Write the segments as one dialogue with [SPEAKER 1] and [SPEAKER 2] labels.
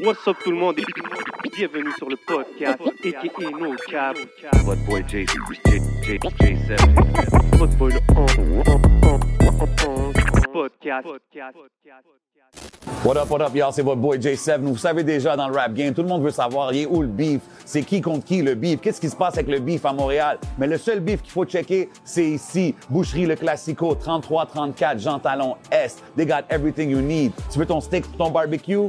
[SPEAKER 1] What's up tout le monde et bienvenue sur le podcast aka No Cap.
[SPEAKER 2] Votre boy J, J, J, J7.
[SPEAKER 1] Votre boy le podcast.
[SPEAKER 3] What up, what up, y'all? C'est votre boy J7. Vous savez déjà dans le rap game, tout le monde veut savoir, il est où le beef? C'est qui contre qui le beef? Qu'est-ce qui se passe avec le beef à Montréal? Mais le seul beef qu'il faut checker, c'est ici. Boucherie Le Classico, 33-34, Jean Talon Est. They got everything you need. Tu veux ton steak pour ton barbecue?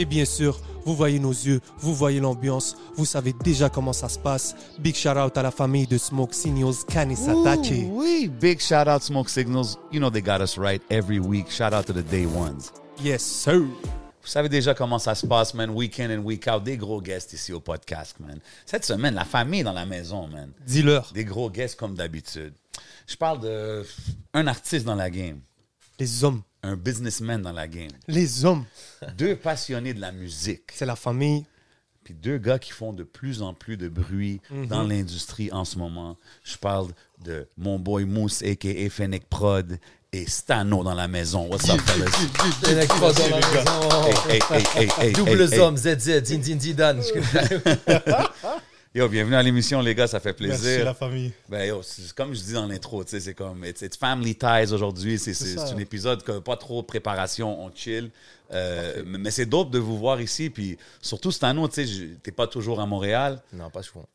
[SPEAKER 4] Et bien sûr, vous voyez nos yeux, vous voyez l'ambiance, vous savez déjà comment ça se passe. Big shout out à la famille de Smoke Signals Kanisatake.
[SPEAKER 5] Ooh, wee. Big shout out Smoke Signals. You know they got us right every week. Shout out to the day ones.
[SPEAKER 4] Yes, sir.
[SPEAKER 5] Vous savez déjà comment ça se passe, man. Week in and week out. Des gros guests ici au podcast, man. Cette semaine, la famille dans la maison, man.
[SPEAKER 4] Dis-leur,
[SPEAKER 5] Des gros guests comme d'habitude. Je parle de un artiste dans la game,
[SPEAKER 4] les hommes,
[SPEAKER 5] un businessman dans la game,
[SPEAKER 4] les hommes,
[SPEAKER 5] deux passionnés de la musique.
[SPEAKER 4] c'est la famille.
[SPEAKER 5] puis deux gars qui font de plus en plus de bruit
[SPEAKER 6] Mhm.
[SPEAKER 5] dans l'industrie en ce moment. Je parle de mon boy Moose, a.k.a. Fennec Prod, et Stano dans la maison. What's up, fellas?
[SPEAKER 6] Fennec Prod dans la maison.
[SPEAKER 5] Hey, hey, hey, hey,
[SPEAKER 6] Double
[SPEAKER 5] hey,
[SPEAKER 6] homme, ZZ, Din Din Didan.
[SPEAKER 5] hey. Yo, bienvenue à l'émission, les gars, ça fait plaisir.
[SPEAKER 7] Merci la famille.
[SPEAKER 5] Ben, yo, c'est comme je dis dans l'intro, tu sais, c'est comme, it's, it's family ties aujourd'hui. C'est, c'est, c'est un épisode que pas trop de préparation, on chill. Euh, mais mais c'est dope de vous voir ici. Puis surtout, Stano, tu sais, je- t'es pas toujours à Montréal.
[SPEAKER 6] Non, pas souvent.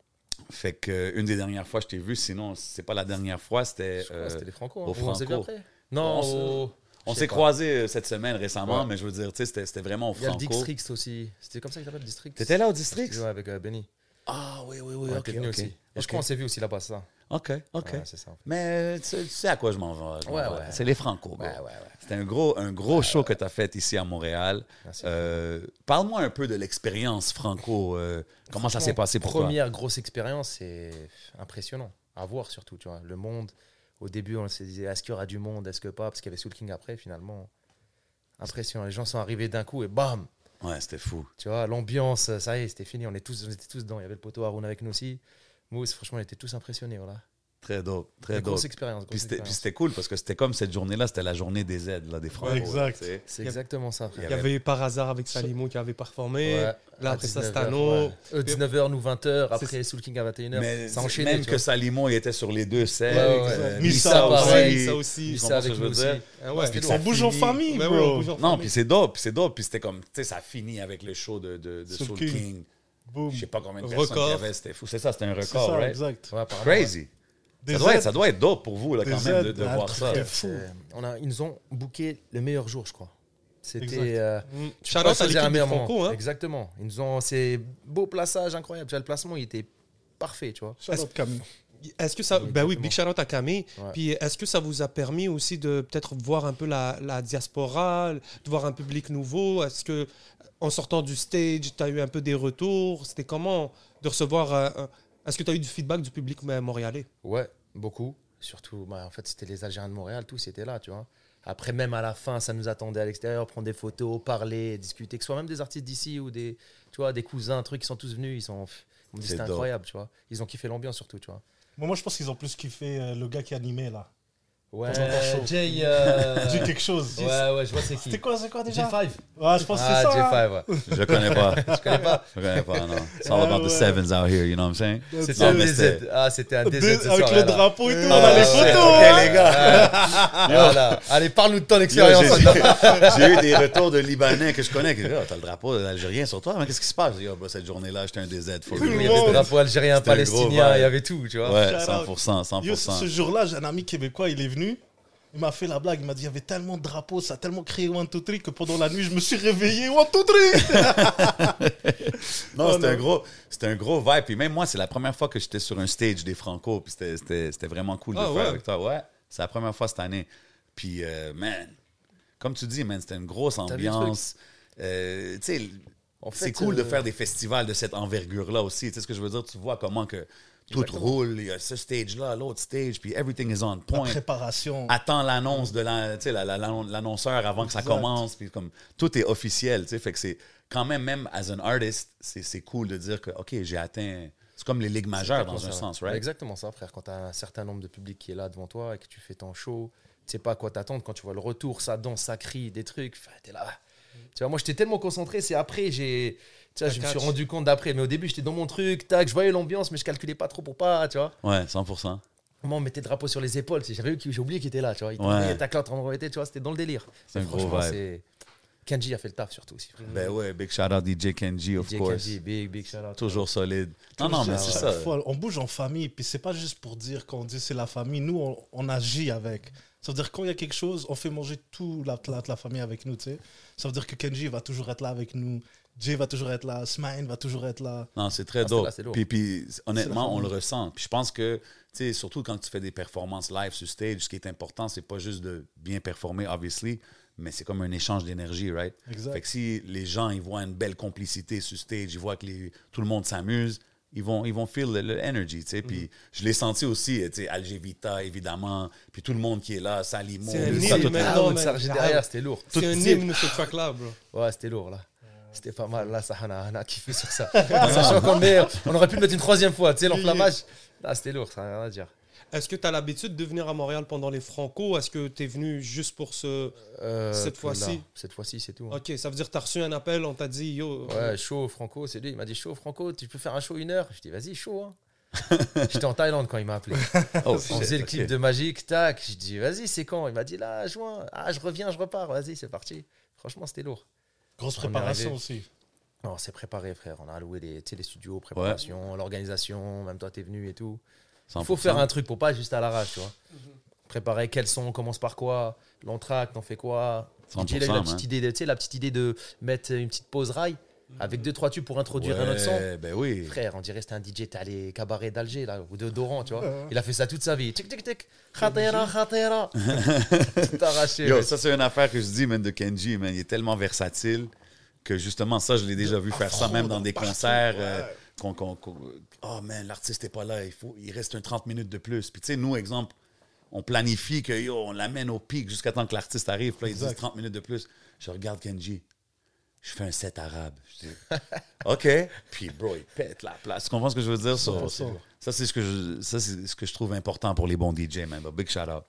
[SPEAKER 5] Fait que euh, une des dernières fois que je t'ai vu, sinon c'est pas la dernière fois, c'était
[SPEAKER 6] Je crois que c'était les Franco. hein.
[SPEAKER 5] Euh, au
[SPEAKER 6] Vous, on s'est vu
[SPEAKER 5] Franco.
[SPEAKER 6] après?
[SPEAKER 5] On
[SPEAKER 6] Non,
[SPEAKER 5] se-
[SPEAKER 6] au-
[SPEAKER 5] On
[SPEAKER 6] je sais
[SPEAKER 5] s'est
[SPEAKER 6] pas.
[SPEAKER 5] croisés euh, cette semaine récemment,
[SPEAKER 6] Ouais.
[SPEAKER 5] mais je veux dire, tu sais, c'était c'était vraiment au
[SPEAKER 6] Il y a le
[SPEAKER 5] Franco.
[SPEAKER 6] Distrix aussi. C'était comme ça qu'il s'appelle Distrix.
[SPEAKER 5] T'étais là au district
[SPEAKER 6] Ouais, avec euh, Benny.
[SPEAKER 5] Ah oui oui oui,
[SPEAKER 6] Ouais,
[SPEAKER 5] ok
[SPEAKER 6] t'es venu
[SPEAKER 5] ok.
[SPEAKER 6] aussi. Et
[SPEAKER 5] Ok.
[SPEAKER 6] Je crois qu'on s'est vu aussi là-bas, c'est ça.
[SPEAKER 5] Ok ok.
[SPEAKER 6] Ouais, c'est ça. en fait.
[SPEAKER 5] Mais euh, tu sais, tu sais à quoi je m'en vais. je m'en
[SPEAKER 6] Ouais,
[SPEAKER 5] vais.
[SPEAKER 6] ouais.
[SPEAKER 5] C'est les Franco. bro.
[SPEAKER 6] Ouais, ouais, ouais.
[SPEAKER 5] C'était un gros, un gros show que tu as fait ici à Montréal.
[SPEAKER 6] Merci.
[SPEAKER 5] Euh, Parle-moi un peu de l'expérience Franco. euh, comment ça s'est passé pour toi?
[SPEAKER 6] Première grosse expérience, c'est impressionnant. À voir surtout, tu vois. Le monde, au début, on se disait, est-ce qu'il y aura du monde, est-ce que pas Parce qu'il y avait Soul King après, finalement. Impressionnant. Les gens sont arrivés d'un coup et bam
[SPEAKER 5] Ouais, c'était fou.
[SPEAKER 6] Tu vois, l'ambiance, ça y est, c'était fini. On, est tous, on était tous dedans. Il y avait le poteau Haroun avec nous aussi. Mousse, franchement, on était tous impressionnés. Voilà.
[SPEAKER 5] Très dope, très
[SPEAKER 6] Une
[SPEAKER 5] dope.
[SPEAKER 6] grosse expérience.
[SPEAKER 5] Puis
[SPEAKER 6] grosse
[SPEAKER 5] c'était, puis
[SPEAKER 6] expérience.
[SPEAKER 5] c'était cool parce que c'était comme cette journée-là, c'était la journée des aides là, des Franco.
[SPEAKER 7] exact.
[SPEAKER 5] tu sais.
[SPEAKER 6] C'est exactement
[SPEAKER 5] Il
[SPEAKER 6] ça,
[SPEAKER 4] Il
[SPEAKER 6] frère.
[SPEAKER 4] y avait eu par hasard avec Salimo qui avait performé.
[SPEAKER 6] Ouais,
[SPEAKER 4] Là,
[SPEAKER 6] à
[SPEAKER 4] après ça,
[SPEAKER 6] 19h,
[SPEAKER 4] Stano.
[SPEAKER 6] ouais. Euh, 19h, nous 20h. Après,
[SPEAKER 4] C'est-
[SPEAKER 6] Soul King à 21h.
[SPEAKER 5] Mais
[SPEAKER 6] ça
[SPEAKER 5] c'est-
[SPEAKER 6] enchaînait.
[SPEAKER 5] même
[SPEAKER 6] tu
[SPEAKER 5] que
[SPEAKER 6] vois.
[SPEAKER 5] Salimo il était sur les deux scènes.
[SPEAKER 6] Ouais, ouais,
[SPEAKER 5] Euh,
[SPEAKER 6] ouais.
[SPEAKER 5] Missa
[SPEAKER 6] Missa, pareil,
[SPEAKER 5] aussi.
[SPEAKER 4] ça aussi.
[SPEAKER 5] Tu
[SPEAKER 6] Missa
[SPEAKER 5] comprends ce
[SPEAKER 6] avec
[SPEAKER 5] que je
[SPEAKER 6] nous
[SPEAKER 5] veux
[SPEAKER 6] aussi.
[SPEAKER 5] dire?
[SPEAKER 4] Ah ouais.
[SPEAKER 6] Puis
[SPEAKER 7] Ça bouge en famille,
[SPEAKER 4] Ouais, ouais,
[SPEAKER 7] bro.
[SPEAKER 4] bonjour,
[SPEAKER 5] Non,
[SPEAKER 4] famille.
[SPEAKER 5] puis c'est dope, puis c'est dope, puis c'était comme, tu sais, ça finit avec le show de, de, de
[SPEAKER 7] Soul
[SPEAKER 5] Soul King.
[SPEAKER 7] King.
[SPEAKER 5] Je
[SPEAKER 7] Boom.
[SPEAKER 5] sais pas combien de
[SPEAKER 4] Record.
[SPEAKER 5] personnes il y avait, c'était fou. C'est ça, c'était un
[SPEAKER 7] C'est
[SPEAKER 5] record,
[SPEAKER 7] ça,
[SPEAKER 5] right?
[SPEAKER 7] exact.
[SPEAKER 6] Ouais, apparemment,
[SPEAKER 5] Crazy.
[SPEAKER 7] Des
[SPEAKER 5] ça, doit
[SPEAKER 7] aides.
[SPEAKER 5] être, ça doit être dope pour vous, là, quand
[SPEAKER 7] Des
[SPEAKER 5] même, de,
[SPEAKER 7] aides,
[SPEAKER 5] de
[SPEAKER 7] ah,
[SPEAKER 5] voir
[SPEAKER 7] très
[SPEAKER 5] ça.
[SPEAKER 7] bien.
[SPEAKER 6] ouais. Euh, on a, ils nous ont booké le meilleur jour, je crois. C'était.
[SPEAKER 7] Exact.
[SPEAKER 6] euh,
[SPEAKER 4] Mm.
[SPEAKER 6] tu
[SPEAKER 4] Shout
[SPEAKER 6] peux
[SPEAKER 4] out à
[SPEAKER 6] choisir
[SPEAKER 4] l'équipe
[SPEAKER 6] un
[SPEAKER 4] des
[SPEAKER 6] meilleur moment.
[SPEAKER 4] Franco. hein.
[SPEAKER 6] Exactement. Ils nous ont ces beaux plaçages incroyables. Tu vois, Le placement, il était parfait, tu vois.
[SPEAKER 7] Shout out Camille.
[SPEAKER 4] Est-ce que ça. Ben oui, Big shout out à Camille.
[SPEAKER 6] Ouais.
[SPEAKER 4] Puis est-ce que ça vous a permis aussi de peut-être voir un peu la, la diaspora, de voir un public nouveau Est-ce que en sortant du stage, tu as eu un peu des retours C'était comment de recevoir. euh, un- Est-ce que tu as eu du feedback du public euh, montréalais
[SPEAKER 6] Ouais, beaucoup. Surtout, bah, en fait, c'était les Algériens de Montréal, tous étaient là, tu vois. Après, même à la fin, ça nous attendait à l'extérieur, prendre des photos, parler, discuter, que ce soit même des artistes d'ici ou des, tu vois, des cousins, trucs, qui sont tous venus, ils sont. On me dit,
[SPEAKER 5] C'est
[SPEAKER 6] c'était
[SPEAKER 5] dope.
[SPEAKER 6] incroyable, tu vois. Ils ont kiffé l'ambiance surtout, tu vois.
[SPEAKER 7] Moi, moi, je pense qu'ils ont plus kiffé euh, le gars qui animait là.
[SPEAKER 6] Ouais,
[SPEAKER 7] Ils ont encore chaud.
[SPEAKER 6] Jay.
[SPEAKER 5] Euh,
[SPEAKER 6] euh,
[SPEAKER 7] Dis quelque chose. dis-
[SPEAKER 6] ouais, ouais, je vois c'est qui.
[SPEAKER 7] C'était quoi, c'est quoi déjà
[SPEAKER 6] J5.
[SPEAKER 7] Ouais, je pense que c'est
[SPEAKER 6] Ah,
[SPEAKER 7] ça. hein.
[SPEAKER 6] J5, ouais.
[SPEAKER 5] Je connais pas.
[SPEAKER 6] Je connais pas.
[SPEAKER 5] Je connais pas, non. It's all about
[SPEAKER 7] Ah ouais.
[SPEAKER 5] the sevens out here, you know what I'm saying?
[SPEAKER 6] C'était
[SPEAKER 5] Non,
[SPEAKER 6] un
[SPEAKER 5] mais
[SPEAKER 6] DZ. Ah, c'était un
[SPEAKER 7] Deux-
[SPEAKER 6] DZ. ce
[SPEAKER 7] avec
[SPEAKER 6] soir-là,
[SPEAKER 7] le
[SPEAKER 6] là.
[SPEAKER 7] drapeau et tout, on
[SPEAKER 5] bah,
[SPEAKER 6] Ah,
[SPEAKER 7] a les
[SPEAKER 5] Euh,
[SPEAKER 6] ouais,
[SPEAKER 7] photos.
[SPEAKER 6] ouais,
[SPEAKER 7] hein.
[SPEAKER 6] ouais. Voilà. Allez, parle-nous de ton
[SPEAKER 5] Yo,
[SPEAKER 6] expérience.
[SPEAKER 5] j'ai- J'ai eu des retours de Libanais que je connais. qui disent, Oh, t'as le drapeau algérien sur toi, mais qu'est-ce qui se passe? Je dis, Oh, bah, cette journée-là, j'étais un DZ. for
[SPEAKER 7] Tout le
[SPEAKER 5] real.
[SPEAKER 6] Il y avait
[SPEAKER 7] monde.
[SPEAKER 6] des drapeaux algériens,
[SPEAKER 5] C'était un gros
[SPEAKER 6] palestiniens,
[SPEAKER 5] vibe.
[SPEAKER 6] il y avait tout, tu vois.
[SPEAKER 5] Ouais,
[SPEAKER 7] Shout out.
[SPEAKER 5] 100%,
[SPEAKER 7] Yo, ce
[SPEAKER 5] 100%.
[SPEAKER 7] jour-là, j'ai un ami québécois, il est venu. Il m'a fait la blague, il m'a dit il y avait tellement de drapeaux, ça a tellement créé One Two Three que pendant la nuit, je me suis réveillé One Two Three.
[SPEAKER 5] Non,
[SPEAKER 7] Oh,
[SPEAKER 5] c'était un
[SPEAKER 7] non.
[SPEAKER 5] gros, c'était un gros vibe. Puis même moi, c'est la première fois que j'étais sur un stage des Franco. Puis c'était, c'était, c'était vraiment cool de
[SPEAKER 4] Ah,
[SPEAKER 5] le
[SPEAKER 4] ouais?
[SPEAKER 5] faire avec toi. Ouais, c'est la première fois cette année. Puis euh, man, comme tu dis, man, c'était une grosse
[SPEAKER 6] vu le
[SPEAKER 5] ambiance. Euh, tu sais,
[SPEAKER 6] En fait,
[SPEAKER 5] C'est cool de
[SPEAKER 6] euh,
[SPEAKER 5] faire des festivals de cette envergure-là aussi. Tu sais ce que je veux dire? Tu vois comment que tout
[SPEAKER 6] Exactement.
[SPEAKER 5] roule. Il y a ce stage-là, l'autre stage, puis everything is on point.
[SPEAKER 7] La préparation.
[SPEAKER 5] Attends l'annonce de la- tu sais, la- la- l'annon- l'annonceur avant que ça
[SPEAKER 7] Exact.
[SPEAKER 5] commence. Puis comme, tout est officiel. tu sais. Fait que c'est quand même, même as an artist, c'est c'est cool de dire que, OK, j'ai atteint. C'est comme les ligues majeures dans un
[SPEAKER 6] Exactement ça. Ben,
[SPEAKER 5] sens, right?
[SPEAKER 6] Exactement ça, frère. Quand tu as un certain nombre de public qui est là devant toi et que tu fais ton show, tu sais pas à quoi t'attendre. Quand tu vois le retour, ça danse, ça crie, des trucs, enfin, t'es là. Tu vois, moi, j'étais tellement concentré, c'est après, j'ai. Tu vois,
[SPEAKER 4] T'as
[SPEAKER 6] je me suis
[SPEAKER 4] catch.
[SPEAKER 6] rendu compte d'après. Mais au début, j'étais dans mon truc, tac, je voyais l'ambiance, mais je calculais pas trop pour pas, tu vois.
[SPEAKER 5] Ouais, 100
[SPEAKER 6] Moi, on mettait le drapeau sur les épaules. tu sais, J'avais vu qu'il- j'ai oublié qu'il était là, tu vois. Il
[SPEAKER 5] Ouais.
[SPEAKER 6] était tac, là, en train de remonter, tu vois, c'était dans le délire.
[SPEAKER 5] C'est un
[SPEAKER 6] Mais
[SPEAKER 5] gros
[SPEAKER 6] franchement,
[SPEAKER 5] vibe.
[SPEAKER 6] c'est- Kenji a fait le taf surtout aussi. frère.
[SPEAKER 5] Ben ouais, big shout-out DJ Kenji, of
[SPEAKER 6] DJ
[SPEAKER 5] course.
[SPEAKER 6] Kenji, big, big shout out.
[SPEAKER 5] Toujours solide. Non, non, mais c'est
[SPEAKER 7] Chaque
[SPEAKER 5] ça.
[SPEAKER 7] fois, on bouge en famille, puis c'est pas juste pour dire qu'on dit c'est la famille. Nous, on, on agit avec. Ça veut dire quand il y a quelque chose, on fait manger toute la, la, la famille avec nous, tu sais. Ça veut dire que Kenji va toujours être là avec nous, Jay va toujours être là, Smine va toujours être là.
[SPEAKER 5] Non, c'est très
[SPEAKER 6] Ah,
[SPEAKER 5] dope.
[SPEAKER 6] celle-là, c'est lourd.
[SPEAKER 5] puis, puis,
[SPEAKER 7] C'est la
[SPEAKER 5] honnêtement, on
[SPEAKER 7] famille.
[SPEAKER 5] le ressent. Puis je pense que, tu sais, surtout quand tu fais des performances live sur stage, ce qui est important, c'est pas juste de bien performer, obviously, mais c'est comme un échange d'énergie, right?
[SPEAKER 7] Exact.
[SPEAKER 5] Fait que si les gens, ils voient une belle complicité sur stage, ils voient que les- tout le monde s'amuse, ils vont, ils vont feel le- le energy, tu sais.
[SPEAKER 6] Mhm.
[SPEAKER 5] Puis je l'ai senti aussi, tu sais, Algevita, évidemment, puis tout le monde qui est là, Salimo,
[SPEAKER 4] C'est un
[SPEAKER 5] le-
[SPEAKER 4] hymne,
[SPEAKER 5] ça, tout-
[SPEAKER 4] man.
[SPEAKER 6] Ah,
[SPEAKER 4] Non,
[SPEAKER 6] ouais,
[SPEAKER 4] Eh, mais-
[SPEAKER 6] Sarge derrière, c'était lourd.
[SPEAKER 4] C'est un
[SPEAKER 6] c'est-
[SPEAKER 4] hymne, ce track-là, bro.
[SPEAKER 6] Ouais, c'était lourd là.
[SPEAKER 4] Euh,
[SPEAKER 6] C'était pas mal. Là, ça, on a, on a kiffé sur ça. En Sachant qu'on est- on aurait pu le mettre une troisième fois, tu sais, l'enflammage. Là, c'était lourd, ça n'a rien à dire.
[SPEAKER 4] Est-ce que tu as l'habitude de venir à Montréal pendant les Franco Est-ce que tu es venu juste pour ce.
[SPEAKER 6] Euh,
[SPEAKER 4] Cette
[SPEAKER 6] que
[SPEAKER 4] fois-ci. Ah,
[SPEAKER 6] là, Cette fois-ci, c'est tout. hein.
[SPEAKER 4] Ok, ça veut dire que tu as reçu un appel, on t'a dit yo.
[SPEAKER 6] Ouais, chaud, Franco, c'est lui. Il m'a dit chaud, Franco, tu peux faire un show une heure Je dis vas-y, chaud. hein. J'étais en Thaïlande quand il m'a appelé.
[SPEAKER 5] Oh,
[SPEAKER 6] On faisait le
[SPEAKER 5] ok.
[SPEAKER 6] clip de Magic, tac. Je dis vas-y, c'est quand Il m'a dit là, juin. Ah, je reviens, je repars. Vas-y, c'est parti. Franchement, c'était lourd.
[SPEAKER 7] Grosse
[SPEAKER 6] On est
[SPEAKER 7] préparation
[SPEAKER 6] arrivé.
[SPEAKER 7] aussi.
[SPEAKER 6] Non, c'est préparé, frère. On a alloué les, tu sais, les studios, préparation, l'organisation. Même toi, t'es venu et tout. Il
[SPEAKER 5] 100%.
[SPEAKER 6] faut faire un truc pour pas juste à l'arrache, tu vois. Préparer quels sont, on commence par quoi, l'entracte, on fait quoi. DJ, il a eu
[SPEAKER 5] 100%,
[SPEAKER 6] la petite
[SPEAKER 5] man.
[SPEAKER 6] idée de, tu sais, la petite idée de mettre une petite pause rail avec deux trois tubes pour introduire un autre son.
[SPEAKER 5] Ouais, ben oui.
[SPEAKER 6] Frère, on dirait que c'était un DJ, t'as les cabarets d'Alger là, ou de Doran, tu vois. Il a fait ça toute sa vie. Tic tic tic. Khatera, khatera. Tout arraché.
[SPEAKER 5] Yo,
[SPEAKER 6] ouais.
[SPEAKER 5] ça, c'est une affaire que je dis, man, de Kenji, man. Il est tellement versatile que justement, ça, je l'ai déjà vu faire ça, même dans des concerts. euh, qu'on- qu'on- qu'on- oh, man, l'artiste n'est pas là, il, faut, il reste un 30 minutes de plus. Puis, tu sais, nous, exemple, on planifie que, yo, on l'amène au pic jusqu'à temps que l'artiste arrive. Puis là, ils disent 30 minutes de plus. Je regarde Kenji. Je fais un set arabe. Je dis, OK. Puis, bro, il pète la place. Tu comprends ce que je veux dire? Ça, ça, c'est ce, que je- ça, c'est ce que je trouve important pour les bons DJ, man. Big shout out.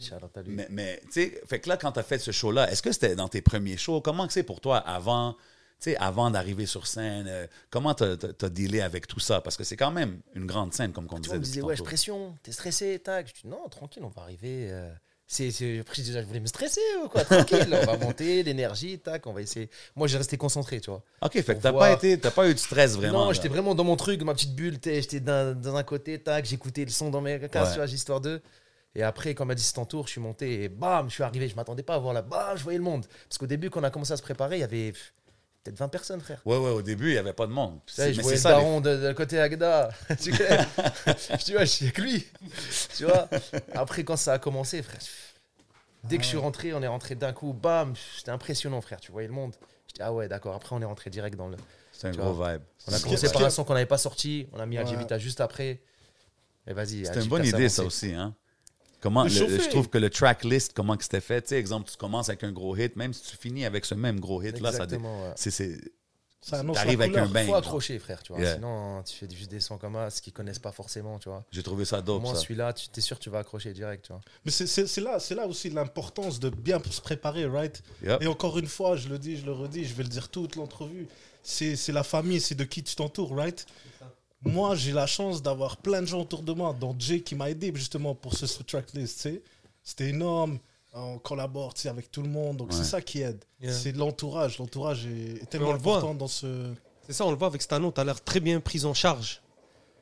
[SPEAKER 6] Shout out à lui.
[SPEAKER 5] Mais, mais, tu sais, fait que là, quand tu as fait ce show-là, est-ce que c'était dans tes premiers shows? Comment que c'est pour toi avant, tu sais, avant d'arriver sur scène? euh, comment tu as, dealé avec tout ça? Parce que c'est quand même une grande scène, comme on
[SPEAKER 6] Tu
[SPEAKER 5] disait.
[SPEAKER 6] vois, on me
[SPEAKER 5] depuis
[SPEAKER 6] disait, ouais, je
[SPEAKER 5] tantôt.
[SPEAKER 6] pression, t'es stressé, tac. Je dis, non, tranquille, on va arriver. euh, c'est, c'est- Après, je dis, je voulais me stresser ou quoi, tranquille, on va monter, l'énergie, tac, on va essayer. Moi, j'ai resté concentré, tu vois.
[SPEAKER 5] OK, fait que
[SPEAKER 6] pour
[SPEAKER 5] t'as pas,
[SPEAKER 6] voir.
[SPEAKER 5] été- t'as pas eu de stress vraiment.
[SPEAKER 6] non,
[SPEAKER 5] là.
[SPEAKER 6] j'étais vraiment dans mon truc, ma petite bulle, t'es- j'étais d'un, dans un côté, tac, j'écoutais le son dans mes casques,
[SPEAKER 5] Ouais.
[SPEAKER 6] tu vois, j'ai histoire d'eux. Et après, quand m'a dit ton tour, je suis monté et bam, je suis arrivé. Je m'attendais pas à voir là, bam, je voyais le monde. Parce qu'au début, quand on a commencé à se préparer, il y avait pff, peut-être 20 personnes, frère.
[SPEAKER 5] Ouais, ouais, au début, il n'y avait pas de monde.
[SPEAKER 6] Tu sais,
[SPEAKER 5] C'est-
[SPEAKER 6] je
[SPEAKER 5] mais
[SPEAKER 6] voyais
[SPEAKER 5] c'est
[SPEAKER 6] le
[SPEAKER 5] ça. les-
[SPEAKER 6] daron de, de côté Agda. tu sais, je dis, ouais, je suis que lui. Tu vois Après, quand ça a commencé, frère, dès que je suis rentré, on est rentré d'un coup, bam, c'était impressionnant, frère. Tu voyais le monde. Je dis, ah ouais, d'accord. Après, on est rentré direct dans le.
[SPEAKER 5] C'est un
[SPEAKER 6] tu
[SPEAKER 5] gros
[SPEAKER 6] vois.
[SPEAKER 5] vibe.
[SPEAKER 6] On a
[SPEAKER 7] Ce qui-
[SPEAKER 6] commencé
[SPEAKER 7] ce
[SPEAKER 6] par
[SPEAKER 7] qui-
[SPEAKER 6] un son qu'on n'avait pas sorti. On a mis
[SPEAKER 7] Ouais.
[SPEAKER 6] Algibita juste après. Et vas-y.
[SPEAKER 5] C'est
[SPEAKER 6] Algibita,
[SPEAKER 5] une bonne
[SPEAKER 6] c'est
[SPEAKER 5] idée, ça
[SPEAKER 6] avancé.
[SPEAKER 5] aussi. Hein? Comment,
[SPEAKER 7] Le
[SPEAKER 5] le-
[SPEAKER 7] chauffer.
[SPEAKER 5] je trouve que le track list, comment que c'était fait. Tu sais, exemple, tu commences avec un gros hit, même si tu finis avec ce même gros hit-là, ça dé-
[SPEAKER 6] Exactement, ouais.
[SPEAKER 5] c'est- c'est-
[SPEAKER 7] Ça annonce la
[SPEAKER 5] T'arrives avec
[SPEAKER 7] couleur.
[SPEAKER 5] un bain.
[SPEAKER 6] Faut accrocher, frère, tu vois.
[SPEAKER 5] Yeah.
[SPEAKER 6] Sinon, tu fais juste des sons comme ça, ce qu'ils connaissent pas forcément, tu vois.
[SPEAKER 5] J'ai trouvé ça
[SPEAKER 6] Au
[SPEAKER 5] dope,
[SPEAKER 6] moins,
[SPEAKER 5] ça.
[SPEAKER 6] celui-là, tu t'es sûr, tu vas accrocher direct, tu vois.
[SPEAKER 7] Mais c'est- c'est c'est là, c'est là aussi l'importance de bien se préparer, right
[SPEAKER 5] Yep.
[SPEAKER 7] Et encore une fois, je le dis, je le redis, je vais le dire toute l'entrevue. C'est c'est la famille, c'est de qui tu t'entoures, right Moi, j'ai la chance d'avoir plein de gens autour de moi, dont Jay qui m'a aidé justement pour ce, ce tracklist. tu sais. C'était énorme. On collabore tu sais, avec tout le monde, donc
[SPEAKER 5] Ouais.
[SPEAKER 7] c'est ça qui aide.
[SPEAKER 4] Yeah.
[SPEAKER 7] C'est de l'entourage. L'entourage est, est tellement
[SPEAKER 4] on le voit.
[SPEAKER 7] important dans ce.
[SPEAKER 4] C'est ça, on le voit avec Stano, t'as l'air très bien pris en charge.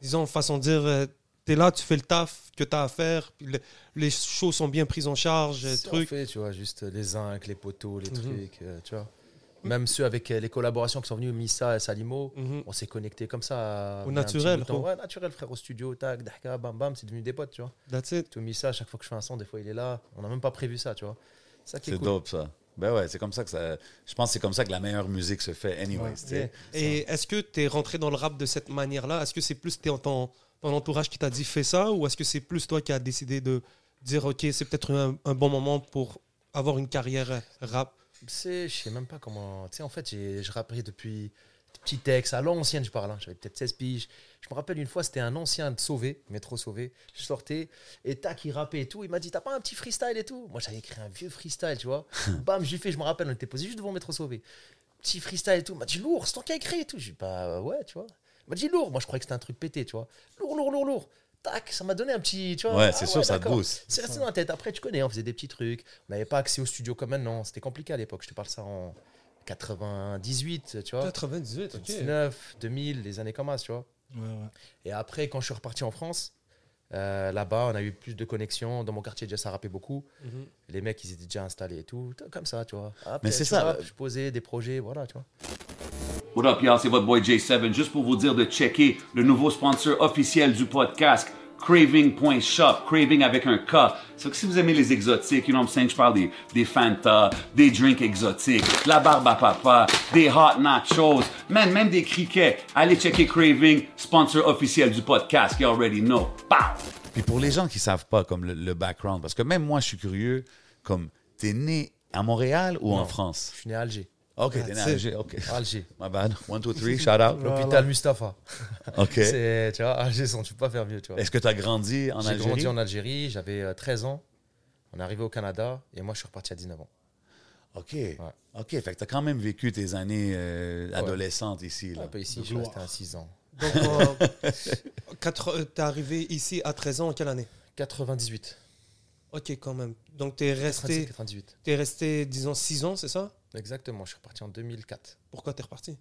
[SPEAKER 4] Disons, façon de dire, euh, t'es là, tu fais le taf que t'as à faire, puis le- les choses sont bien prises en charge, euh,
[SPEAKER 6] C'est
[SPEAKER 4] truc.
[SPEAKER 6] fait, tu vois, juste euh, les zincs, les poteaux, les
[SPEAKER 4] Mhm.
[SPEAKER 6] trucs, euh, tu vois. Même ceux avec euh, les collaborations qui sont venues, Missa et Salimo,
[SPEAKER 4] Mhm.
[SPEAKER 6] on s'est connectés comme ça.
[SPEAKER 4] Au
[SPEAKER 6] on est un petit
[SPEAKER 4] naturel,
[SPEAKER 6] bout de temps.
[SPEAKER 4] gros.
[SPEAKER 6] Ouais, naturel, frère, au studio, tac, dahka, bam, bam, c'est devenu des potes, tu vois.
[SPEAKER 4] That's it.
[SPEAKER 6] Tout Missa, à chaque fois que je fais un son, des fois il est là. On n'a même pas prévu ça, tu vois. C'est Ça qui est,
[SPEAKER 5] C'est
[SPEAKER 6] cool.
[SPEAKER 5] dope, ça. Ben ouais, c'est comme ça que ça. Je pense que c'est comme ça que la meilleure musique se fait, anyways. tu sais.
[SPEAKER 4] Et est-ce que tu es rentré dans le rap de cette manière-là Est-ce que c'est plus t'es- ton, ton entourage qui t'a dit fais ça ou est-ce que c'est plus toi qui as décidé de dire ok, c'est peut-être un, un bon moment pour avoir une carrière rap
[SPEAKER 6] C'est, je sais même pas comment. Tu sais, en fait, j'ai- je rappelais depuis petit texte, à l'ancienne, je parle. hein, J'avais peut-être 16 piges. Je me rappelle une fois, c'était un ancien de Sauvé, Métro Sauvé. Je sortais et tac, il rappait et tout. Il m'a dit T'as pas un petit freestyle et tout Moi, j'avais écrit un vieux freestyle, tu vois. Bam, j'ai fait, je me rappelle, on était posé juste devant Métro Sauvé. Petit freestyle et tout. Il m'a dit Lourd, c'est toi qui as écrit et tout. J'ai dit Bah ouais, tu vois. Il m'a dit Lourd. Moi, je croyais que c'était un truc pété, tu vois. Lourd, lourd, lourd, lourd. Tac, ça m'a donné un petit. Tu vois,
[SPEAKER 5] Ouais,
[SPEAKER 6] Ah
[SPEAKER 5] c'est sûr, ça te
[SPEAKER 6] d'accord.
[SPEAKER 5] booste.
[SPEAKER 6] C'est resté dans la tête. Après, tu connais, on faisait des petits trucs. On n'avait pas accès au studio comme maintenant. C'était compliqué à l'époque. Je te parle ça en 98, tu vois.
[SPEAKER 4] 98,
[SPEAKER 6] 99, 2000, des années comme ça, tu vois.
[SPEAKER 7] Ouais, ouais.
[SPEAKER 6] Et après, quand je suis reparti en France, euh, là-bas, on a eu plus de connexions. Dans mon quartier, déjà, ça rappait beaucoup.
[SPEAKER 4] Mhm.
[SPEAKER 6] Les mecs, ils étaient déjà installés et tout. Comme ça, tu vois. Après,
[SPEAKER 5] Mais c'est
[SPEAKER 6] tu
[SPEAKER 5] ça.
[SPEAKER 6] vois, je posais des projets, voilà, tu vois.
[SPEAKER 3] What up, y'all? C'est votre boy J7. Juste pour vous dire de checker le nouveau sponsor officiel du podcast, Craving.shop. Craving avec un K. C'est que si vous aimez les exotiques, you know what I'm saying? Je parle des, des Fanta, des drinks exotiques, la barbe à papa, des hot nachos, man, même des criquets. Allez checker Craving, sponsor officiel du podcast. You already know. Bah! Pow!
[SPEAKER 5] Puis pour les gens qui savent pas, comme le, le background, parce que même moi, je suis curieux, comme, t'es né à Montréal ou en
[SPEAKER 6] Non.
[SPEAKER 5] France?
[SPEAKER 6] Je suis né à Alger.
[SPEAKER 5] OK, t'es né à
[SPEAKER 4] c'est-
[SPEAKER 5] Alger, OK.
[SPEAKER 6] Alger.
[SPEAKER 5] My bad. One, two, three, shout out.
[SPEAKER 6] L'hôpital Mustapha.
[SPEAKER 5] OK. Est-ce
[SPEAKER 6] C'est, tu vois, Alger, on ne peut pas faire mieux, tu vois.
[SPEAKER 5] que t'as grandi en
[SPEAKER 6] J'ai
[SPEAKER 5] Algérie?
[SPEAKER 6] grandi en Algérie, j'avais euh, 13 ans. On est arrivé au Canada et moi, je suis reparti à 19 ans.
[SPEAKER 5] OK. OK, fait que t'as quand même vécu tes années euh, adolescentes ici, là.
[SPEAKER 6] Un peu ici, je suis
[SPEAKER 7] gloire.
[SPEAKER 6] resté à 6 ans.
[SPEAKER 4] Donc, euh, quatre- euh, t'es arrivé ici à 13 ans, en quelle année
[SPEAKER 6] 98.
[SPEAKER 4] Ok, quand même. Donc, t'es
[SPEAKER 6] 97,
[SPEAKER 4] resté,
[SPEAKER 6] 98.
[SPEAKER 4] t'es resté, disons, 6 ans, c'est ça
[SPEAKER 6] Exactement, je suis reparti en 2004.
[SPEAKER 4] Pourquoi t'es reparti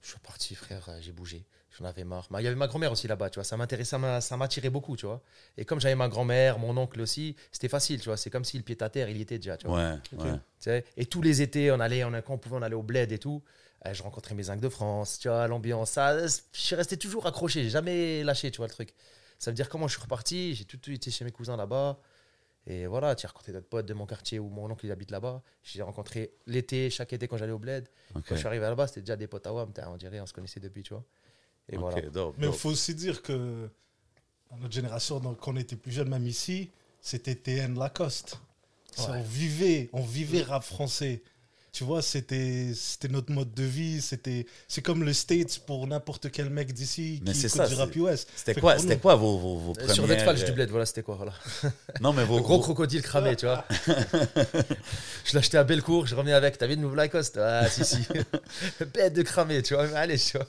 [SPEAKER 6] Je suis reparti, frère, euh, j'ai bougé. J'en avais marre. Ma- Il y avait ma grand-mère aussi là-bas, tu vois. Ça m'intéressait, ça m'a- ça m'attirait beaucoup, tu vois. Et comme j'avais ma grand-mère, mon oncle aussi, c'était facile, tu vois. C'est comme si le pied à terre, il y était déjà, tu vois.
[SPEAKER 5] Ouais, ouais.
[SPEAKER 6] Tu sais, Et tous les étés, on allait, on, quand on pouvait, on allait au bled et tout. Euh, Je rencontrais mes zincs de France, tu vois, l'ambiance. ça, Je suis resté toujours accroché, j'ai jamais lâché, tu vois, le truc. Ça veut dire comment je suis reparti, j'ai tout de suite été chez mes cousins là-bas. Et voilà, tu as rencontré d'autres potes de mon quartier où mon oncle il habite là-bas. J'ai rencontré l'été, chaque été quand j'allais au bled.
[SPEAKER 5] OK.
[SPEAKER 6] Quand je suis arrivé là-bas, c'était déjà des potes à WAM, t'as- on dirait, on se connaissait depuis, tu vois. Et
[SPEAKER 5] OK,
[SPEAKER 6] voilà.
[SPEAKER 5] dope,
[SPEAKER 7] Mais il
[SPEAKER 5] dope.
[SPEAKER 7] faut aussi dire que à notre génération, donc, quand on était plus jeune, même ici, c'était TN Lacoste. C'est- On vivait, on vivait rap français. Tu vois, c'était c'était notre mode de vie. C'était c'est comme le States pour n'importe quel mec d'ici
[SPEAKER 5] Mais
[SPEAKER 7] qui
[SPEAKER 5] c'est
[SPEAKER 7] écoute
[SPEAKER 5] ça,
[SPEAKER 7] du rap
[SPEAKER 5] c'est-
[SPEAKER 7] US. Fait
[SPEAKER 5] C'était
[SPEAKER 7] que
[SPEAKER 5] quoi,
[SPEAKER 7] pour
[SPEAKER 5] c'était
[SPEAKER 7] nous-
[SPEAKER 5] quoi vos, vos, vos
[SPEAKER 6] Euh,
[SPEAKER 5] premières...
[SPEAKER 6] Sur Netflix
[SPEAKER 5] euh,
[SPEAKER 6] du bled, voilà, c'était quoi, voilà.
[SPEAKER 5] Non, mais vos...
[SPEAKER 6] Le gros
[SPEAKER 5] vos-
[SPEAKER 6] crocodile cramé, tu vois. je l'achetais à Bellecour, je revenais avec. T'as vu de nouveau Lacoste Ah, si, si. Bête de cramé, tu vois. Mais allez, tu vois.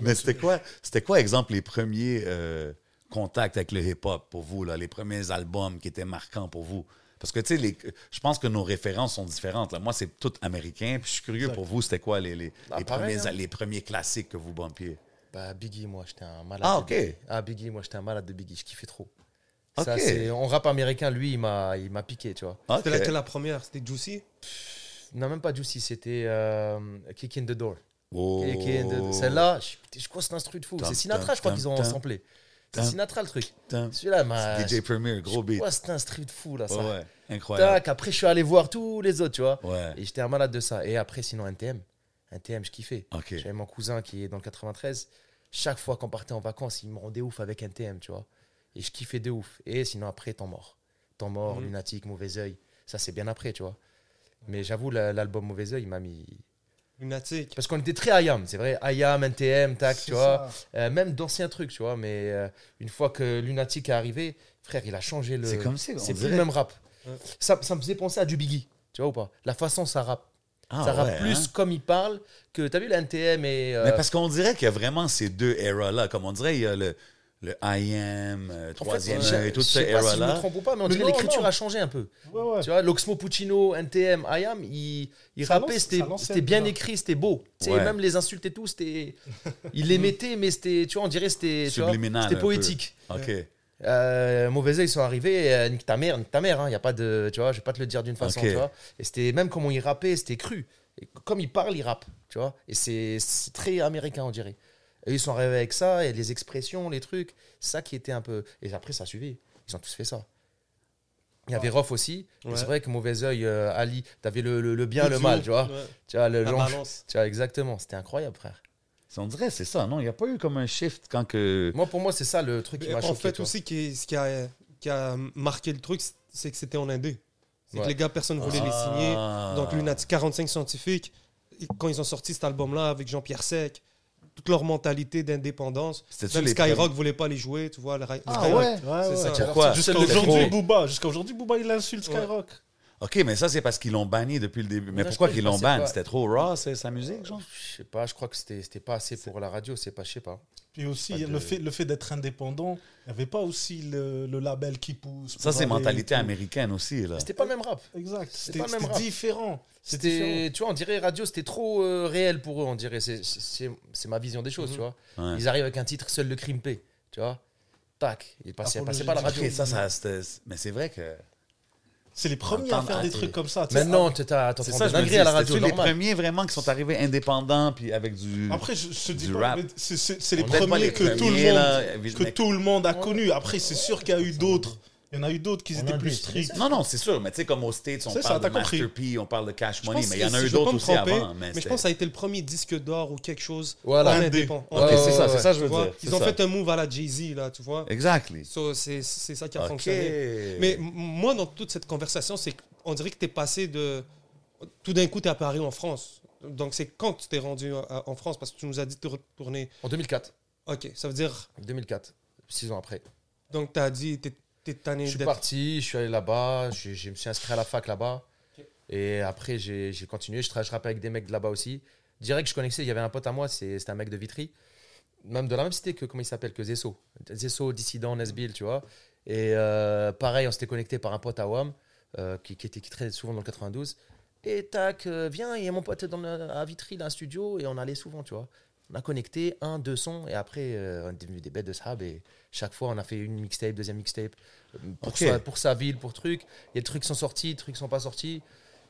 [SPEAKER 5] Mais c'était quoi, c'était quoi, exemple, les premiers euh, contacts avec le hip-hop pour vous, là, les premiers albums qui étaient marquants pour vous? Parce que, tu sais, les- je pense que nos références sont différentes. Là. Moi, c'est tout américain. Puis je suis curieux pour vous, c'était quoi les, les,
[SPEAKER 6] Ah,
[SPEAKER 5] les
[SPEAKER 6] pareil,
[SPEAKER 5] premiers,
[SPEAKER 6] hein.
[SPEAKER 5] les premiers classiques que vous bumpiez?
[SPEAKER 6] Bah, Biggie, moi, j'étais un malade.
[SPEAKER 5] Ah,
[SPEAKER 6] de
[SPEAKER 5] ok.
[SPEAKER 6] Biggie. Ah, Biggie, moi, j'étais un malade de Biggie. Je kiffais trop. Ça,
[SPEAKER 5] Ok.
[SPEAKER 6] c'est- en rap américain, lui, il m'a il m'a piqué, tu vois.
[SPEAKER 5] Ah, OK.
[SPEAKER 4] C'était laquelle la première C'était Juicy
[SPEAKER 6] Non, même pas Juicy, c'était euh, Kick in the Door.
[SPEAKER 5] Oh.
[SPEAKER 6] Kick in the- Celle-là, je putain, je crois que c'est un instru de fou.
[SPEAKER 5] Tam,
[SPEAKER 6] C'est Sinatra, je crois
[SPEAKER 5] tam,
[SPEAKER 6] qu'ils ont
[SPEAKER 5] tam,
[SPEAKER 6] samplé. C'est
[SPEAKER 5] tam.
[SPEAKER 6] Sinatra, le truc.
[SPEAKER 5] Tam.
[SPEAKER 6] Celui-là, m'a.
[SPEAKER 5] DJ Premier, gros beat.
[SPEAKER 6] Ouais, c'est un instru de fou, là, ça.
[SPEAKER 5] Ouais, ouais, incroyable.
[SPEAKER 6] Tac, après, je suis allé voir tous les autres, tu vois.
[SPEAKER 5] Ouais.
[SPEAKER 6] Et j'étais un malade de ça. Et après, sinon, NTM. NTM, je kiffais.
[SPEAKER 5] OK.
[SPEAKER 6] J'avais mon cousin qui est dans le 93. Chaque fois qu'on partait en vacances, il me rendait ouf avec NTM, tu vois. Et je kiffais de ouf. Et sinon, après, temps mort. Temps mort,
[SPEAKER 4] Mhm.
[SPEAKER 6] lunatique, mauvais oeil. Ça, c'est bien après, tu vois. Mais j'avoue, la- l'album Mauvais oeil, il m'a mis.
[SPEAKER 4] Lunatique.
[SPEAKER 6] Parce qu'on était très IAM, c'est vrai. IAM, NTM, tac,
[SPEAKER 7] C'est
[SPEAKER 6] tu vois.
[SPEAKER 7] ça.
[SPEAKER 6] Euh, même d'anciens trucs, tu vois. Mais euh, une fois que Lunatic est arrivé, frère, il a changé le.
[SPEAKER 5] C'est comme si, on
[SPEAKER 6] C'est plus
[SPEAKER 5] dirait-
[SPEAKER 6] le même rap.
[SPEAKER 4] Ouais.
[SPEAKER 6] Ça, ça me faisait penser à du Biggie, tu vois ou pas La façon ça rappe.
[SPEAKER 5] Ah,
[SPEAKER 6] ça rappe
[SPEAKER 5] ouais,
[SPEAKER 6] plus
[SPEAKER 5] hein?
[SPEAKER 6] comme il parle que. T'as vu la NTM et. euh,
[SPEAKER 5] Mais parce qu'on dirait qu'il y a vraiment ces deux eras-là. Comme on dirait, il y a le, le I am, euh,
[SPEAKER 6] en fait,
[SPEAKER 5] troisième
[SPEAKER 6] je-
[SPEAKER 5] œil, toute
[SPEAKER 6] je
[SPEAKER 5] cette
[SPEAKER 6] sais pas si je me
[SPEAKER 5] era-là.
[SPEAKER 6] trompe ou pas, mais on
[SPEAKER 7] Mais
[SPEAKER 6] dirait
[SPEAKER 7] non,
[SPEAKER 6] l'écriture
[SPEAKER 7] non.
[SPEAKER 6] a changé un peu.
[SPEAKER 7] Ouais, ouais.
[SPEAKER 6] Tu vois, l'Oxmo Puccino, NTM, IAM, il, il
[SPEAKER 7] Ça
[SPEAKER 6] rappait,
[SPEAKER 7] lance-
[SPEAKER 6] c'était
[SPEAKER 7] ça lançait
[SPEAKER 6] c'était bien
[SPEAKER 7] déjà.
[SPEAKER 6] écrit, c'était beau. Tu sais,
[SPEAKER 5] Ouais.
[SPEAKER 6] même les insultes et tout, c'était. Il les mettait, mais c'était. Tu vois, on dirait c'était. tu vois,
[SPEAKER 5] Subliminal, un
[SPEAKER 6] C'était
[SPEAKER 5] peu.
[SPEAKER 6] poétique.
[SPEAKER 5] OK.
[SPEAKER 6] Euh, mauvais oeil, ils sont arrivés, euh, nique ta mère, nique ta mère, hein, y a pas de, tu vois, je vais pas te le dire d'une façon,
[SPEAKER 5] Ok.
[SPEAKER 6] tu vois. Et c'était même comment il rappait, c'était cru. Et c- comme il parle, il rappe, tu vois. Et c'est c'est très américain, on dirait. Et ils sont arrivés avec ça, et les expressions, les trucs, ça qui était un peu. Et après, ça a suivi. Ils ont tous fait ça. Il y avait Rof aussi. mais
[SPEAKER 4] Ouais.
[SPEAKER 6] C'est vrai que Mauvais Oeil, euh, Ali, t'avais le, le, le bien, le
[SPEAKER 4] duo,
[SPEAKER 6] mal, tu vois.
[SPEAKER 4] ouais.
[SPEAKER 6] Tu vois, le
[SPEAKER 4] La
[SPEAKER 6] l'ange-
[SPEAKER 4] balance.
[SPEAKER 6] Tu vois, exactement. C'était incroyable, frère.
[SPEAKER 5] On dirait, c'est ça, non? Il n'y a pas eu comme un shift quand que.
[SPEAKER 6] Moi, pour moi, c'est ça le truc qui
[SPEAKER 4] Mais
[SPEAKER 6] m'a
[SPEAKER 4] en
[SPEAKER 6] choqué.
[SPEAKER 4] fait,
[SPEAKER 6] toi.
[SPEAKER 4] aussi, qui, ce qui a, qui a marqué le truc, c'est que c'était en indé. C'est
[SPEAKER 6] Ouais.
[SPEAKER 4] que les gars, personne ne voulait les signer.
[SPEAKER 5] Ah.
[SPEAKER 4] Donc, Lunatic 45 scientifiques, et quand ils ont sorti cet album-là avec Jean-Pierre Sec, toute leur mentalité d'indépendance,
[SPEAKER 5] C'était-tu
[SPEAKER 4] même
[SPEAKER 5] les
[SPEAKER 4] Skyrock
[SPEAKER 5] premiers-
[SPEAKER 4] ne voulait pas les jouer, tu vois. le Ra-
[SPEAKER 5] Ah
[SPEAKER 4] Skyrock.
[SPEAKER 5] ouais?
[SPEAKER 7] ouais.
[SPEAKER 4] ça.
[SPEAKER 5] Pourquoi?
[SPEAKER 7] Jusqu'à
[SPEAKER 5] C'était
[SPEAKER 7] aujourd'hui,
[SPEAKER 5] trop.
[SPEAKER 7] Booba. Jusqu'à aujourd'hui, Booba, il insulte Skyrock.
[SPEAKER 5] OK, mais ça, c'est parce qu'ils l'ont banni depuis le début. Mais
[SPEAKER 6] Non, je
[SPEAKER 5] pourquoi
[SPEAKER 6] pense-
[SPEAKER 5] qu'ils
[SPEAKER 6] je pense
[SPEAKER 5] l'ont
[SPEAKER 6] c'est
[SPEAKER 5] banni?
[SPEAKER 6] pas-
[SPEAKER 5] C'était trop raw, c'est sa musique, genre?
[SPEAKER 6] Je sais pas, je crois que c'était c'était pas assez pour la radio, c'est pas, je sais pas.
[SPEAKER 7] Puis aussi,
[SPEAKER 6] Pas de-
[SPEAKER 7] le fait, le fait d'être indépendant, il n'y avait pas aussi le, le label qui
[SPEAKER 5] Ça,
[SPEAKER 7] pousse. pour
[SPEAKER 5] c'est
[SPEAKER 7] aller-
[SPEAKER 5] mentalité américaine aussi, là.
[SPEAKER 6] C'était pas le même rap.
[SPEAKER 7] Exact. C'était
[SPEAKER 6] pas le même
[SPEAKER 7] c'était
[SPEAKER 6] rap.
[SPEAKER 7] différent. C'était différent.
[SPEAKER 6] C'était, tu vois, on dirait radio, c'était trop euh, réel pour eux, on dirait. C'est- C'est c'est- c'est ma vision des choses, tu vois.
[SPEAKER 5] Mhm. Ouais.
[SPEAKER 6] Ils arrivent avec un titre seul le crime P, tu vois. Tac, ils passaient,
[SPEAKER 7] Apologie
[SPEAKER 6] passaient pas la
[SPEAKER 7] du
[SPEAKER 6] radio.
[SPEAKER 5] OK, ça, ça, c'était- Mais c'est vrai que.
[SPEAKER 7] C'est les premiers à
[SPEAKER 5] Entendre
[SPEAKER 7] faire des
[SPEAKER 5] rater.
[SPEAKER 7] trucs comme ça. tu sais.
[SPEAKER 6] Maintenant, tu t'as t'entends
[SPEAKER 5] C'est ça,
[SPEAKER 6] des
[SPEAKER 5] je me dis,
[SPEAKER 6] dingueries à la radio,
[SPEAKER 5] c'est-tu les
[SPEAKER 6] normal.
[SPEAKER 5] premiers vraiment qui sont arrivés indépendants, puis avec du.
[SPEAKER 7] Après, je, je te dis
[SPEAKER 5] Du
[SPEAKER 7] pas,
[SPEAKER 5] rap.
[SPEAKER 7] mais c'est- c'est c'est les
[SPEAKER 5] On n'aide pas
[SPEAKER 7] premiers
[SPEAKER 5] les
[SPEAKER 7] que, tout le
[SPEAKER 5] premiers,
[SPEAKER 7] monde,
[SPEAKER 5] là,
[SPEAKER 7] que
[SPEAKER 5] Viznek.
[SPEAKER 7] tout le monde a connu. Après, c'est sûr qu'il y a eu d'autres. Il y en a eu d'autres qui
[SPEAKER 6] On
[SPEAKER 7] étaient
[SPEAKER 6] a
[SPEAKER 7] plus
[SPEAKER 6] des-
[SPEAKER 7] stricts.
[SPEAKER 5] Non, non, c'est sûr, mais tu sais, comme aux States, on
[SPEAKER 7] C'est
[SPEAKER 5] parle
[SPEAKER 7] ça,
[SPEAKER 5] de
[SPEAKER 7] t'as compris.
[SPEAKER 5] Master P, on parle de Cash
[SPEAKER 4] Je
[SPEAKER 5] Money,
[SPEAKER 4] pense
[SPEAKER 5] mais il
[SPEAKER 4] que
[SPEAKER 5] y en
[SPEAKER 4] si
[SPEAKER 5] a eu
[SPEAKER 4] je veux
[SPEAKER 5] d'autres
[SPEAKER 4] pas me
[SPEAKER 5] aussi
[SPEAKER 4] tromper,
[SPEAKER 5] avant.
[SPEAKER 4] Mais je pense que ça a été le premier disque d'or ou quelque chose
[SPEAKER 6] Voilà.
[SPEAKER 4] en
[SPEAKER 7] Indé.
[SPEAKER 4] indépendant.
[SPEAKER 6] Ouais, ouais,
[SPEAKER 5] c'est ça, c'est ça, je veux
[SPEAKER 4] Tu vois,
[SPEAKER 5] dire.
[SPEAKER 4] Ils ont fait un move à la Jay-Z, là, tu vois.
[SPEAKER 5] Exactly.
[SPEAKER 4] So, c'est c'est ça qui a
[SPEAKER 5] OK.
[SPEAKER 4] fonctionné. Mais m- moi, dans toute cette conversation, c'est qu'on dirait que tu es passé de. Tout d'un coup, tu es à Paris en France. Donc, c'est quand tu t'es rendu euh, à- en France parce que tu nous as dit de retourner.
[SPEAKER 6] En 2004,
[SPEAKER 4] Ok, ça veut dire.
[SPEAKER 6] 2004, six ans après.
[SPEAKER 4] Donc, tu as dit, tu es tanné
[SPEAKER 6] Je suis
[SPEAKER 4] d'être-
[SPEAKER 6] parti, je suis allé là-bas, je, je me suis inscrit à la fac là-bas. Et après, j'ai j'ai continué. Je, tra- je rappais avec des mecs de là-bas aussi. Direct, je connaissais, il y avait un pote à moi, c'est- c'était un mec de Vitry. Même de la même cité que, comment il s'appelle, que Zesso. Zesso, dissident, Nesbill, tu vois. Et euh, pareil, on s'était connecté par un pote à WAM, euh, qui, qui était qui traînait souvent dans le 92. Et tac, euh, viens, il y a mon pote dans le- à Vitry, d'un studio, et on allait souvent, tu vois. On a connecté un, deux sons, et après, euh, on est devenu des bêtes de sahab. Et chaque fois, on a fait une mixtape, deuxième mixtape, euh, pour,
[SPEAKER 5] Ok.
[SPEAKER 6] sa, pour sa ville, pour truc. Il y a des trucs qui sont sortis, des trucs qui sont pas sortis.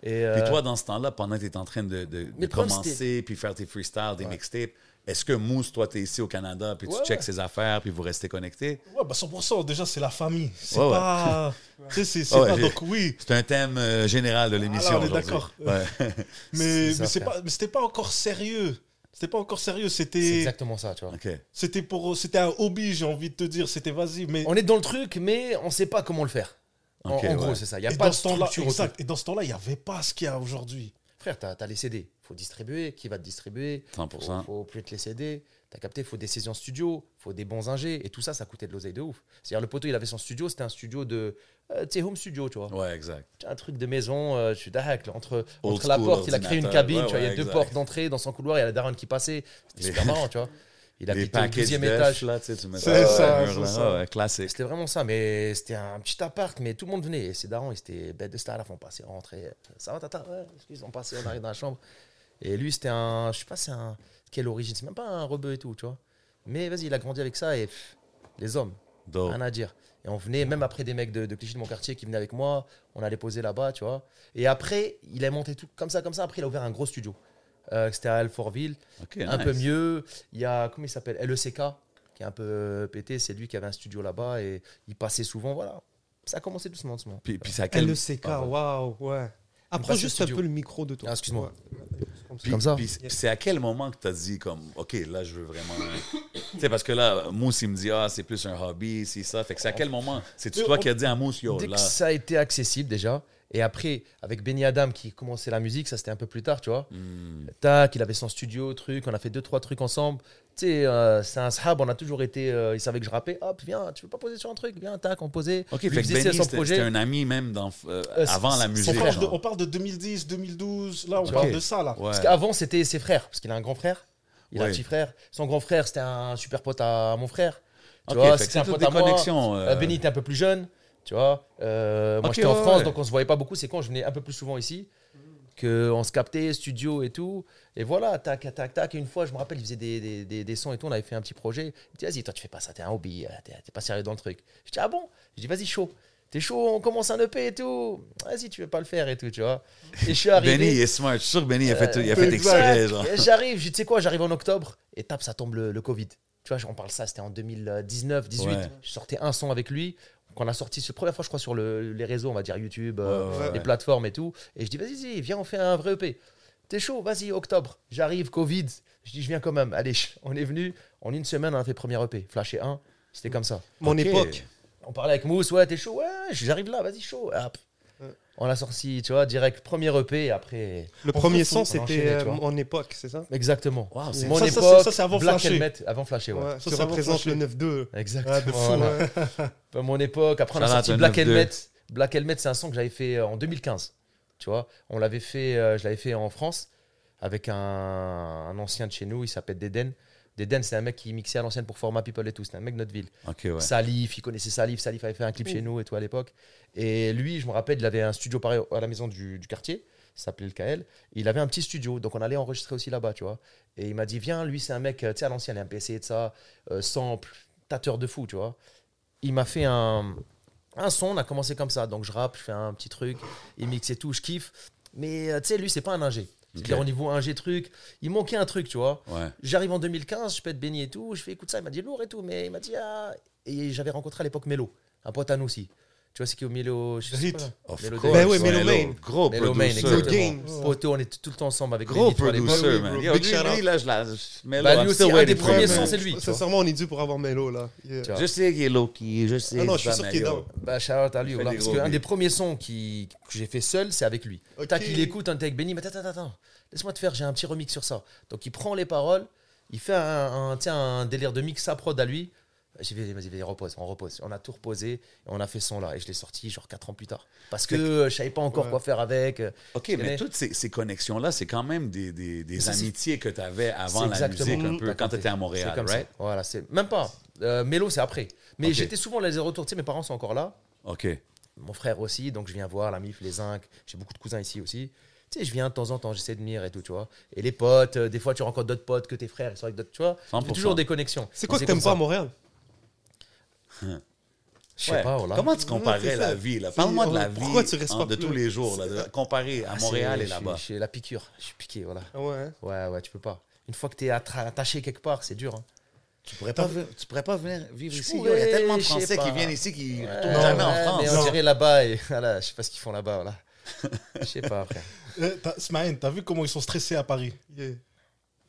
[SPEAKER 6] Et, euh,
[SPEAKER 5] Puis toi, dans ce temps-là, pendant que tu en train de, de- de
[SPEAKER 6] Mais le problème,
[SPEAKER 5] commencer, puis faire tes freestyles, des
[SPEAKER 6] Ouais.
[SPEAKER 5] mixtapes, est-ce que Mousse, toi, tu es ici au Canada, puis tu
[SPEAKER 6] Ouais,
[SPEAKER 5] checks
[SPEAKER 6] ouais.
[SPEAKER 5] ses affaires, puis vous restez connectés?
[SPEAKER 7] Ouais, bah 100%, déjà, c'est la famille. C'est
[SPEAKER 5] Ouais, ouais.
[SPEAKER 7] pas. Tu sais, c'est c'est
[SPEAKER 5] Ouais,
[SPEAKER 7] pas.
[SPEAKER 5] j'ai-
[SPEAKER 7] Donc, oui.
[SPEAKER 5] C'est un thème euh, général de l'émission.
[SPEAKER 7] Ah, là, on est
[SPEAKER 5] aujourd'hui.
[SPEAKER 7] d'accord.
[SPEAKER 5] Ouais.
[SPEAKER 6] C'est
[SPEAKER 7] Mais,
[SPEAKER 6] ça,
[SPEAKER 7] mais c'est
[SPEAKER 6] frère.
[SPEAKER 7] pas, mais c'était pas encore sérieux. C'était pas encore sérieux.
[SPEAKER 6] c'est
[SPEAKER 7] C'était,
[SPEAKER 6] exactement ça, tu vois.
[SPEAKER 5] OK.
[SPEAKER 7] c'était pour, c'était un hobby, j'ai envie de te dire. C'était vas-y, mais.
[SPEAKER 6] On est dans le truc, mais on sait pas comment le faire. En,
[SPEAKER 5] Ok,
[SPEAKER 6] en gros,
[SPEAKER 5] ouais.
[SPEAKER 6] c'est ça. Il n'y a
[SPEAKER 7] et
[SPEAKER 6] pas
[SPEAKER 7] dans
[SPEAKER 6] de
[SPEAKER 7] ce temps-là,
[SPEAKER 6] structure autour.
[SPEAKER 7] exact. Et dans ce temps-là, il n'y avait pas ce qu'il y a aujourd'hui.
[SPEAKER 6] Frère, t'as as les CD. faut distribuer. Qui va te distribuer
[SPEAKER 5] 100%.
[SPEAKER 6] Faut, faut plus te les CD. T'as capté, faut des sessions studio, faut des bons ingés. Et tout ça, ça coûtait de l'oseille de ouf. C'est-à-dire, le poteau, il avait son studio. C'était un studio de. euh, tu sais, home studio, tu vois.
[SPEAKER 5] Ouais, exact.
[SPEAKER 6] Tu as Un truc de maison, euh, je suis d'accord. là, Entre,
[SPEAKER 5] Old
[SPEAKER 6] entre la
[SPEAKER 5] school,
[SPEAKER 6] porte, il a créé une
[SPEAKER 5] ordinateur.
[SPEAKER 6] cabine.
[SPEAKER 5] Ouais,
[SPEAKER 6] tu vois, il y a
[SPEAKER 5] ouais,
[SPEAKER 6] deux
[SPEAKER 5] exact.
[SPEAKER 6] portes d'entrée dans son couloir. Il y a la daronne qui passait. C'était
[SPEAKER 5] Les-
[SPEAKER 6] super marrant, tu vois. Il
[SPEAKER 5] Les
[SPEAKER 6] habitait au
[SPEAKER 5] paquets
[SPEAKER 6] 12e
[SPEAKER 5] de
[SPEAKER 6] étage.
[SPEAKER 5] étage. là, tu sais, tu mets
[SPEAKER 7] C'est
[SPEAKER 5] sur
[SPEAKER 7] ça,
[SPEAKER 5] le mur,
[SPEAKER 7] c'est
[SPEAKER 5] là.
[SPEAKER 7] ça.
[SPEAKER 5] Ouais, classique.
[SPEAKER 6] C'était vraiment ça, mais c'était un petit appart, mais tout le monde venait. Et ses darons, ils étaient bêtes de star. Là, on passait, on rentrait. Ça va, tata Ouais, excuse, on passait, on arrive dans la chambre. Et lui, c'était un. Je sais pas, c'est un. Quelle origine C'est même pas un rebeu et tout, tu vois. Mais vas-y, il a grandi avec ça et pff, les hommes,
[SPEAKER 5] Dope.
[SPEAKER 6] rien à dire. Et on venait, même après des mecs de, de Clichy de mon quartier qui venaient avec moi, on allait poser là-bas, tu vois. Et après, il a monté tout comme ça, comme ça. Après, il a ouvert un gros studio. Euh, c'était à Alfortville
[SPEAKER 5] Ah, OK,
[SPEAKER 6] un
[SPEAKER 5] nice.
[SPEAKER 6] peu mieux. Il y a, comment il s'appelle LECK, qui est un peu euh, pété. C'est lui qui avait un studio là-bas et il passait souvent. Voilà. Ça a commencé doucement, doucement.
[SPEAKER 5] Puis, puis ça a quel-
[SPEAKER 4] LECK,
[SPEAKER 5] Ah, ouais.
[SPEAKER 4] E waouh, ouais. Approche
[SPEAKER 6] passe au
[SPEAKER 4] juste un
[SPEAKER 6] studio.
[SPEAKER 4] peu le micro de toi.
[SPEAKER 6] Ah, excuse-moi.
[SPEAKER 4] Ouais. Comme ça.
[SPEAKER 5] Puis-
[SPEAKER 6] Comme ça.
[SPEAKER 5] Puis, puis c'est à quel moment que tu as dit, comme, OK, là, je veux vraiment. tu sais, parce que là, Mousse, il me dit, ah, c'est plus un hobby, c'est ça. Fait que c'est à quel moment
[SPEAKER 6] Euh,
[SPEAKER 5] C'est-tu toi qui as dit à Mousse, yo,
[SPEAKER 6] Dès
[SPEAKER 5] là.
[SPEAKER 6] que ça a été accessible déjà. Et après, avec Benny Adam qui commençait la musique, ça c'était un peu plus tard, tu vois.
[SPEAKER 5] Hmm.
[SPEAKER 6] Tac, il avait son studio, truc. On a fait deux, trois trucs ensemble. Tu sais, euh, c'est un sahab, on a toujours été. euh, il savait que je rappais. Hop, viens, tu veux pas poser sur un truc Viens, tac, on posait.
[SPEAKER 5] OK,
[SPEAKER 6] Lui
[SPEAKER 5] fait que
[SPEAKER 6] faisait
[SPEAKER 5] Benny,
[SPEAKER 6] son
[SPEAKER 5] c'était
[SPEAKER 6] projet.
[SPEAKER 5] c'était un ami même dans, euh,
[SPEAKER 6] Euh, c'est-
[SPEAKER 5] avant la
[SPEAKER 6] c'est-
[SPEAKER 7] On
[SPEAKER 5] musique.
[SPEAKER 6] son
[SPEAKER 7] parle, de,
[SPEAKER 5] genre.
[SPEAKER 7] on parle de 2010, 2012. Là, on
[SPEAKER 6] Ok.
[SPEAKER 7] parle de ça, là.
[SPEAKER 5] Ouais.
[SPEAKER 6] Parce qu'avant, c'était ses frères, parce qu'il a un grand frère. Il a un
[SPEAKER 5] Ouais.
[SPEAKER 6] petit frère. Son grand frère, c'était un super pote à mon frère. Tu
[SPEAKER 5] OK,
[SPEAKER 6] vois,
[SPEAKER 5] fait que
[SPEAKER 6] c'était un
[SPEAKER 5] toutes
[SPEAKER 6] pote
[SPEAKER 5] des
[SPEAKER 6] à moi.
[SPEAKER 5] connexions. euh,
[SPEAKER 6] Euh, Benny était un peu plus jeune, tu vois. Euh, moi,
[SPEAKER 5] Ok,
[SPEAKER 6] j'étais en
[SPEAKER 5] ouais,
[SPEAKER 6] France,
[SPEAKER 5] ouais.
[SPEAKER 6] donc on se voyait pas beaucoup. C'est quand je venais un peu plus souvent ici qu'on se captait, studio et tout. Et voilà, tac, tac, tac. Et une fois, je me rappelle, il faisait des, des, des, des sons et tout. On avait fait un petit projet. Il dit, vas-y, toi, tu fais pas ça, t'es un hobby, euh, t'es t'es pas sérieux dans le truc. Je dis, ah bon Je dis, vas-y, chaud. T'es chaud, on commence un EP et tout. Vas-y, tu veux pas le faire et tout, tu vois. Et je suis arrivé.
[SPEAKER 5] Benny, il est smart. Je suis sûr que Benny, il a fait, il a
[SPEAKER 6] Euh,
[SPEAKER 5] fait exprès,
[SPEAKER 6] exact.
[SPEAKER 5] genre.
[SPEAKER 6] Et J'arrive, je- tu sais quoi, j'arrive en octobre et tape, ça tombe le, le Covid. Tu vois, on parle ça, c'était en 2019, 18.
[SPEAKER 5] Ouais.
[SPEAKER 6] Je sortais un son avec lui. Qu'on a sorti, c'est la première fois, je crois, sur le- les réseaux, on va dire YouTube, euh,
[SPEAKER 5] Ouais, ouais, ouais.
[SPEAKER 6] les plateformes et tout. Et je dis, vas-y, vas-y, viens, on fait un vrai EP. T'es chaud, vas-y, octobre. J'arrive, Covid. Je dis, je viens quand même. Allez, on est venu. En une semaine, on a fait premier E EP. Flashé 1, c'était comme ça.
[SPEAKER 4] Mon
[SPEAKER 5] Ok.
[SPEAKER 4] époque.
[SPEAKER 6] On parlait avec Mousse, ouais, t'es chaud, ouais, j'arrive là, vas-y, chaud. Hop. On l'a sorti, tu vois, direct, premier EP, et après.
[SPEAKER 4] Le
[SPEAKER 6] on
[SPEAKER 4] premier
[SPEAKER 6] s'en
[SPEAKER 4] son,
[SPEAKER 6] fout, on
[SPEAKER 4] c'était
[SPEAKER 6] enchaînait,
[SPEAKER 4] euh,
[SPEAKER 6] tu vois.
[SPEAKER 4] Mon époque, c'est ça
[SPEAKER 6] Exactement.
[SPEAKER 5] c'est-
[SPEAKER 6] Mon
[SPEAKER 7] Ça, ça,
[SPEAKER 6] époque,
[SPEAKER 7] c'est- ça, c'est avant
[SPEAKER 6] Black
[SPEAKER 7] Flashé.
[SPEAKER 6] Helmet, avant Flashé, ouais.
[SPEAKER 4] Ouais, Tu
[SPEAKER 7] Ça, ça va
[SPEAKER 4] représentes le 9-2.
[SPEAKER 6] Exactement.
[SPEAKER 7] Ouais, de fou,
[SPEAKER 6] voilà.
[SPEAKER 7] ouais.
[SPEAKER 6] Bah, Mon époque, après, on a
[SPEAKER 5] Shout out
[SPEAKER 6] sorti
[SPEAKER 5] à
[SPEAKER 6] Black
[SPEAKER 5] 9-2.
[SPEAKER 6] Helmet. Black Helmet, c'est un son que j'avais fait euh, en 2015. Tu vois, on l'avait fait, euh, je l'avais fait en France avec un, un ancien de chez nous, il s'appelle Deden. Deden, c'est un mec qui mixait à l'ancienne pour Format People et tout. C'est un mec de notre ville.
[SPEAKER 5] Ok, ouais.
[SPEAKER 6] Salif, il connaissait Salif, Salif avait fait un clip chez nous et tout à l'époque. Et lui, je me rappelle, il avait un studio pareil à la maison du, du quartier, ça s'appelait le KL. Il avait un petit studio, donc on allait enregistrer aussi là-bas, tu vois. Et il m'a dit, viens, lui, c'est un mec, euh, tu sais, à l'ancienne, un PC et de ça, euh, sample, tâteur de fou, tu vois. Il m'a fait un, un son, on a commencé comme ça. Donc je rappe, je fais un petit truc, il mixe et tout, je kiffe. Mais euh, tu sais, lui, c'est pas un ingé. C'est-à-dire
[SPEAKER 5] Ok.
[SPEAKER 6] au niveau ingé truc, il manquait un truc, tu vois.
[SPEAKER 5] Ouais.
[SPEAKER 6] J'arrive en 2015, je peux être béni et tout. Je fais écoute ça, il m'a dit lourd et tout, mais il m'a dit ah. Et j'avais rencontré à l'époque Melo, un pote à nous aussi. Tu vois, c'est qui au Melo je sais
[SPEAKER 7] Hit.
[SPEAKER 6] pas.
[SPEAKER 5] Of
[SPEAKER 6] Melo
[SPEAKER 5] course.
[SPEAKER 4] Ben oui,
[SPEAKER 5] Ouais,
[SPEAKER 4] Melo
[SPEAKER 5] Melo,
[SPEAKER 4] Main.
[SPEAKER 5] Gros
[SPEAKER 6] Melo Main,
[SPEAKER 5] producer.
[SPEAKER 4] Good
[SPEAKER 6] exactement.
[SPEAKER 4] game.
[SPEAKER 6] Poto, on était tout le temps ensemble avec
[SPEAKER 5] Gros
[SPEAKER 6] Benny, tu vois, à l'époque.
[SPEAKER 5] producer,
[SPEAKER 4] bro.
[SPEAKER 5] man.
[SPEAKER 4] Big
[SPEAKER 5] Yo, lui,
[SPEAKER 4] shout-out.
[SPEAKER 5] lui, là, je la. je- Melo,
[SPEAKER 6] Bah, lui
[SPEAKER 5] I'm
[SPEAKER 6] aussi,
[SPEAKER 5] still
[SPEAKER 6] un des
[SPEAKER 5] waiting for
[SPEAKER 6] premiers
[SPEAKER 5] him,
[SPEAKER 6] sons,
[SPEAKER 5] man.
[SPEAKER 6] c'est lui. tu vois.
[SPEAKER 4] Sincèrement, on est dû pour avoir Melo, là. Yeah.
[SPEAKER 6] Tu vois.
[SPEAKER 5] Je sais qu'il est low-key, je sais.
[SPEAKER 4] Ah non, je suis
[SPEAKER 5] ça,
[SPEAKER 4] sûr
[SPEAKER 5] mais
[SPEAKER 4] qu'il est
[SPEAKER 5] yo.
[SPEAKER 4] down.
[SPEAKER 6] Bah, shout-out à lui,
[SPEAKER 5] Fait
[SPEAKER 6] voilà,
[SPEAKER 5] des
[SPEAKER 6] parce
[SPEAKER 5] gros
[SPEAKER 6] qu'un
[SPEAKER 5] beats.
[SPEAKER 6] des premiers sons qui, que j'ai fait seul, c'est avec lui.
[SPEAKER 4] Ok.
[SPEAKER 6] Tac, il écoute, un avec Benny, mais attends, attends, attends, laisse-moi te faire, j'ai un petit remix sur ça. Donc il prend les paroles, il fait un, un, tiens, un délire de mix à prod à lui. J'ai fait, vas-y, vas-y, repose, on repose. On a tout reposé, et on a fait son là, et je l'ai sorti genre 4 ans plus tard. Parce que euh, je savais pas encore quoi faire avec. euh,
[SPEAKER 5] OK,
[SPEAKER 6] Tu
[SPEAKER 5] mais
[SPEAKER 6] connais?
[SPEAKER 5] toutes ces, ces connexions-là, c'est quand même des, des, des
[SPEAKER 6] Ça, c'est-
[SPEAKER 5] amitiés que tu avais avant
[SPEAKER 6] C'est
[SPEAKER 5] la musique,
[SPEAKER 6] exactement.
[SPEAKER 5] un peu,
[SPEAKER 6] T'as
[SPEAKER 5] quand tu
[SPEAKER 6] compris.
[SPEAKER 5] étais à
[SPEAKER 6] C'est
[SPEAKER 5] Montréal,
[SPEAKER 6] comme ça.
[SPEAKER 5] right?
[SPEAKER 6] Voilà, c'est même pas. Euh, Mélo, c'est après. Mais
[SPEAKER 5] Ok.
[SPEAKER 6] j'étais souvent les retours, tu sais, mes parents sont encore là.
[SPEAKER 5] OK.
[SPEAKER 6] mon frère aussi, donc je viens voir la MIF, les Zinc, j'ai beaucoup de cousins ici aussi. Tu sais, je viens de temps en temps, j'essaie de venir et tout, tu vois. Et les potes, euh, des fois tu rencontres d'autres potes que tes frères, ils sont avec d'autres, tu vois. Il y a
[SPEAKER 5] 100%.
[SPEAKER 6] toujours des connexions.
[SPEAKER 4] C'est quoi
[SPEAKER 6] Mais
[SPEAKER 4] que t'aimes
[SPEAKER 6] comme
[SPEAKER 4] pas
[SPEAKER 6] ça.
[SPEAKER 4] à Montréal
[SPEAKER 6] Je sais
[SPEAKER 5] Ouais.
[SPEAKER 6] pas, voilà.
[SPEAKER 5] Comment tu
[SPEAKER 4] Ouais,
[SPEAKER 5] comparais
[SPEAKER 4] c'est
[SPEAKER 5] la
[SPEAKER 4] ça.
[SPEAKER 5] vie? là?
[SPEAKER 4] C'est-
[SPEAKER 5] Parle-moi de la vie
[SPEAKER 4] pourquoi tu restes
[SPEAKER 5] hein,
[SPEAKER 4] pas
[SPEAKER 5] de
[SPEAKER 4] plus?
[SPEAKER 5] tous les jours, là, de- comparé à
[SPEAKER 6] Ah,
[SPEAKER 5] Montréal
[SPEAKER 6] c'est-
[SPEAKER 5] et
[SPEAKER 6] je suis-
[SPEAKER 5] là-bas.
[SPEAKER 6] Je suis la piqûre, je suis piqué, voilà.
[SPEAKER 4] Ah ouais. hein.
[SPEAKER 6] Ouais, ouais, tu peux pas. Une fois que t'es attra- attaché quelque part, c'est dur. hein.
[SPEAKER 5] Tu pourrais pas, ve- tu pourrais pas venir vivre
[SPEAKER 6] Je
[SPEAKER 5] ici. yo. Il y
[SPEAKER 6] pourrais,
[SPEAKER 5] a tellement de
[SPEAKER 6] je sais
[SPEAKER 5] Français qui
[SPEAKER 6] pas.
[SPEAKER 5] viennent ici qui
[SPEAKER 6] Ouais,
[SPEAKER 5] retournent jamais en
[SPEAKER 6] ouais,
[SPEAKER 5] France.
[SPEAKER 6] Mais on
[SPEAKER 7] Non.
[SPEAKER 6] dirait là-bas, et voilà, je sais pas ce qu'ils font là-bas, voilà. Je sais pas, frère.
[SPEAKER 7] Euh, t'as- Smaïn, t'as vu comment ils sont stressés à Paris
[SPEAKER 4] Yeah.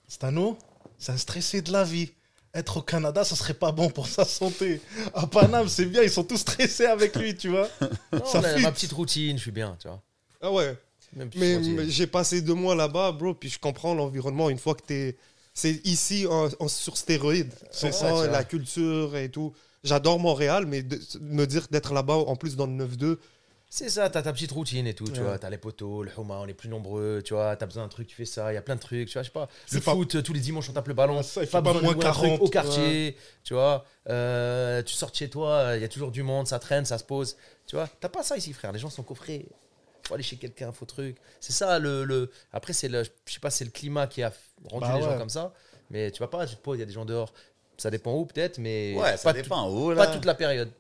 [SPEAKER 7] Stano, c'est un stressé de la vie. Être au Canada, ça serait pas bon pour sa santé. À Paname, c'est bien, ils sont tous stressés avec lui, tu vois.
[SPEAKER 6] Non,
[SPEAKER 7] Ça
[SPEAKER 6] on a
[SPEAKER 7] fit.
[SPEAKER 6] ma petite routine, je suis bien, tu vois.
[SPEAKER 4] Ah ouais.
[SPEAKER 6] Même si
[SPEAKER 4] Mais,
[SPEAKER 6] on dit-
[SPEAKER 4] mais j'ai passé deux mois là-bas, bro, puis je comprends l'environnement une fois que t'es. C'est ici en, en- sur stéroïde.
[SPEAKER 7] C'est
[SPEAKER 6] ça, tu vois.
[SPEAKER 4] la culture et tout. J'adore Montréal, mais de, me dire d'être là-bas en plus dans le 9-2.
[SPEAKER 6] C'est ça, t'as ta petite routine et tout, tu
[SPEAKER 4] Ouais.
[SPEAKER 6] vois. T'as les poteaux, le Houma, on est plus nombreux, tu vois. T'as besoin d'un truc, tu fais ça, il y a plein de trucs, tu vois. Je sais pas, le
[SPEAKER 4] C'est pas-
[SPEAKER 6] foot, tous les dimanches, on tape le ballon.
[SPEAKER 7] Ah, ça, il fait
[SPEAKER 6] pas
[SPEAKER 7] pas
[SPEAKER 6] besoin de
[SPEAKER 7] moins
[SPEAKER 6] louer un truc
[SPEAKER 7] 40,
[SPEAKER 6] au quartier, tu vois. Euh, tu sors de chez toi, il y a toujours du monde, ça traîne, ça se pose, tu vois. T'as pas ça ici, frère, les gens sont coffrés. Faut aller chez quelqu'un, faut truc. C'est ça, le. le... Après, c'est le, je sais pas, c'est le climat qui a rendu
[SPEAKER 7] Bah
[SPEAKER 6] les
[SPEAKER 7] ouais.
[SPEAKER 6] gens comme ça. Mais tu vas pas, tu te poses, il y a des gens dehors. Ça dépend où, peut-être, mais
[SPEAKER 5] Ouais, ça
[SPEAKER 6] pas, tout-
[SPEAKER 5] dépend où, là.
[SPEAKER 6] pas toute la période.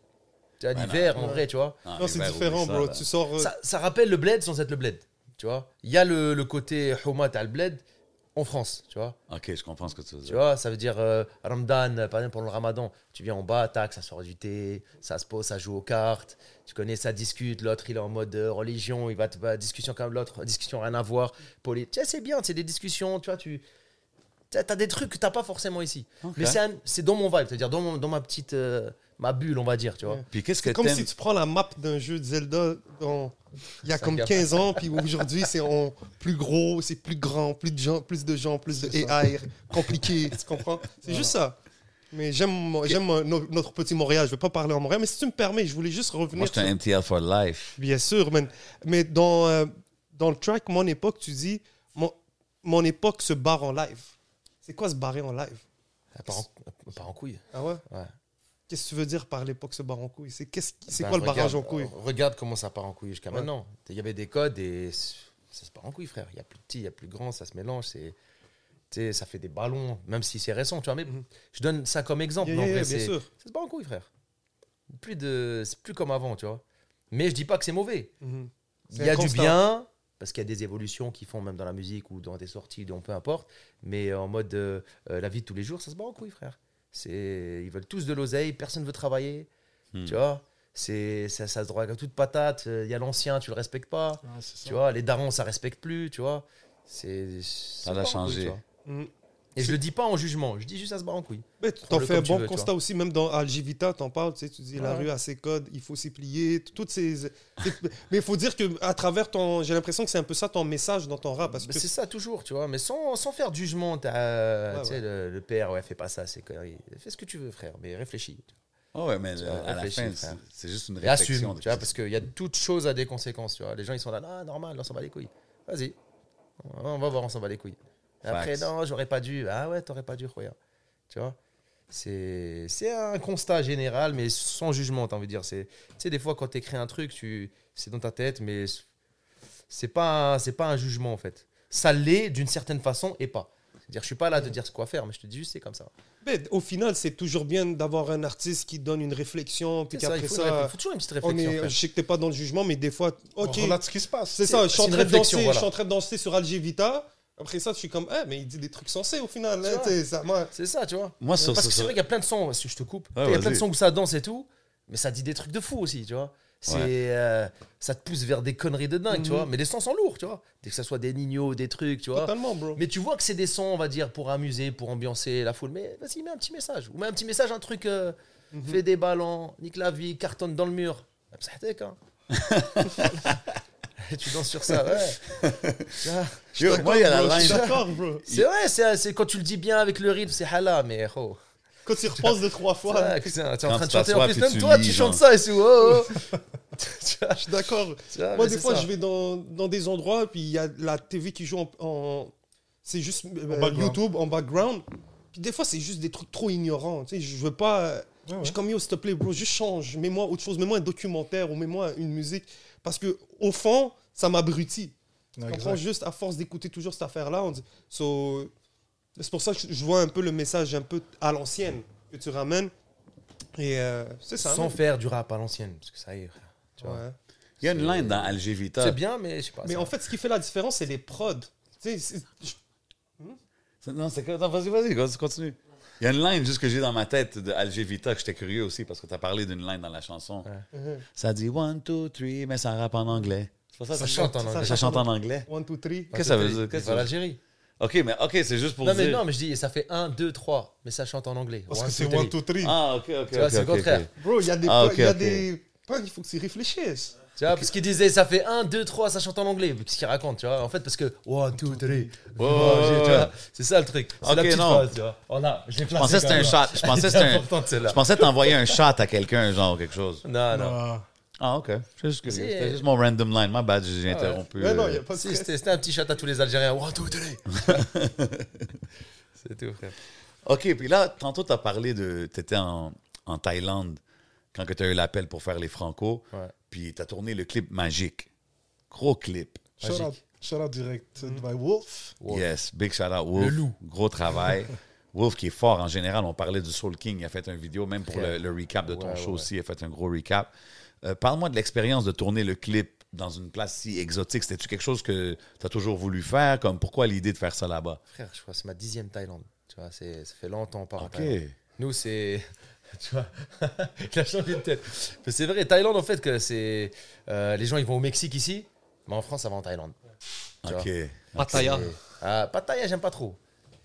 [SPEAKER 6] Tu vois,
[SPEAKER 5] Ouais,
[SPEAKER 6] l'hiver,
[SPEAKER 4] non.
[SPEAKER 6] en vrai, tu vois.
[SPEAKER 5] Ah,
[SPEAKER 4] non,
[SPEAKER 5] mais
[SPEAKER 4] c'est
[SPEAKER 5] ben,
[SPEAKER 4] différent,
[SPEAKER 5] oublie ça,
[SPEAKER 4] bro.
[SPEAKER 5] là.
[SPEAKER 4] Tu sors. euh,
[SPEAKER 6] Ça, ça rappelle le bled sans être le bled, tu vois. Il y a le, le côté Houma, t'as le bled en France, tu vois.
[SPEAKER 5] OK, je comprends ce que tu veux
[SPEAKER 6] Tu
[SPEAKER 5] dire.
[SPEAKER 6] vois, ça veut dire euh, Ramadan, euh, par exemple, pendant le Ramadan, tu viens en bas, tac, ça sort du thé, ça se pose, ça joue aux cartes, tu connais, ça discute, l'autre il est en mode euh, religion, il va te bah, discussion comme l'autre, discussion rien à voir, poli. Tu sais, c'est bien, c'est des discussions, tu vois, tu t'as t'as des trucs que t'as pas forcément ici.
[SPEAKER 5] Ok.
[SPEAKER 6] Mais c'est un- c'est dans mon vibe, c'est-à-dire dans, mon- dans ma petite euh, ma bulle, on va dire, tu vois.
[SPEAKER 4] Ouais.
[SPEAKER 5] Puis qu'est-ce que
[SPEAKER 4] C'est comme
[SPEAKER 5] t'aimes-
[SPEAKER 4] si tu prends la map d'un jeu de Zelda dans- il y a comme 15 ans, puis aujourd'hui c'est en plus gros, c'est plus grand, plus de gens, plus de gens, plus de AI, compliqué, tu comprends C'est juste ça. Mais j'aime mon- j'aime mon- no- notre petit Montréal, je vais pas parler en Montréal, mais si tu me permets, je voulais juste revenir.
[SPEAKER 5] Moi, je suis un MTL for life.
[SPEAKER 4] Bien sûr, man. mais dans, euh, dans le track Mon époque, tu dis Mon, mon époque se barre en live. C'est quoi se barrer en live
[SPEAKER 6] À part en, part en couille.
[SPEAKER 4] Ah ouais
[SPEAKER 6] Ouais.
[SPEAKER 4] Qu'est-ce que tu veux dire par l'époque se barre en couille C'est qu'est-ce qui- c'est
[SPEAKER 6] Ben,
[SPEAKER 4] quoi le
[SPEAKER 6] regarde,
[SPEAKER 4] barrage en couille
[SPEAKER 6] euh, Regarde comment ça part en couille jusqu'à
[SPEAKER 4] Ouais.
[SPEAKER 6] maintenant. Il y avait des codes et c- ça se part en couille, frère. Il y a plus petit, il y a plus grand, ça se mélange. C'est, tu sais, ça fait des ballons, même si c'est récent, tu vois. Mais
[SPEAKER 4] Mhm.
[SPEAKER 6] je donne ça comme exemple.
[SPEAKER 4] Yeah,
[SPEAKER 6] mais en
[SPEAKER 4] yeah,
[SPEAKER 6] vrai,
[SPEAKER 4] yeah, bien
[SPEAKER 6] c'est-
[SPEAKER 4] sûr.
[SPEAKER 6] ça se part en couille, frère. Plus de, c'est plus comme avant, tu vois. Mais je dis pas que c'est mauvais.
[SPEAKER 4] Mhm. C'est
[SPEAKER 6] Il y a
[SPEAKER 4] un
[SPEAKER 6] du
[SPEAKER 4] constat.
[SPEAKER 6] bien parce qu'il y a des évolutions qui font même dans la euh, musique ou dans des sorties, donc peu importe. Mais en mode euh, euh, la vie de tous les jours, ça se bat en couille, frère. C'est, ils veulent tous de l'oseille, personne ne veut travailler.
[SPEAKER 5] Hmm.
[SPEAKER 6] Tu vois c'est, ça, ça se drogue à toute patate. euh, Il y a l'ancien, tu le respectes pas. Tu vois, les darons, ça respecte plus, tu vois. C'est. Ça
[SPEAKER 5] va changer.
[SPEAKER 4] Mm.
[SPEAKER 6] Et je le dis pas en jugement, je dis juste ça se bat en couille.
[SPEAKER 4] Mais
[SPEAKER 6] Prends-le
[SPEAKER 4] t'en fais un
[SPEAKER 6] comme tu
[SPEAKER 4] bon
[SPEAKER 6] veux, tu
[SPEAKER 4] constat aussi, même dans Algivita, t'en parles, tu sais, tu dis la
[SPEAKER 6] Ouais.
[SPEAKER 4] rue a ses codes, il faut s'y plier, t- toutes ces... ces- mais il faut dire que à travers ton... J'ai l'impression que c'est un peu ça ton message dans ton rap, parce
[SPEAKER 6] Mais
[SPEAKER 4] que...
[SPEAKER 6] C'est ça toujours, tu vois, mais sans, sans faire de jugement. t'as, euh,
[SPEAKER 4] Ouais,
[SPEAKER 6] tu sais, Le, le père, ouais, fais pas ça, c'est connerie. Fais ce que tu veux, frère, mais réfléchis.
[SPEAKER 5] Ah ouais, mais
[SPEAKER 6] Tu
[SPEAKER 5] le-
[SPEAKER 6] vois,
[SPEAKER 5] à la
[SPEAKER 6] réfléchis,
[SPEAKER 5] fin,
[SPEAKER 6] frère.
[SPEAKER 5] c'est- c'est juste une
[SPEAKER 6] Et assume,
[SPEAKER 5] réflexion. de-
[SPEAKER 6] tu vois, parce qu'il y a toute chose à des conséquences, tu vois. Les gens, ils sont là, ah, normal, on s'en bat les couilles. Vas-y, on va voir, on s'en bat les couilles. Et après,
[SPEAKER 5] Facts.
[SPEAKER 6] non, j'aurais pas dû. Ah ouais, t'aurais pas dû, regarde. Tu vois c'est c'est un constat général, mais sans jugement, t'as envie de dire. C'est- Tu sais, des fois, quand t'écris un truc, tu c'est dans ta tête, mais c'est pas, un- c'est pas un jugement, en fait. Ça l'est d'une certaine façon et pas. C'est-à-dire, je suis pas là de dire ce quoi faire, mais je te dis juste, c'est comme ça.
[SPEAKER 4] Mais au final, c'est toujours bien d'avoir un artiste qui donne une réflexion, puis
[SPEAKER 6] C'est ça, il
[SPEAKER 4] qu'après
[SPEAKER 6] faut,
[SPEAKER 4] ça...
[SPEAKER 6] une réflexion. faut toujours une petite
[SPEAKER 4] on
[SPEAKER 6] réflexion.
[SPEAKER 4] est,
[SPEAKER 6] frère.
[SPEAKER 4] je sais que t'es pas dans le jugement, mais des fois, ok,
[SPEAKER 7] On relate ce qui se passe.
[SPEAKER 4] c'est ça, je
[SPEAKER 6] c'est
[SPEAKER 4] suis, en
[SPEAKER 6] une
[SPEAKER 4] train de
[SPEAKER 6] réflexion,
[SPEAKER 4] danser, je
[SPEAKER 6] voilà.
[SPEAKER 4] suis en train de danser sur Algivita, après ça, je suis comme, eh, mais il dit des trucs sensés au final,
[SPEAKER 6] Tu
[SPEAKER 4] hein,
[SPEAKER 6] vois.
[SPEAKER 4] tu sais, ça m'a...
[SPEAKER 6] C'est ça, tu vois.
[SPEAKER 5] Moi, sur,
[SPEAKER 6] Parce que
[SPEAKER 5] sur-
[SPEAKER 6] c'est vrai qu'il y a plein de sons, si je te coupe,
[SPEAKER 5] Ouais,
[SPEAKER 6] il y a
[SPEAKER 5] vas-y.
[SPEAKER 6] plein de sons où ça danse et tout, mais ça dit des trucs de fou aussi, tu vois. C'est,
[SPEAKER 5] Ouais.
[SPEAKER 6] euh, ça te pousse vers des conneries de dingue, tu vois. Mais les sons sont lourds, tu vois. Dès que ça soit des ninos, des trucs, tu vois.
[SPEAKER 4] Totalement, bro.
[SPEAKER 6] Mais tu vois que c'est des sons, on va dire, pour amuser, pour ambiancer la foule. Mais vas-y, mets un petit message. Ou mets un petit message, un truc, euh, fais des ballons, nique la vie, cartonne dans le mur. Ah, ça t'aide, hein. tu danses sur ça, ouais. Ah.
[SPEAKER 5] Yo, moi, il y a la
[SPEAKER 4] Bro, je suis
[SPEAKER 5] line.
[SPEAKER 4] d'accord, bro.
[SPEAKER 6] C'est vrai, c'est, c'est quand tu le dis bien avec le rythme, c'est halal, mais oh.
[SPEAKER 4] Quand tu y repenses deux, trois
[SPEAKER 6] Ouais,
[SPEAKER 4] fois,
[SPEAKER 6] putain, t'es en
[SPEAKER 5] Quand
[SPEAKER 6] train de
[SPEAKER 5] tu
[SPEAKER 6] chanter en
[SPEAKER 5] t'assois,
[SPEAKER 6] plus,
[SPEAKER 5] puis
[SPEAKER 6] même
[SPEAKER 5] tu
[SPEAKER 6] toi
[SPEAKER 5] lis,
[SPEAKER 6] tu
[SPEAKER 5] genre.
[SPEAKER 6] chantes ça et c'est oh, oh. Tu vois,
[SPEAKER 4] je suis d'accord.
[SPEAKER 6] tu vois,
[SPEAKER 4] Moi,
[SPEAKER 6] Ah, mais
[SPEAKER 4] des
[SPEAKER 6] c'est
[SPEAKER 4] fois,
[SPEAKER 6] ça.
[SPEAKER 4] je vais dans, dans des endroits, puis il y a la TV qui joue en. en- c'est juste euh,
[SPEAKER 7] background.
[SPEAKER 4] YouTube en background. Puis des fois, c'est juste des trucs trop ignorants. Tu sais, je veux pas. euh,
[SPEAKER 7] Ouais, ouais.
[SPEAKER 4] Je suis comme, yo, s'il te plaît, bro, juste change. Mets-moi autre chose. Mets-moi un documentaire ou mets-moi une musique. Parce que, au fond, ça m'abrutit.
[SPEAKER 7] Ouais,
[SPEAKER 4] Je
[SPEAKER 7] exact.
[SPEAKER 4] comprends juste à force d'écouter toujours cette affaire-là. on dit- so, c'est pour ça que je- je vois un peu le message un peu à l'ancienne que tu ramènes. Et euh, c'est ça.
[SPEAKER 6] Sans
[SPEAKER 4] man.
[SPEAKER 6] faire du rap à l'ancienne, parce que ça y est, frère, tu vois.
[SPEAKER 4] Ouais.
[SPEAKER 5] Il y a une line dans Algevita.
[SPEAKER 6] C'est bien, mais je sais pas.
[SPEAKER 4] Mais
[SPEAKER 6] ça-
[SPEAKER 4] en fait, ce qui fait la différence, c'est les prods. Tu sais, c'est- je-
[SPEAKER 5] Non, c'est que- non, vas-y, vas-y, vas-y, continue. Il y a une line juste que j'ai dans ma tête de Algevita que j'étais curieux aussi parce que tu as parlé d'une line dans la chanson. Mm-hmm. Ça dit one, two, three, mais ça rappe en anglais. C'est pour ça,
[SPEAKER 6] ça
[SPEAKER 5] que-
[SPEAKER 6] chante en anglais.
[SPEAKER 5] Ça chante en anglais.
[SPEAKER 4] One, two, three.
[SPEAKER 5] Qu'est-ce que ça veut dire?
[SPEAKER 6] Vive
[SPEAKER 5] Qu'est-ce que-
[SPEAKER 6] l'Algérie.
[SPEAKER 5] Ok, mais ok, c'est juste pour
[SPEAKER 6] Non,
[SPEAKER 5] dire.
[SPEAKER 6] mais non, mais je dis, et ça fait 1, 2, 3, mais ça chante en anglais.
[SPEAKER 7] Parce
[SPEAKER 6] One,
[SPEAKER 7] que c'est
[SPEAKER 6] two,
[SPEAKER 7] one,
[SPEAKER 6] three.
[SPEAKER 7] two, three.
[SPEAKER 5] Ah, ok, ok.
[SPEAKER 6] Tu vois,
[SPEAKER 5] ok,
[SPEAKER 6] c'est le
[SPEAKER 5] ok,
[SPEAKER 6] contraire.
[SPEAKER 5] ok.
[SPEAKER 4] Bro, il y a des
[SPEAKER 5] Ah,
[SPEAKER 4] points,
[SPEAKER 5] ok,
[SPEAKER 4] il y a
[SPEAKER 5] ok.
[SPEAKER 4] des points, il faut que tu réfléchisses.
[SPEAKER 6] Tu vois, parce qu'il disait, ça fait 1, 2, 3, ça chante en anglais. Qu'est-ce qu'il raconte, tu vois En fait, parce que 1, 2, 3,
[SPEAKER 5] Ouais, ouais, ouais.
[SPEAKER 6] c'est ça le truc. C'est
[SPEAKER 5] Ok,
[SPEAKER 6] la petite
[SPEAKER 5] non.
[SPEAKER 6] phrase, tu vois. On a, je l'ai
[SPEAKER 5] Je pensais que
[SPEAKER 6] placé
[SPEAKER 5] c'était un
[SPEAKER 6] quand même.
[SPEAKER 5] shot. Je pensais que c'était
[SPEAKER 6] C'est
[SPEAKER 5] un.
[SPEAKER 6] important, celle-là.
[SPEAKER 5] Je pensais t'envoyer un shot à quelqu'un, genre quelque chose.
[SPEAKER 6] Non, non.
[SPEAKER 7] Ah,
[SPEAKER 5] Ah, ok. C'est juste curieux.
[SPEAKER 6] C'est-
[SPEAKER 5] C'était juste mon random line. Ma bad, j'ai interrompu.
[SPEAKER 4] Ouais, non, il y a
[SPEAKER 5] euh,
[SPEAKER 4] pas de
[SPEAKER 6] Si,
[SPEAKER 4] stress.
[SPEAKER 6] C'était c'était un petit chat à tous les Algériens. One, two, three. C'est tout, frère.
[SPEAKER 5] OK, puis là, tantôt, tu as parlé de. Tu étais en, en Thaïlande quand tu as eu l'appel pour faire les Franco.
[SPEAKER 6] Ouais.
[SPEAKER 5] Puis tu as tourné le clip magique. Gros clip.
[SPEAKER 7] shout out, shout out direct euh,
[SPEAKER 4] Mm.
[SPEAKER 7] by Wolf.
[SPEAKER 6] Wolf.
[SPEAKER 5] Yes, big shout out, Wolf.
[SPEAKER 6] Le loup.
[SPEAKER 5] Gros travail. Wolf qui est fort en général. On parlait du Soul King. Il a fait un vidéo, même pour le,
[SPEAKER 6] Frère.
[SPEAKER 5] le recap de ton
[SPEAKER 6] Ouais,
[SPEAKER 5] show
[SPEAKER 6] ouais.
[SPEAKER 5] aussi. Il a fait un gros recap. Euh, Parle-moi de l'expérience de tourner le clip dans une place si exotique. C'était-tu quelque chose que tu as toujours voulu faire? Comme pourquoi l'idée de faire ça là-bas?
[SPEAKER 6] Frère, je crois que c'est ma dixième Thaïlande. Tu vois, c'est- ça fait longtemps qu'on part en
[SPEAKER 5] OK.
[SPEAKER 6] Thaïlande. Nous, c'est. Tu vois, il a changé de tête. Mais c'est vrai, Thaïlande, en fait, que c'est. euh, les gens, ils vont au Mexique ici, mais en France, ça va en Thaïlande. Tu
[SPEAKER 5] OK.
[SPEAKER 4] Pattaya.
[SPEAKER 6] Et- Ah, Pattaya, j'aime pas trop.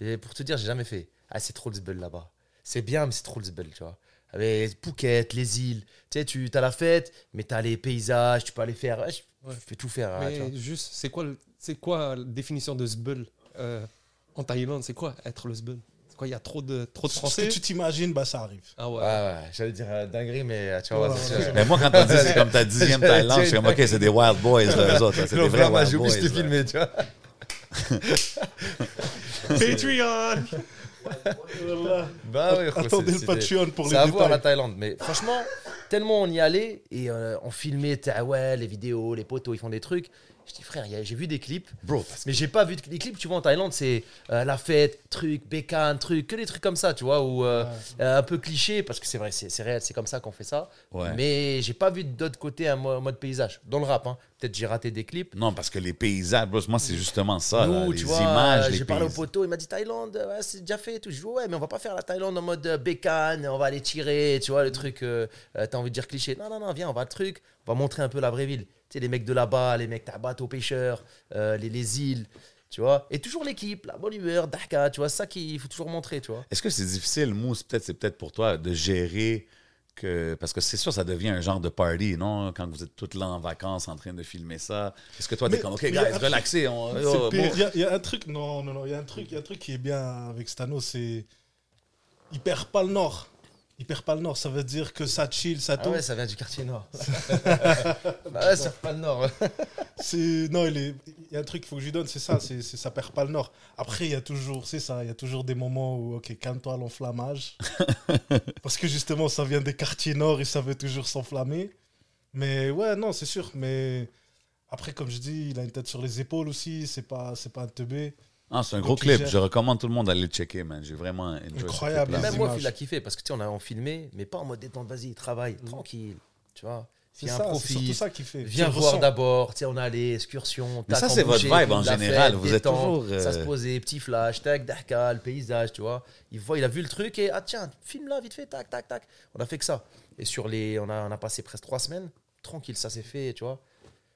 [SPEAKER 6] Et pour te dire, j'ai jamais fait. Ah, c'est trop le zbeul là-bas. C'est bien, mais c'est trop le zbeul, tu vois. Avec Phuket, les îles. Tu sais, tu as la fête, mais tu as les paysages, tu peux aller faire. ouais, je
[SPEAKER 4] Ouais.
[SPEAKER 6] je peux tout faire. hein, tu vois.
[SPEAKER 4] Mais juste, c'est quoi, le- c'est quoi la définition de zbeul euh, en Thaïlande C'est quoi être le zbeul C'est quoi Il y a trop de, trop de
[SPEAKER 7] Ce
[SPEAKER 4] français
[SPEAKER 7] que tu t'imagines, bah ça arrive.
[SPEAKER 4] Ah ouais.
[SPEAKER 6] Ouais, ouais, j'allais dire euh, dinguerie, mais euh, tu vois,
[SPEAKER 7] Ouais,
[SPEAKER 6] c'est-
[SPEAKER 7] ouais.
[SPEAKER 6] c'est-
[SPEAKER 5] Mais moi, quand t'as dit c'est comme ta dixième
[SPEAKER 6] J'allais
[SPEAKER 5] Thaïlande, je suis
[SPEAKER 6] dire
[SPEAKER 5] comme, OK, c'est des Wild Boys, là, eux autres. là. C'est des
[SPEAKER 6] Non,
[SPEAKER 5] vrais
[SPEAKER 6] vraiment,
[SPEAKER 5] Wild
[SPEAKER 6] j'ai
[SPEAKER 5] Boys.
[SPEAKER 6] oublié de te
[SPEAKER 5] là.
[SPEAKER 6] filmer, tu vois.
[SPEAKER 4] Patreon
[SPEAKER 6] Bah oui,
[SPEAKER 7] Attendez le Patreon pour les
[SPEAKER 6] C'est à voir la
[SPEAKER 7] détails.
[SPEAKER 6] Thaïlande, mais franchement, tellement on y allait et euh, on filmait, t'as- ouais, les vidéos, les poteaux, ils font des trucs. Je dis frère, il y a- j'ai vu des clips,
[SPEAKER 5] Bro, parce que-
[SPEAKER 6] mais j'ai pas vu de les clips. Tu vois en Thaïlande, c'est euh, la fête, truc, bécane, truc, que des trucs comme ça, tu vois, ou euh, euh, un peu cliché parce que c'est vrai, c'est c'est réel, c'est comme ça qu'on fait ça.
[SPEAKER 5] Ouais.
[SPEAKER 6] Mais j'ai pas vu d'autre côté un mo- mode paysage dans le rap. hein. Peut-être j'ai raté des clips.
[SPEAKER 5] Non, parce que les paysages, bro, moi, c'est justement ça. Oh là,
[SPEAKER 6] Nous,
[SPEAKER 5] les
[SPEAKER 6] tu vois, euh,
[SPEAKER 5] images, les
[SPEAKER 6] j'ai parlé au
[SPEAKER 5] paysages.
[SPEAKER 6] poteau, il m'a dit Thaïlande, euh, ouais, c'est déjà fait et tout. Je dis ouais, mais on va pas faire la Thaïlande en mode euh, bécane, on va aller tirer, tu vois,
[SPEAKER 5] Mm.
[SPEAKER 6] le truc, euh, euh, t'as envie de dire cliché. Non, non, non, viens, on va le truc, on va montrer un peu la vraie ville. Tu sais, les mecs de là-bas, les mecs Tabat aux pêcheurs, euh, les, les îles, tu vois. Et toujours l'équipe, la bonne humeur, Dhaka, tu vois, ça qu'il faut toujours montrer, tu vois.
[SPEAKER 5] Est-ce que c'est difficile, Mousse, peut-être c'est peut-être pour toi, de gérer que. Parce que c'est sûr, ça devient un genre de party, non? Quand vous êtes toutes là en vacances en train de filmer ça. Est-ce que toi, t'es
[SPEAKER 7] Mais-
[SPEAKER 5] comme, OK,
[SPEAKER 7] mais
[SPEAKER 5] guys,
[SPEAKER 7] après-
[SPEAKER 5] relaxez. On,
[SPEAKER 7] C'est
[SPEAKER 5] oh,
[SPEAKER 7] le pire.
[SPEAKER 5] bon.
[SPEAKER 7] Il y a- il y, a un truc, non, non, non, il y a un truc, il y a un truc qui est bien avec Stano, c'est il perd pas le nord. Il perd pas le nord, ça veut dire que ça chill, ça
[SPEAKER 6] Ah
[SPEAKER 7] tombe.
[SPEAKER 6] ouais, ça vient du quartier nord. bah ouais, ça pas le nord.
[SPEAKER 7] C'est non, il, est- il y a un truc qu'il faut que je lui donne, c'est ça, c'est c'est- ça perd pas le nord. Après, il y a toujours, c'est ça, il y a toujours des moments où ok, calme-toi l'enflammage, parce que justement, ça vient des quartiers nord et ça veut toujours s'enflammer. Mais ouais, non, c'est sûr. Mais après, comme je dis, il a une tête sur les épaules aussi. C'est pas, c'est pas un teubé.
[SPEAKER 5] Ah, c'est un gros
[SPEAKER 7] Donc, il
[SPEAKER 5] clip.
[SPEAKER 7] gère.
[SPEAKER 5] Je recommande tout le monde d'aller le checker, man. J'ai vraiment enjoyed ce
[SPEAKER 7] Incroyable.
[SPEAKER 5] clip-là.
[SPEAKER 7] Les
[SPEAKER 6] Même moi,
[SPEAKER 7] images.
[SPEAKER 6] il a kiffé parce que tu sais, on a on filmé, mais pas en mode détente, vas-y, travaille,
[SPEAKER 5] Mm.
[SPEAKER 6] tranquille, tu vois.
[SPEAKER 7] C'est
[SPEAKER 6] Viens,
[SPEAKER 7] ça, c'est
[SPEAKER 6] profite.
[SPEAKER 7] surtout ça qui fait.
[SPEAKER 6] Viens
[SPEAKER 7] Tu le
[SPEAKER 6] voir
[SPEAKER 7] ressens.
[SPEAKER 6] d'abord, tu sais, on allait, excursion.
[SPEAKER 5] Mais
[SPEAKER 6] tac,
[SPEAKER 5] ça,
[SPEAKER 6] on
[SPEAKER 5] c'est votre
[SPEAKER 6] bougeait,
[SPEAKER 5] vibe en
[SPEAKER 6] la fête,
[SPEAKER 5] général. Vous êtes
[SPEAKER 6] détente,
[SPEAKER 5] toujours, euh,
[SPEAKER 6] Ça se posait, petit flash, tac, Dakar, le paysage, tu vois. Il voit, il a vu le truc et ah tiens, filme là, vite fait, tac, tac, tac. On a fait que ça. Et sur les, on a, on a passé presque trois semaines, tranquille, ça s'est fait, tu vois.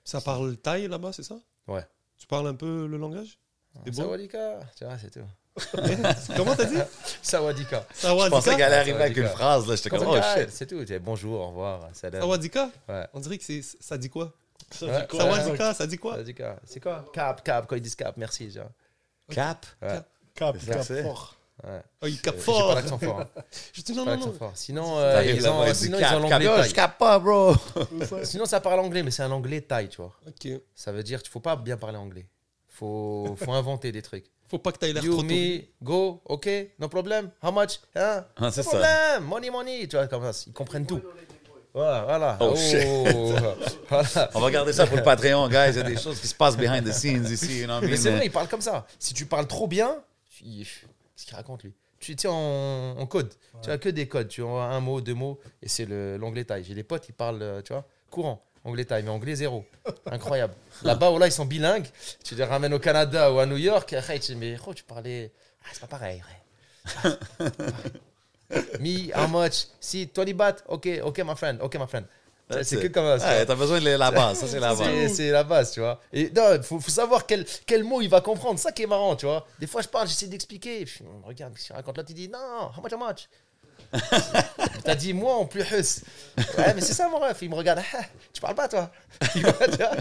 [SPEAKER 4] Ça parle thaï là-bas, c'est ça
[SPEAKER 6] Ouais.
[SPEAKER 4] Tu parles un peu le langage Des bons
[SPEAKER 6] Ah, Sawadika, tu vois, c'est tout.
[SPEAKER 4] Comment t'as dit
[SPEAKER 6] Sawadika.
[SPEAKER 5] Je pensais qu'elle allait arriver avec
[SPEAKER 6] Sawadika.
[SPEAKER 5] une phrase, là. J'étais comme, oh
[SPEAKER 6] Sawadika,
[SPEAKER 5] shit.
[SPEAKER 6] C'est tout, tu sais, bonjour, au revoir, salam.
[SPEAKER 4] Sawadika
[SPEAKER 6] Ouais.
[SPEAKER 4] On dirait que c'est ça dit quoi
[SPEAKER 7] Ça
[SPEAKER 6] Ouais.
[SPEAKER 7] dit quoi,
[SPEAKER 4] Sawadika, ça dit quoi
[SPEAKER 6] Sawadika, c'est quoi Cap, cap, quand ils disent cap, merci, tu vois.
[SPEAKER 5] Cap.
[SPEAKER 7] Cap,
[SPEAKER 6] C'est
[SPEAKER 7] cap
[SPEAKER 5] ça.
[SPEAKER 7] fort.
[SPEAKER 6] Ouais.
[SPEAKER 4] Oh, il
[SPEAKER 6] Euh,
[SPEAKER 4] tape
[SPEAKER 6] j'ai
[SPEAKER 4] fort
[SPEAKER 6] pas l'accent fort. hein.
[SPEAKER 4] Je dis non, non,
[SPEAKER 6] Pas l'accent
[SPEAKER 4] non.
[SPEAKER 6] fort. Sinon, euh,
[SPEAKER 5] T'arrives
[SPEAKER 6] ils ont,
[SPEAKER 5] là-bas, il dit
[SPEAKER 6] sinon ils ont
[SPEAKER 5] cap, cap.
[SPEAKER 6] l'anglais
[SPEAKER 5] Yo,
[SPEAKER 6] thaï.
[SPEAKER 5] Je cap pas, bro.
[SPEAKER 6] Sinon, ça parle anglais, mais c'est un anglais thaï, tu vois.
[SPEAKER 4] Ok.
[SPEAKER 6] Ça veut dire qu'il faut pas bien parler anglais. Faut, faut inventer des trucs.
[SPEAKER 4] Faut pas que t'ailles l'air
[SPEAKER 6] You,
[SPEAKER 4] trop tôt.
[SPEAKER 6] me, go, ok, no problem, how much, hein,
[SPEAKER 5] Ah, c'est
[SPEAKER 6] no
[SPEAKER 5] ça.
[SPEAKER 6] problem, money, money, tu vois, comme ça, ils comprennent tout. Voilà, voilà.
[SPEAKER 5] Oh, shit.
[SPEAKER 6] voilà.
[SPEAKER 5] On va garder ça pour le Patreon, guys. Il y a des choses qui se passent behind the scenes ici. you know what I
[SPEAKER 6] Mais c'est
[SPEAKER 5] mean?
[SPEAKER 6] vrai, il parle comme ça. Si tu parles trop bien, tu- il- qu'est-ce qu'il raconte lui Tu tu sais, en, en code. Tu as que des codes. Tu as un mot, deux mots, et c'est le- l'anglais taille. J'ai des potes qui parlent, euh, tu vois, courant. Anglais taille, mais anglais zéro. Incroyable. Là-bas, voilà, ils sont bilingues. Tu les ramènes au Canada ou à New York. et après, tu dis, mais oh, tu parlais. Ah, c'est pas pareil. ouais. Me, how much? Si, 20 bahts. Ok, ok, my friend. Ok, my friend.
[SPEAKER 5] That's
[SPEAKER 6] C'est
[SPEAKER 5] it. Ah,
[SPEAKER 6] que comme ça. tu vois.
[SPEAKER 5] Ouais, T'as besoin de la base. Ça, c'est la base.
[SPEAKER 6] C'est- C'est la base, tu vois. Et non, il faut, faut savoir quel, quel mot il va comprendre. Ça qui est marrant, tu vois. Des fois, je parle, j'essaie d'expliquer. Puis, hum, Regarde, si je raconte là, tu dis non, how much, how much T'as dit moi en plus. hus. Ouais, mais c'est ça, mon ref. Il me regarde, Ah, tu parles pas, toi. Tu vois, tu vois,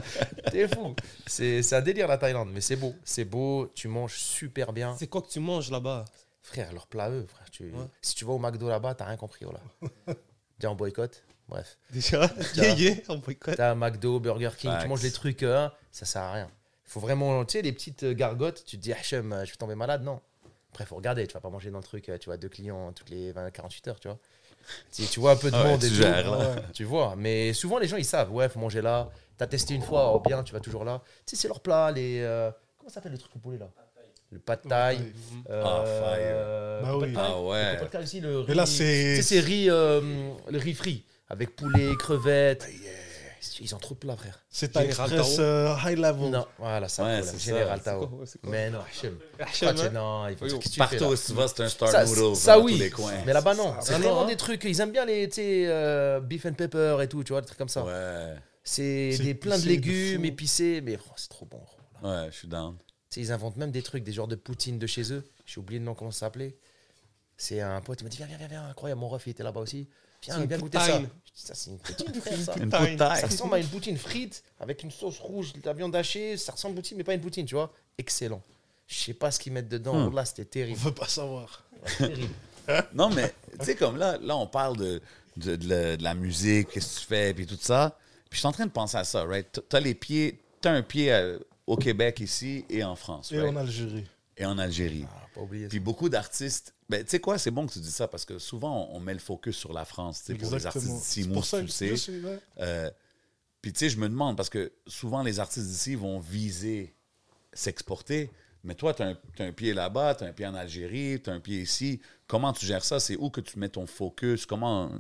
[SPEAKER 6] T'es fou. C'est c'est un délire, la Thaïlande. Mais c'est beau. C'est beau. Tu manges super bien.
[SPEAKER 4] C'est quoi que tu manges là-bas
[SPEAKER 6] Frère, leur plat, eux, frère. Tu, Si tu vas au McDo là-bas, t'as rien compris, oh voilà. Déjà en boycott. Bref.
[SPEAKER 4] Déjà Yeah, yeah, on boycotte.
[SPEAKER 6] T'as McDo, Burger King,
[SPEAKER 5] Facts.
[SPEAKER 6] tu manges des trucs, euh, ça sert à rien. faut vraiment, tu sais, les petites euh, gargotes, tu te dis, Hachem, euh, je vais tomber malade, non. Après, faut regarder, tu vas pas manger dans le truc, euh, tu vois, deux clients toutes les 20, 48 heures, tu vois. Tu, tu vois un peu de
[SPEAKER 5] Ah ouais,
[SPEAKER 6] monde
[SPEAKER 5] tu
[SPEAKER 6] et tout,
[SPEAKER 5] gères, là.
[SPEAKER 6] ouais, tu vois. Mais souvent, les gens, ils savent, ouais, faut manger là. T'as testé une fois, oh bien, tu vas toujours là. Tu sais, c'est leur plat, les. euh, comment ça s'appelle le truc au poulet, là Le pad
[SPEAKER 7] Ouais.
[SPEAKER 6] thai. euh,
[SPEAKER 5] Ah, fire.
[SPEAKER 6] euh,
[SPEAKER 7] Bah
[SPEAKER 6] le
[SPEAKER 7] oui.
[SPEAKER 6] pad thai.
[SPEAKER 5] Ah
[SPEAKER 6] Le
[SPEAKER 5] ouais.
[SPEAKER 6] pad thai aussi, le
[SPEAKER 7] Mais là,
[SPEAKER 6] riz-
[SPEAKER 7] c'est-
[SPEAKER 6] Tu sais, c'est riz, euh, le riz frit, avec poulet, crevettes. Ils en trouvent plein, frère.
[SPEAKER 7] C'est ta
[SPEAKER 4] Général
[SPEAKER 7] express
[SPEAKER 4] Tarot.
[SPEAKER 7] euh, high level.
[SPEAKER 6] Non, voilà, ça,
[SPEAKER 5] Ouais,
[SPEAKER 6] voilà,
[SPEAKER 5] c'est ça.
[SPEAKER 6] Général
[SPEAKER 4] C'est
[SPEAKER 6] Tao.
[SPEAKER 4] quoi, ouais, c'est quoi
[SPEAKER 6] Mais non, Hachem.
[SPEAKER 4] Hachem,
[SPEAKER 6] Ah,
[SPEAKER 4] hein.
[SPEAKER 6] non, il faut
[SPEAKER 4] Oui,
[SPEAKER 6] dire, qu'est-ce que tu fais,
[SPEAKER 5] Partout
[SPEAKER 6] là
[SPEAKER 5] où tu vas, c'est un Star
[SPEAKER 6] ça,
[SPEAKER 5] Noodle.
[SPEAKER 6] ça,
[SPEAKER 5] dans
[SPEAKER 6] oui.
[SPEAKER 5] Tous les coins.
[SPEAKER 6] Mais là-bas, non. C'est
[SPEAKER 4] Ah, non,
[SPEAKER 6] vraiment
[SPEAKER 4] hein.
[SPEAKER 6] des trucs. Ils aiment bien les tu sais, euh, beef and pepper et tout, tu vois, des trucs comme ça.
[SPEAKER 5] Ouais.
[SPEAKER 6] C'est
[SPEAKER 7] C'est
[SPEAKER 6] des plein de
[SPEAKER 7] épicé de
[SPEAKER 6] légumes
[SPEAKER 7] fou.
[SPEAKER 6] épicés, mais oh, c'est trop bon. gros, là.
[SPEAKER 5] Ouais, je suis down.
[SPEAKER 6] Tu sais, ils inventent même des trucs, des genres de poutine de chez eux. J'ai oublié le nom, comment ça s'appelait. C'est un pote, il m'a dit Viens, viens, viens, viens, incroyable. Mon ref, il était là-bas aussi.
[SPEAKER 4] C'est
[SPEAKER 6] Viens,
[SPEAKER 4] une
[SPEAKER 6] viens goûter ça.
[SPEAKER 4] poutine.
[SPEAKER 6] Je dis, Ça, c'est une poutine, frère, ça.
[SPEAKER 5] Une
[SPEAKER 4] Putain.
[SPEAKER 5] coup de taille.
[SPEAKER 6] Ça ressemble à une poutine frite avec une sauce rouge, de la viande hachée. Ça ressemble à une poutine, mais pas une poutine, tu vois. Excellent. Je sais pas ce qu'ils mettent dedans.
[SPEAKER 5] Hmm.
[SPEAKER 6] Là, c'était
[SPEAKER 7] On
[SPEAKER 6] terrible.
[SPEAKER 7] veut pas savoir.
[SPEAKER 6] terrible.
[SPEAKER 5] Non, mais tu sais, comme là, là, on parle de, de, de la, de la musique, qu'est-ce que tu fais, puis tout ça. Puis je suis en train de penser à ça, right? T- T'as les pieds, t'as un pied euh, au Québec ici et en France,
[SPEAKER 7] Et
[SPEAKER 5] right?
[SPEAKER 7] en Algérie.
[SPEAKER 5] Et en Algérie.
[SPEAKER 6] Ah, pas oublier ça.
[SPEAKER 5] Puis beaucoup d'artistes. Ben, tu sais quoi, c'est bon que tu dis ça parce que souvent, on, on met le focus sur la France, tu sais, pour les artistes d'ici,
[SPEAKER 7] C'est
[SPEAKER 5] moi,
[SPEAKER 7] pour ça
[SPEAKER 5] tu
[SPEAKER 7] que
[SPEAKER 5] le
[SPEAKER 7] je
[SPEAKER 5] sais.
[SPEAKER 7] suis là.
[SPEAKER 5] Euh, puis tu sais, je me demande, parce que souvent les artistes d'ici vont viser s'exporter, mais toi, tu as, un pied là-bas, tu as un pied en Algérie, tu as un pied ici. Comment tu gères ça? C'est où que tu mets ton focus? Comment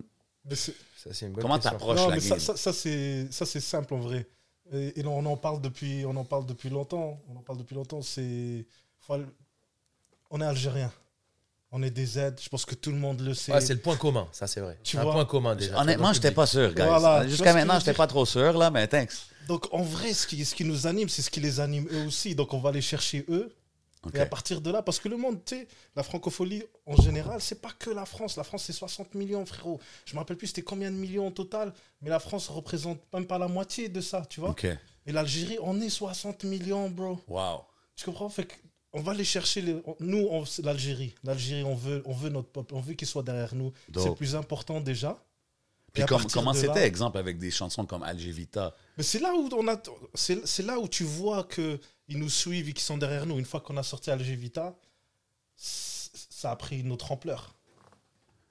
[SPEAKER 7] Mais c'est-
[SPEAKER 6] Ça, c'est une bonne
[SPEAKER 5] comment
[SPEAKER 6] question.
[SPEAKER 5] t'approches
[SPEAKER 7] non,
[SPEAKER 5] la
[SPEAKER 7] mais ça,
[SPEAKER 5] game?
[SPEAKER 7] ça, ça, c'est ça, c'est simple en vrai. Et, et on en parle depuis, on en parle depuis longtemps. On en parle depuis longtemps. C'est, faut al- on est algérien. On est des Z. Je pense que tout le monde le sait.
[SPEAKER 6] Ouais, c'est le point commun, ça c'est vrai.
[SPEAKER 7] Tu
[SPEAKER 6] un
[SPEAKER 7] vois.
[SPEAKER 6] point commun déjà.
[SPEAKER 5] Honnêtement, j'étais pas sûr, guys.
[SPEAKER 7] Voilà, tu vois
[SPEAKER 5] Jusqu'à
[SPEAKER 7] ce que
[SPEAKER 5] maintenant,
[SPEAKER 7] je
[SPEAKER 5] j'étais
[SPEAKER 7] veux
[SPEAKER 5] pas trop sûr, là, mais thanks.
[SPEAKER 7] Donc en vrai, ce qui, ce qui nous anime, c'est ce qui les anime eux aussi. Donc on va aller chercher eux.
[SPEAKER 5] Ok.
[SPEAKER 7] Et à partir de là, parce que le monde, tu sais, la francophonie en général, c'est pas que la France. La France, c'est 60 millions, frérot. Je me rappelle plus c'était combien de millions au total, mais la France représente même pas la moitié de ça, tu vois.
[SPEAKER 5] OK.
[SPEAKER 7] Et l'Algérie, on est 60 millions, bro.
[SPEAKER 5] Wow.
[SPEAKER 7] Tu comprends Fait que on va aller chercher les... on- nous, on- c'est l'Algérie. L'Algérie, on veut, on veut notre peuple, on veut qu'il soit derrière nous.
[SPEAKER 5] Dope.
[SPEAKER 7] C'est le plus important déjà.
[SPEAKER 5] Puis
[SPEAKER 7] Et à
[SPEAKER 5] comme-
[SPEAKER 7] partir
[SPEAKER 5] comment
[SPEAKER 7] de
[SPEAKER 5] c'était,
[SPEAKER 7] là-
[SPEAKER 5] exemple, avec des chansons comme Algevita?
[SPEAKER 7] Mais c'est là où on a, c'est c'est là où tu vois que ils nous suivent et qu'ils sont derrière nous. Une fois qu'on a sorti Algevita, c- ça a pris une autre ampleur.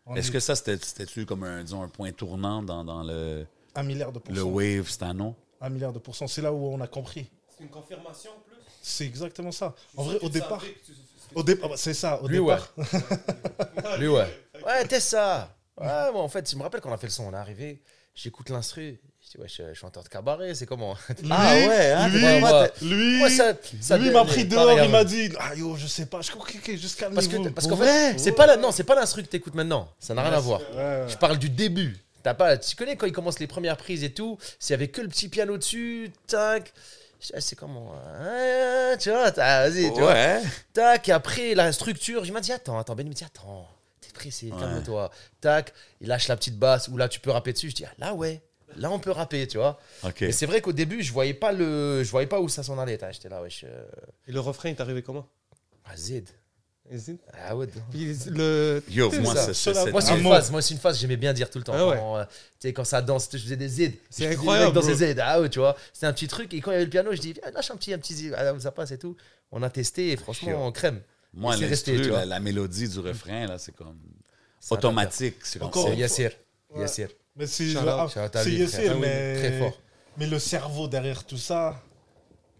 [SPEAKER 7] On
[SPEAKER 5] Est-ce
[SPEAKER 7] est
[SPEAKER 5] que ça, c'était- c'était-tu comme un, disons, un point tournant dans, dans le,
[SPEAKER 7] un milliard de
[SPEAKER 5] le
[SPEAKER 7] pourcents.
[SPEAKER 5] wave cette année?
[SPEAKER 7] Un milliard de pourcents. C'est là où on a compris.
[SPEAKER 8] C'est une confirmation en plus
[SPEAKER 7] C'est exactement ça.
[SPEAKER 8] Tu
[SPEAKER 7] En vrai,
[SPEAKER 8] sais que
[SPEAKER 7] au
[SPEAKER 8] tu
[SPEAKER 7] départ,
[SPEAKER 8] savais que tu- ce que
[SPEAKER 7] au départ, c'est ça. Au
[SPEAKER 6] Lui,
[SPEAKER 7] départ,
[SPEAKER 8] tu-
[SPEAKER 6] Lui, ouais. Ouais, t'es ça. Ouais, moi, en fait, je me rappelle qu'on a fait le son, on est arrivé, j'écoute l'instru. Je dis, ouais, je, je suis chanteur de cabaret, c'est comment
[SPEAKER 5] ah ouais, hein?
[SPEAKER 6] lui,
[SPEAKER 5] Ouais, ouais, t'es-
[SPEAKER 7] lui,
[SPEAKER 6] Ouais, ça- ça
[SPEAKER 7] lui m'a
[SPEAKER 6] devient
[SPEAKER 7] pris
[SPEAKER 6] pas
[SPEAKER 7] dehors. Il
[SPEAKER 6] regardé.
[SPEAKER 7] m'a dit, ah yo, je sais pas. Je crois que juste calme
[SPEAKER 6] hein. Parce que parce qu'en fait, c'est pas la- non, c'est pas l'instru que t'écoutes maintenant. Ça n'a rien à voir. Je parle du début. T'as pas, tu connais quand ils commencent les premières prises et tout, s'il y avait que le petit piano dessus, tac. Je- ah, C'est comment hein, Tu vois, t'as- vas-y, tu vois.
[SPEAKER 5] ouais.
[SPEAKER 6] Tac, et après la structure, il m'a dit attends, attends, Benny me dit attends, t'es pressé,
[SPEAKER 5] Ouais.
[SPEAKER 6] calme-toi. Tac, il lâche la petite basse où là tu peux rapper dessus. Je dis ah, là ouais, là on peut rapper, tu vois.
[SPEAKER 5] OK.
[SPEAKER 6] Mais c'est vrai qu'au début je voyais pas le, je voyais pas où ça s'en allait. T'as, J'étais là wesh, euh,
[SPEAKER 4] Et le refrain est arrivé comment
[SPEAKER 6] ah, Zed,
[SPEAKER 4] Vas-y.
[SPEAKER 6] ah ouais.
[SPEAKER 4] Puis le.
[SPEAKER 5] Yo, moi,
[SPEAKER 6] ça.
[SPEAKER 5] c'est- c'est-
[SPEAKER 4] Cela-
[SPEAKER 5] c'est-
[SPEAKER 6] Moi c'est
[SPEAKER 4] Un
[SPEAKER 6] une
[SPEAKER 4] mot.
[SPEAKER 6] phase, moi c'est une phase, j'aimais bien dire tout le temps.
[SPEAKER 4] Ah ouais.
[SPEAKER 6] Quand, euh, tu sais, quand ça danse, je faisais des Z.
[SPEAKER 4] C'est incroyable,
[SPEAKER 6] Dans ces
[SPEAKER 4] bro.
[SPEAKER 6] Z, ah ouais, tu vois. C'était un petit truc et quand il y avait le piano, je dis viens, lâche un petit, un petit Z, ah, là où ça passe et tout. On a testé et franchement on crème.
[SPEAKER 5] moi,
[SPEAKER 6] c'est resté,
[SPEAKER 5] l'instru,
[SPEAKER 6] tu vois.
[SPEAKER 5] la, la mélodie du refrain, là, c'est comme
[SPEAKER 6] Ça va
[SPEAKER 5] automatique. C'est comme
[SPEAKER 7] Encore
[SPEAKER 5] c'est-
[SPEAKER 6] C'est Yassir,
[SPEAKER 7] Ouais.
[SPEAKER 6] Yassir.
[SPEAKER 7] Mais c'est
[SPEAKER 4] Shout out,
[SPEAKER 7] ah,
[SPEAKER 6] shout out à
[SPEAKER 7] c'est
[SPEAKER 6] lui,
[SPEAKER 7] Yassir,
[SPEAKER 6] frère. Ah oui,
[SPEAKER 7] mais
[SPEAKER 6] très fort.
[SPEAKER 7] Mais le cerveau derrière tout ça,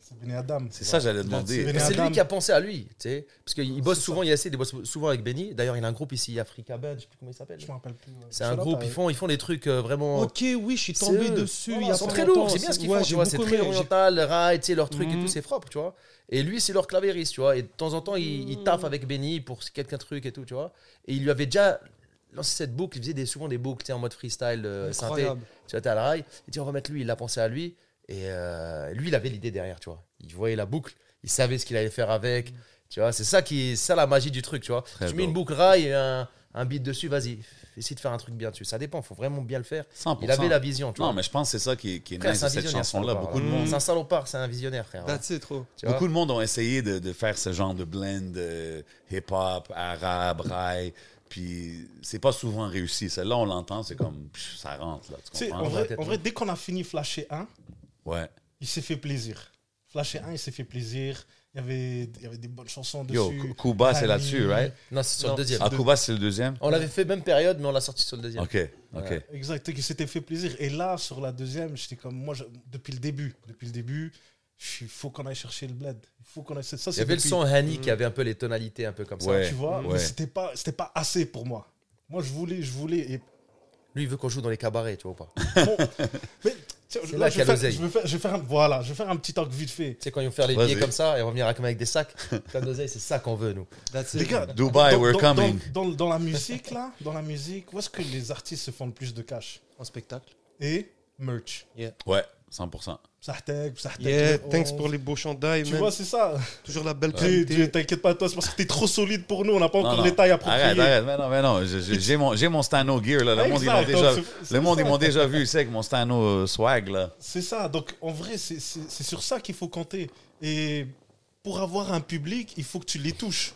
[SPEAKER 7] c'est Beni Adam.
[SPEAKER 5] C'est ça, j'allais demander.
[SPEAKER 7] Benny
[SPEAKER 6] Mais C'est
[SPEAKER 7] Adam.
[SPEAKER 6] lui qui a pensé à lui, tu sais. Parce qu'il bosse
[SPEAKER 7] C'est
[SPEAKER 6] souvent, Yassir, il bosse souvent avec Benny. D'ailleurs, il a un groupe ici, Africa Band, je sais plus comment il s'appelle.
[SPEAKER 7] Je me rappelle plus. ouais.
[SPEAKER 6] C'est un
[SPEAKER 7] Shout out
[SPEAKER 6] groupe,
[SPEAKER 7] à-
[SPEAKER 4] hein.
[SPEAKER 6] ils font, ils font des trucs euh, vraiment.
[SPEAKER 4] Ok, oui, je suis
[SPEAKER 6] C'est
[SPEAKER 4] tombé
[SPEAKER 6] eux.
[SPEAKER 4] dessus.
[SPEAKER 6] Voilà,
[SPEAKER 4] il y a
[SPEAKER 6] ils sont
[SPEAKER 4] pas
[SPEAKER 6] très
[SPEAKER 4] longtemps.
[SPEAKER 6] lourds, Oh, c'est bien ce qu'ils
[SPEAKER 4] Ouais,
[SPEAKER 6] font,
[SPEAKER 4] j'ai
[SPEAKER 6] tu vois. C'est
[SPEAKER 4] beaucoup
[SPEAKER 6] très
[SPEAKER 4] aimé, j'ai-
[SPEAKER 6] oriental, le rail, tu sais, leurs trucs et
[SPEAKER 4] Mhm.
[SPEAKER 6] tout, c'est propre, tu vois. Et lui, c'est leur clavériste, tu vois. Et de temps en temps, il,
[SPEAKER 4] Mhm.
[SPEAKER 6] il taffe avec Benny pour quelqu'un truc et tout, tu vois. Et il lui avait déjà lancé cette boucle, il faisait des, souvent des boucles, tu sais, en mode freestyle, euh, synthé.
[SPEAKER 4] Incroyable.
[SPEAKER 6] Tu vois, t'as le rail, il dit on va mettre lui, il a pensé à lui, et euh, lui, il avait l'idée derrière, tu vois. Il voyait la boucle, il savait ce qu'il allait faire avec,
[SPEAKER 4] Mhm.
[SPEAKER 6] tu vois. C'est ça qui est ça la magie du truc, tu vois. tu mets
[SPEAKER 5] beau.
[SPEAKER 6] une boucle rail et un, un beat dessus, vas-y, essaye de faire un truc bien dessus. Ça dépend, faut vraiment bien le faire.
[SPEAKER 5] 100%.
[SPEAKER 6] Il avait la vision, tu vois.
[SPEAKER 5] Non, mais je pense que c'est ça qui est, qui est
[SPEAKER 6] Frère,
[SPEAKER 5] nice
[SPEAKER 6] c'est
[SPEAKER 5] de
[SPEAKER 6] un
[SPEAKER 5] cette
[SPEAKER 6] visionnaire. ce
[SPEAKER 5] chanson-là.
[SPEAKER 6] salopard,
[SPEAKER 5] Beaucoup, de
[SPEAKER 6] là.
[SPEAKER 5] monde,
[SPEAKER 6] C'est un salopard, c'est un visionnaire, frère. hein.
[SPEAKER 4] That's it, trop.
[SPEAKER 6] Tu vois.
[SPEAKER 5] beaucoup de monde ont essayé de, de faire ce genre de blend euh, hip-hop, arabe, rail. Puis c'est pas souvent réussi. Celle-là, on l'entend, c'est comme pff, ça rentre. Là,
[SPEAKER 7] Tu
[SPEAKER 5] tu
[SPEAKER 7] sais,
[SPEAKER 5] comprends?
[SPEAKER 7] en
[SPEAKER 6] dans la
[SPEAKER 7] vrai,
[SPEAKER 6] tête,
[SPEAKER 7] en
[SPEAKER 6] là.
[SPEAKER 7] vrai, dès qu'on a fini Flasher 1,
[SPEAKER 5] Ouais.
[SPEAKER 7] il s'est fait plaisir. Flasher 1, il s'est fait plaisir. Il y avait, il y avait des bonnes chansons dessus.
[SPEAKER 5] Yo, Ku- Kuba, c'est là-dessus, right?
[SPEAKER 6] Non, c'est sur
[SPEAKER 7] Non,
[SPEAKER 6] le deuxième.
[SPEAKER 5] Ah, Kuba, c'est le deuxième?
[SPEAKER 6] On l'avait fait même période, mais on l'a sorti sur le deuxième.
[SPEAKER 5] OK, OK.
[SPEAKER 7] Exact, qui s'était fait plaisir. Et là, sur la deuxième, j'étais comme moi, je- depuis le début. Depuis le début, je suis- il faut qu'on aille chercher le bled. Il faut qu'on aille. Ça,
[SPEAKER 6] Il y
[SPEAKER 7] c'est
[SPEAKER 6] avait le
[SPEAKER 7] depuis-
[SPEAKER 6] son Hani qui avait un peu les tonalités, un peu comme ça.
[SPEAKER 5] Ouais.
[SPEAKER 7] Tu vois,
[SPEAKER 5] Ouais.
[SPEAKER 7] mais c'était pas, c'était pas assez pour moi. Moi, je voulais, je voulais. Et
[SPEAKER 6] Lui, il veut qu'on joue dans les cabarets, tu vois ou pas Tu
[SPEAKER 7] bon, mais tiens,
[SPEAKER 6] C'est
[SPEAKER 7] là,
[SPEAKER 6] là
[SPEAKER 7] je
[SPEAKER 6] qu'il y a
[SPEAKER 7] vais faire,
[SPEAKER 6] l'oseille.
[SPEAKER 7] je vais faire, je vais faire un, voilà, je vais faire un petit talk vite fait.
[SPEAKER 6] sais, quand ils vont faire les
[SPEAKER 5] Vas-y.
[SPEAKER 6] billets comme ça et revenir à- comme avec des sacs, plein d'oseilles, c'est ça qu'on veut, nous.
[SPEAKER 4] That's
[SPEAKER 7] Les
[SPEAKER 4] it.
[SPEAKER 7] gars,
[SPEAKER 5] Dubai,
[SPEAKER 7] dans,
[SPEAKER 5] we're
[SPEAKER 7] dans-
[SPEAKER 5] coming.
[SPEAKER 7] dans- dans- dans la musique là, dans la musique, où est-ce que les artistes se font le plus de cash
[SPEAKER 4] En spectacle.
[SPEAKER 7] Et merch.
[SPEAKER 5] Ouais, 100%.
[SPEAKER 7] Psahtek, Psahtek,
[SPEAKER 8] Yeah,
[SPEAKER 7] oh.
[SPEAKER 8] thanks pour les beaux chandails,
[SPEAKER 7] Tu
[SPEAKER 8] man.
[SPEAKER 7] vois, c'est ça.
[SPEAKER 8] Toujours la belle
[SPEAKER 7] Dieu,
[SPEAKER 8] qualité.
[SPEAKER 7] Dieu, T'inquiète pas, toi, c'est parce que t'es trop solide pour nous. On n'a pas
[SPEAKER 5] Non,
[SPEAKER 7] encore
[SPEAKER 5] non.
[SPEAKER 7] les tailles appropriées.
[SPEAKER 5] Arrête, arrête, mais non, mais non, je- je- j'ai mon, j'ai mon Stano gear, là. Le monde, ils
[SPEAKER 7] Exact,
[SPEAKER 5] m'ont déjà,
[SPEAKER 7] donc c'est- c'est
[SPEAKER 5] le monde,
[SPEAKER 7] ça.
[SPEAKER 5] ils m'ont déjà vu, c'est avec mon Stano euh, swag, là.
[SPEAKER 7] C'est ça. Donc, en vrai, c'est c'est- c'est sur ça qu'il faut compter. Et pour avoir un public, il faut que tu les touches.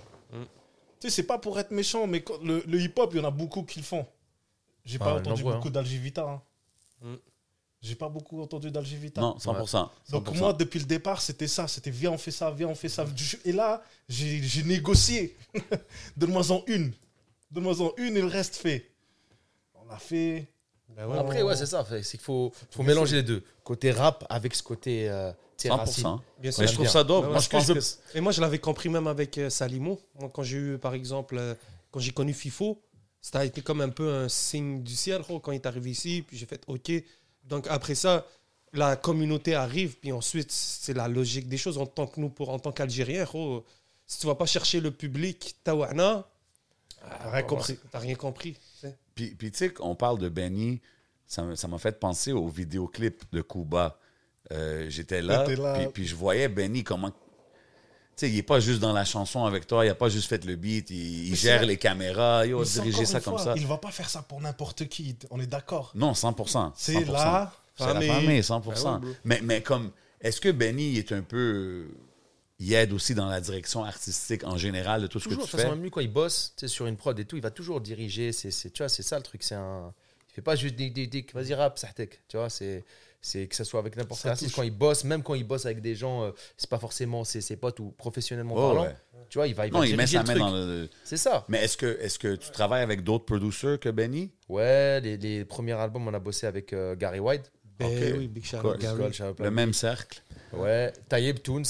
[SPEAKER 7] Tu sais, c'est pas pour être méchant, mais quand- le, le hip-hop, il y en a beaucoup qui le font. J'ai
[SPEAKER 6] Ah,
[SPEAKER 7] pas entendu
[SPEAKER 6] nombreux,
[SPEAKER 7] beaucoup d'Algivita. hein.
[SPEAKER 8] Mm.
[SPEAKER 7] J'ai pas beaucoup entendu d'Algivita.
[SPEAKER 5] Non, 100%.
[SPEAKER 7] Donc
[SPEAKER 5] 100%.
[SPEAKER 7] moi, depuis le départ, c'était ça. C'était viens, on fait ça, viens, on fait ça. Je- Et là, j'ai j'ai négocié. Donne-moi-en une. Donne-moi-en une et le reste fait. On l'a fait.
[SPEAKER 6] Après, ouais, c'est ça. fait- C'est qu'il faut, faut mélanger les deux. Côté rap avec ce côté euh, tu sais, racine.
[SPEAKER 5] 100%.
[SPEAKER 4] Bien sûr.
[SPEAKER 5] Mais je trouve ça dope.
[SPEAKER 4] Ouais,
[SPEAKER 5] Moi,
[SPEAKER 4] ouais,
[SPEAKER 5] je
[SPEAKER 4] ce que
[SPEAKER 5] pense
[SPEAKER 4] je-
[SPEAKER 5] que
[SPEAKER 4] Et moi, je l'avais compris même avec euh, Salimo. Moi, quand j'ai eu, par exemple, euh, quand j'ai connu FIFO, ça a été comme un peu un signe du ciel, gros, quand il est arrivé ici. Puis j'ai fait OK. Donc après ça, la communauté arrive, puis ensuite, c'est la logique des choses. En tant que nous, pour, en tant qu'Algériens, gros, si tu vas pas chercher le public, Tawana,
[SPEAKER 5] Ah,
[SPEAKER 7] T'as rien compris.
[SPEAKER 4] t'as rien compris. tu sais.
[SPEAKER 5] Puis, puis tu sais, on parle de Benny, ça me- ça m'a fait penser au vidéoclip de Kuba. Euh, J'étais là,
[SPEAKER 7] T'étais là.
[SPEAKER 5] Puis, puis je voyais Benny comment. Tu sais, il n'est pas juste dans la chanson avec toi, il n'a pas juste fait le beat, il, il
[SPEAKER 7] Mais c'est
[SPEAKER 5] gère
[SPEAKER 7] la-
[SPEAKER 5] les caméras, il a
[SPEAKER 7] Mais c'est encore
[SPEAKER 5] dirigé
[SPEAKER 7] une
[SPEAKER 5] ça comme
[SPEAKER 7] fois,
[SPEAKER 5] ça.
[SPEAKER 7] Il va pas faire ça pour n'importe qui, on est d'accord.
[SPEAKER 5] Non, 100%.
[SPEAKER 7] C'est
[SPEAKER 5] 100%.
[SPEAKER 7] là.
[SPEAKER 5] C'est la
[SPEAKER 4] famille.
[SPEAKER 5] famille, 100%.
[SPEAKER 4] Ben oui, bro.
[SPEAKER 5] mais, mais comme, est-ce que Benny est un peu. Il aide aussi dans la direction artistique en général de tout ce
[SPEAKER 6] toujours,
[SPEAKER 5] que
[SPEAKER 6] de
[SPEAKER 5] tu
[SPEAKER 6] toute
[SPEAKER 5] fais?
[SPEAKER 6] façon, même lui, quand il bosse tu sais, sur une prod et tout, il va toujours diriger. C'est, c'est- tu vois, c'est ça le truc. C'est un... Il fait pas juste des, des, des vas-y rap, ça tec. Tu vois, c'est, c'est que ce soit avec n'importe
[SPEAKER 7] Ça
[SPEAKER 6] quel artiste.
[SPEAKER 7] touche.
[SPEAKER 6] Quand il bosse, même quand il bosse avec des gens, euh, c'est pas forcément ses, ses potes ou professionnellement
[SPEAKER 5] Oh,
[SPEAKER 6] parlant.
[SPEAKER 5] ouais.
[SPEAKER 6] Tu vois, il va, il
[SPEAKER 5] Non,
[SPEAKER 6] va
[SPEAKER 5] il met
[SPEAKER 6] diriger
[SPEAKER 5] sa
[SPEAKER 6] le
[SPEAKER 5] main
[SPEAKER 6] truc.
[SPEAKER 5] dans le.
[SPEAKER 6] C'est ça.
[SPEAKER 5] Mais est-ce que, est-ce que tu travailles avec d'autres producers que Benny?
[SPEAKER 6] Ouais, les, les premiers albums, on a bossé avec euh, Gary White.
[SPEAKER 4] Ben
[SPEAKER 5] Ok.
[SPEAKER 4] oui, Big Shout
[SPEAKER 5] Cool.
[SPEAKER 4] out, Gary.
[SPEAKER 5] Le même cercle.
[SPEAKER 6] Ouais, Taïeb Toons.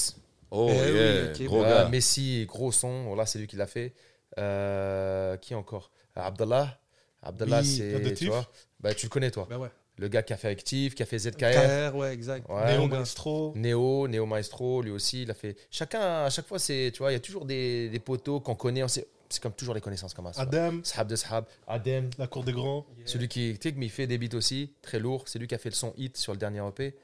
[SPEAKER 5] Oh,
[SPEAKER 4] Eh oui,
[SPEAKER 5] yeah,
[SPEAKER 4] ok.
[SPEAKER 5] gros
[SPEAKER 6] Ouais,
[SPEAKER 5] gars.
[SPEAKER 6] Messi, gros son. Voilà, c'est lui qui l'a fait. Euh, qui encore Abdallah. Abdallah,
[SPEAKER 7] Oui,
[SPEAKER 6] c'est.
[SPEAKER 7] de
[SPEAKER 6] Tu,
[SPEAKER 7] Tif.
[SPEAKER 6] vois bah, tu le connais, toi.
[SPEAKER 4] Ben ouais.
[SPEAKER 6] Le gars qui a fait Active, qui a fait ZKR.
[SPEAKER 4] KR, ouais, exact.
[SPEAKER 6] Ouais.
[SPEAKER 7] Léo
[SPEAKER 4] gars.
[SPEAKER 7] Maestro.
[SPEAKER 6] Néo, Néo Maestro, lui aussi, il a fait. Chacun, à chaque fois, c'est. Tu vois, il y a toujours des, des poteaux qu'on connaît. on sait- C'est comme toujours les connaissances comme ça.
[SPEAKER 7] Adam,
[SPEAKER 6] Sahab de Sahab. Adem.
[SPEAKER 7] la cour des grands.
[SPEAKER 6] Celui qui tic, mais il fait des beats aussi, très lourd. C'est lui qui a fait le son hit sur le dernier EP.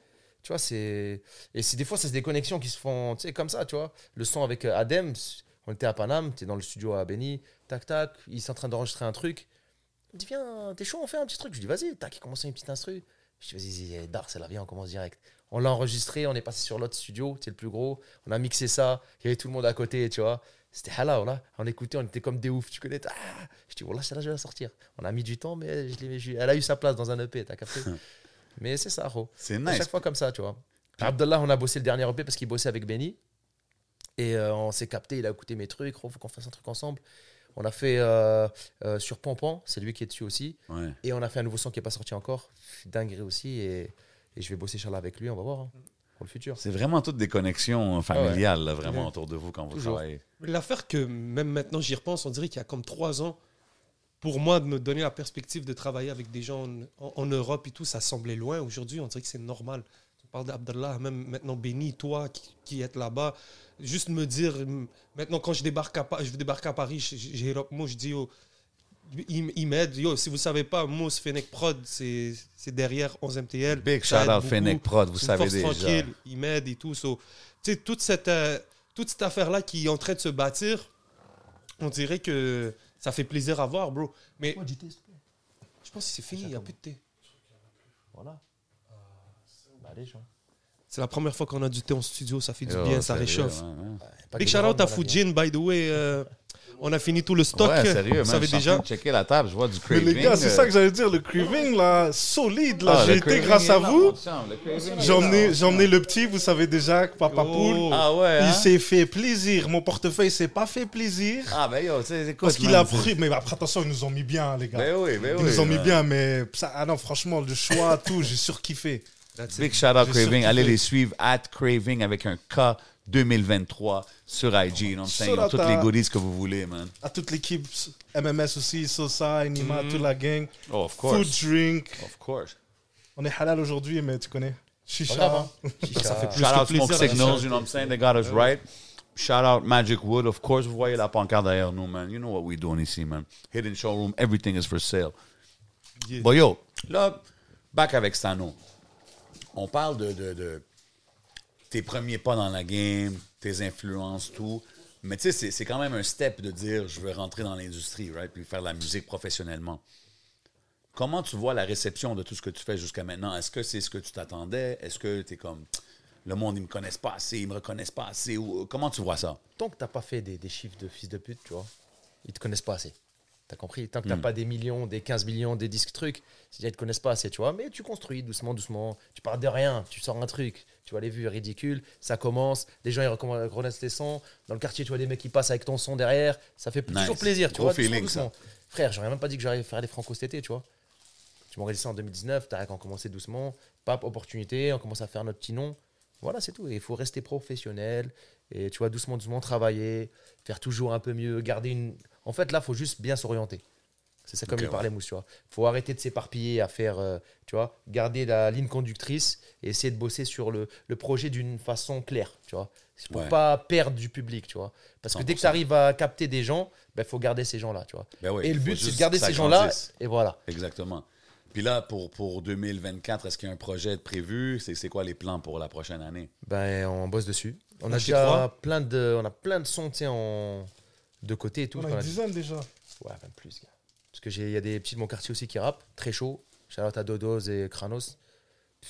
[SPEAKER 6] Tu vois, c'est. Et c'est des fois, c'est des connexions qui se font, tu sais, comme ça, tu vois. Le son avec euh, Adem, c- on était à Paname, t'es dans le studio à Benny, tac, tac, il est en train d'enregistrer un truc. Il me dit, viens, t'es chaud, on fait un petit truc. Je lui dis, vas-y, tac, il commence une petite instru. Je dis, vas-y, vas-y, Dar, c'est là, viens, on commence direct. On l'a enregistré, on est passé sur l'autre studio, c'est le plus gros. On a mixé ça, il y avait tout le monde à côté, tu vois. C'était halal, là. On écoutait, on était comme des oufs, tu connais. Ah je dis, voilà, celle-là, je vais la sortir. On a mis du temps, mais je l'ai- je- elle a eu sa place dans un EP, t'as capté Mais c'est ça, gros.
[SPEAKER 5] C'est
[SPEAKER 6] À
[SPEAKER 5] Hum. nice.
[SPEAKER 6] chaque fois comme ça, tu vois. Abdallah, on a bossé le dernier EP parce qu'il bossait avec Benny. Et euh, on s'est capté, il a écouté mes trucs, gros, faut qu'on fasse un truc ensemble. On a fait euh, euh, sur Pampan, c'est lui qui est dessus aussi.
[SPEAKER 5] Ouais.
[SPEAKER 6] Et on a fait un nouveau son qui n'est pas sorti encore. Dinguerie aussi. Et, et je vais bosser Charles avec lui, on va voir hein, pour le futur.
[SPEAKER 5] C'est vraiment toutes des connexions familiales, là, vraiment,
[SPEAKER 4] Ah Ouais.
[SPEAKER 5] autour de vous quand vous
[SPEAKER 6] Toujours.
[SPEAKER 5] travaillez.
[SPEAKER 4] L'affaire que même maintenant j'y repense, on dirait qu'il y a comme trois ans, pour moi, de me donner la perspective de travailler avec des gens en, en- en Europe et tout, ça semblait loin. Aujourd'hui, on dirait que c'est normal. On parle d'Abdallah, même maintenant Béni, toi qui, qui êtes là-bas. Juste me dire, hum, maintenant quand je débarque à, Pa- je débarque à Paris, j'ai- j'ai moi je dis, yo, il, m- il m'aide. Yo, si vous savez pas, Mousse, Fennec Prod, c'est c'est derrière 11MTL.
[SPEAKER 5] Big
[SPEAKER 4] Ça aide
[SPEAKER 5] shout out
[SPEAKER 4] beaucoup.
[SPEAKER 5] Fennec Prod, vous
[SPEAKER 4] Une
[SPEAKER 5] savez
[SPEAKER 4] force
[SPEAKER 5] déjà.
[SPEAKER 4] tranquille, il m'aide et tout. So, tu sais, toute cette, euh, toute cette affaire-là qui est en train de se bâtir, on dirait que ça fait plaisir à voir, bro. Mais je pense que c'est fini, il n'y a plus de thé.
[SPEAKER 6] Voilà.
[SPEAKER 4] Euh,
[SPEAKER 6] Bah, allez, Jean.
[SPEAKER 4] C'est la première fois qu'on a du thé en studio, ça fait du
[SPEAKER 5] Yo,
[SPEAKER 4] bien, ça
[SPEAKER 5] sérieux, hein.
[SPEAKER 4] réchauffe.
[SPEAKER 5] ouais, ouais.
[SPEAKER 6] Pas
[SPEAKER 4] Big
[SPEAKER 6] que
[SPEAKER 4] shout
[SPEAKER 6] Laurent,
[SPEAKER 4] out à
[SPEAKER 6] mon ami.
[SPEAKER 4] Fujin, by the way. euh, on a fini tout le stock.
[SPEAKER 5] Ouais, sérieux, man,
[SPEAKER 4] vous savez
[SPEAKER 5] je suis en
[SPEAKER 4] déjà.
[SPEAKER 5] train de checker la table, je vois du
[SPEAKER 7] Mais
[SPEAKER 5] craving.
[SPEAKER 7] les gars, c'est
[SPEAKER 5] euh,
[SPEAKER 7] ça que j'allais dire, le craving là, solide
[SPEAKER 5] ah,
[SPEAKER 7] là,
[SPEAKER 5] le
[SPEAKER 7] j'ai été
[SPEAKER 5] craving
[SPEAKER 7] grâce
[SPEAKER 5] est
[SPEAKER 7] à
[SPEAKER 5] là,
[SPEAKER 7] vous.
[SPEAKER 5] mon chum, le craving est
[SPEAKER 7] J'ai emmené,
[SPEAKER 5] là.
[SPEAKER 7] j'ai emmené le petit, vous savez déjà que Papa
[SPEAKER 4] Oh.
[SPEAKER 7] Poule,
[SPEAKER 5] Ah ouais, hein?
[SPEAKER 7] il s'est fait plaisir. Mon portefeuille s'est pas fait plaisir.
[SPEAKER 5] Ah ben yo, tu sais, écoute,
[SPEAKER 7] Parce qu'il
[SPEAKER 5] man,
[SPEAKER 7] a
[SPEAKER 5] c'est-
[SPEAKER 7] pris, mais après attention, ils nous ont mis bien, les gars.
[SPEAKER 5] Ben oui, ben oui.
[SPEAKER 7] Ils nous ont mis
[SPEAKER 5] man.
[SPEAKER 7] bien, mais ça, ah non, franchement, le choix, tout, j'ai surkiffé.
[SPEAKER 5] Big shout out
[SPEAKER 7] J'ai
[SPEAKER 5] Craving.
[SPEAKER 7] surkiffé.
[SPEAKER 5] Allez les suivre at Craving avec un K 2023 sur IG. You know what I'm saying? Ils ont
[SPEAKER 7] Shout out
[SPEAKER 5] toutes
[SPEAKER 7] à-
[SPEAKER 5] les goodies que vous voulez, man.
[SPEAKER 7] À toute l'équipe, MMS aussi, Sosa, Nima, toute la gang.
[SPEAKER 5] Mm. Oh, of course.
[SPEAKER 7] Food, drink.
[SPEAKER 5] Of course.
[SPEAKER 7] On est halal aujourd'hui, mais tu connais.
[SPEAKER 6] Pas
[SPEAKER 7] Chicha.
[SPEAKER 6] grave, hein. Chicha.
[SPEAKER 5] Shout out
[SPEAKER 4] que plaisir,
[SPEAKER 5] Smoke
[SPEAKER 4] la
[SPEAKER 5] Signals, you know what I'm saying? They got us right. Shout out Magic Wood, of course. Vous voyez la pancarte derrière nous, man. You know what we doing ici, man. Hidden showroom, everything is for sale. But yo, là, back avec Stano. On parle de, de- de tes premiers pas dans la game, tes influences, tout. Mais tu sais, c'est- c'est quand même un step de dire je veux rentrer dans l'industrie, right? Puis faire de la musique professionnellement. Comment tu vois la réception de tout ce que tu fais jusqu'à maintenant? Est-ce que c'est ce que tu t'attendais? Est-ce que tu es comme le monde, ils me connaissent pas assez, ils me reconnaissent pas assez? Ou, euh, comment tu vois ça?
[SPEAKER 6] tant que t'as pas fait des, des chiffres de fils de pute, tu vois, ils te connaissent pas assez. T'as compris Tant que
[SPEAKER 5] Hmm.
[SPEAKER 6] t'as pas des millions, des 15 millions, des disques trucs, c'est-à-dire ils te connaissent pas assez, tu vois. Mais tu construis doucement, doucement. Tu pars de rien, tu sors un truc. Tu vois les vues ridicules, ça commence. Les gens ils recommen- reconnaissent tes sons. Dans le quartier, tu vois des mecs qui passent avec ton son derrière. Ça fait toujours
[SPEAKER 5] Nice.
[SPEAKER 6] plaisir, tu
[SPEAKER 5] Gros
[SPEAKER 6] vois. doucement,
[SPEAKER 5] feeling, ça.
[SPEAKER 6] doucement. Frère, j'aurais même pas dit que j'allais faire les francos cet été, tu vois. Tu m'aurais dit ça en 2019, t'as qu'on commençait doucement, pas opportunité, on commence à faire notre petit nom. Voilà, c'est tout. Et Il faut rester professionnel et tu vois, doucement, doucement travailler, faire toujours un peu mieux, garder une. En fait, là, faut juste bien s'orienter. C'est ça comme
[SPEAKER 5] Ok,
[SPEAKER 6] il parlait, Mousse, tu vois. Faut arrêter de s'éparpiller à faire, euh, tu vois, garder la ligne conductrice et essayer de bosser sur le, le projet d'une façon claire, tu vois. C'est pour
[SPEAKER 5] Ouais.
[SPEAKER 6] pas perdre du public, tu vois. Parce que dès que tu
[SPEAKER 5] 100%.
[SPEAKER 6] arrives à capter des gens, il faut garder ces gens-là, tu vois.
[SPEAKER 5] Ben ouais,
[SPEAKER 6] et le
[SPEAKER 5] faut
[SPEAKER 6] but, c'est
[SPEAKER 5] juste
[SPEAKER 6] de garder
[SPEAKER 5] que ça
[SPEAKER 6] ces gens-là,
[SPEAKER 5] grandisse.
[SPEAKER 6] et voilà.
[SPEAKER 5] Exactement. Puis là, pour, pour 2024, est-ce qu'il y a un projet de prévu? C'est c'est quoi les plans pour la prochaine année?
[SPEAKER 6] Ben, on bosse dessus. On a
[SPEAKER 4] Lâchez
[SPEAKER 6] déjà
[SPEAKER 4] trois.
[SPEAKER 6] plein de, on a plein de sons, tu sais, en... de côté et tout.
[SPEAKER 7] On a
[SPEAKER 6] qu'on
[SPEAKER 7] une
[SPEAKER 6] a-
[SPEAKER 7] dizaine déjà.
[SPEAKER 6] Ouais, même plus, gars. Parce que j'ai, il y a des petits de mon quartier aussi qui rappent, très chaud. Charlotte à Dodos et Kranos.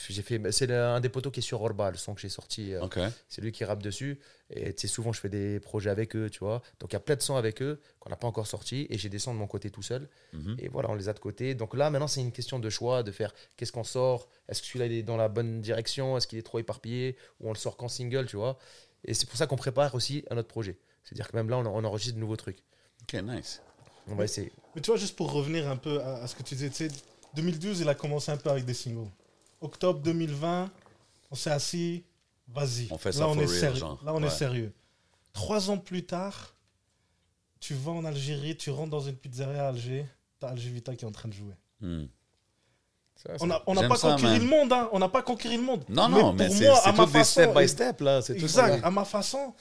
[SPEAKER 6] J'ai fait, c'est le- un des poteaux qui est sur Orba, le son que j'ai sorti. euh,
[SPEAKER 5] OK.
[SPEAKER 6] C'est lui qui rappe dessus. Et tu sais, souvent, je fais des projets avec eux, tu vois. Donc, il y a plein de sons avec eux qu'on n'a pas encore sortis. Et j'ai des sons de mon côté tout seul.
[SPEAKER 5] Mhm.
[SPEAKER 6] Et voilà, on les a de côté. Donc là, maintenant, c'est une question de choix, de faire qu'est-ce qu'on sort Est-ce que celui-là, il est dans la bonne direction Est-ce qu'il est trop éparpillé Ou on le sort qu'en single, tu vois Et c'est pour ça qu'on prépare aussi un autre projet. C'est-à-dire que même là, on, on enregistre de nouveaux trucs.
[SPEAKER 5] OK, nice.
[SPEAKER 6] On va essayer.
[SPEAKER 7] Mais tu vois, juste pour revenir un peu à, à ce que tu disais, tu sais, 2012, il a commencé un peu avec des singles. Octobre 2020, on s'est assis, vas-y.
[SPEAKER 5] On fait ça
[SPEAKER 7] Là, on
[SPEAKER 5] for
[SPEAKER 7] est
[SPEAKER 5] real,
[SPEAKER 7] sérieux.
[SPEAKER 5] genre.
[SPEAKER 7] Là, on
[SPEAKER 5] Ouais.
[SPEAKER 7] est sérieux. Trois ans plus tard, tu vas en Algérie, tu rentres dans une pizzeria à Alger, t'as Alger Vita qui est en train de jouer.
[SPEAKER 5] Hmm.
[SPEAKER 7] On n'a on n'a
[SPEAKER 5] J'aime
[SPEAKER 7] pas
[SPEAKER 5] ça,
[SPEAKER 7] conquéri
[SPEAKER 5] man.
[SPEAKER 7] le monde, hein. On n'a pas conquéri le monde.
[SPEAKER 5] Non, non, mais
[SPEAKER 7] pour
[SPEAKER 5] c'est
[SPEAKER 7] moi, à
[SPEAKER 5] c'est
[SPEAKER 7] ma
[SPEAKER 5] tout des
[SPEAKER 7] façon,
[SPEAKER 5] step by step, là. C'est tout.
[SPEAKER 7] Exact, à ma façon.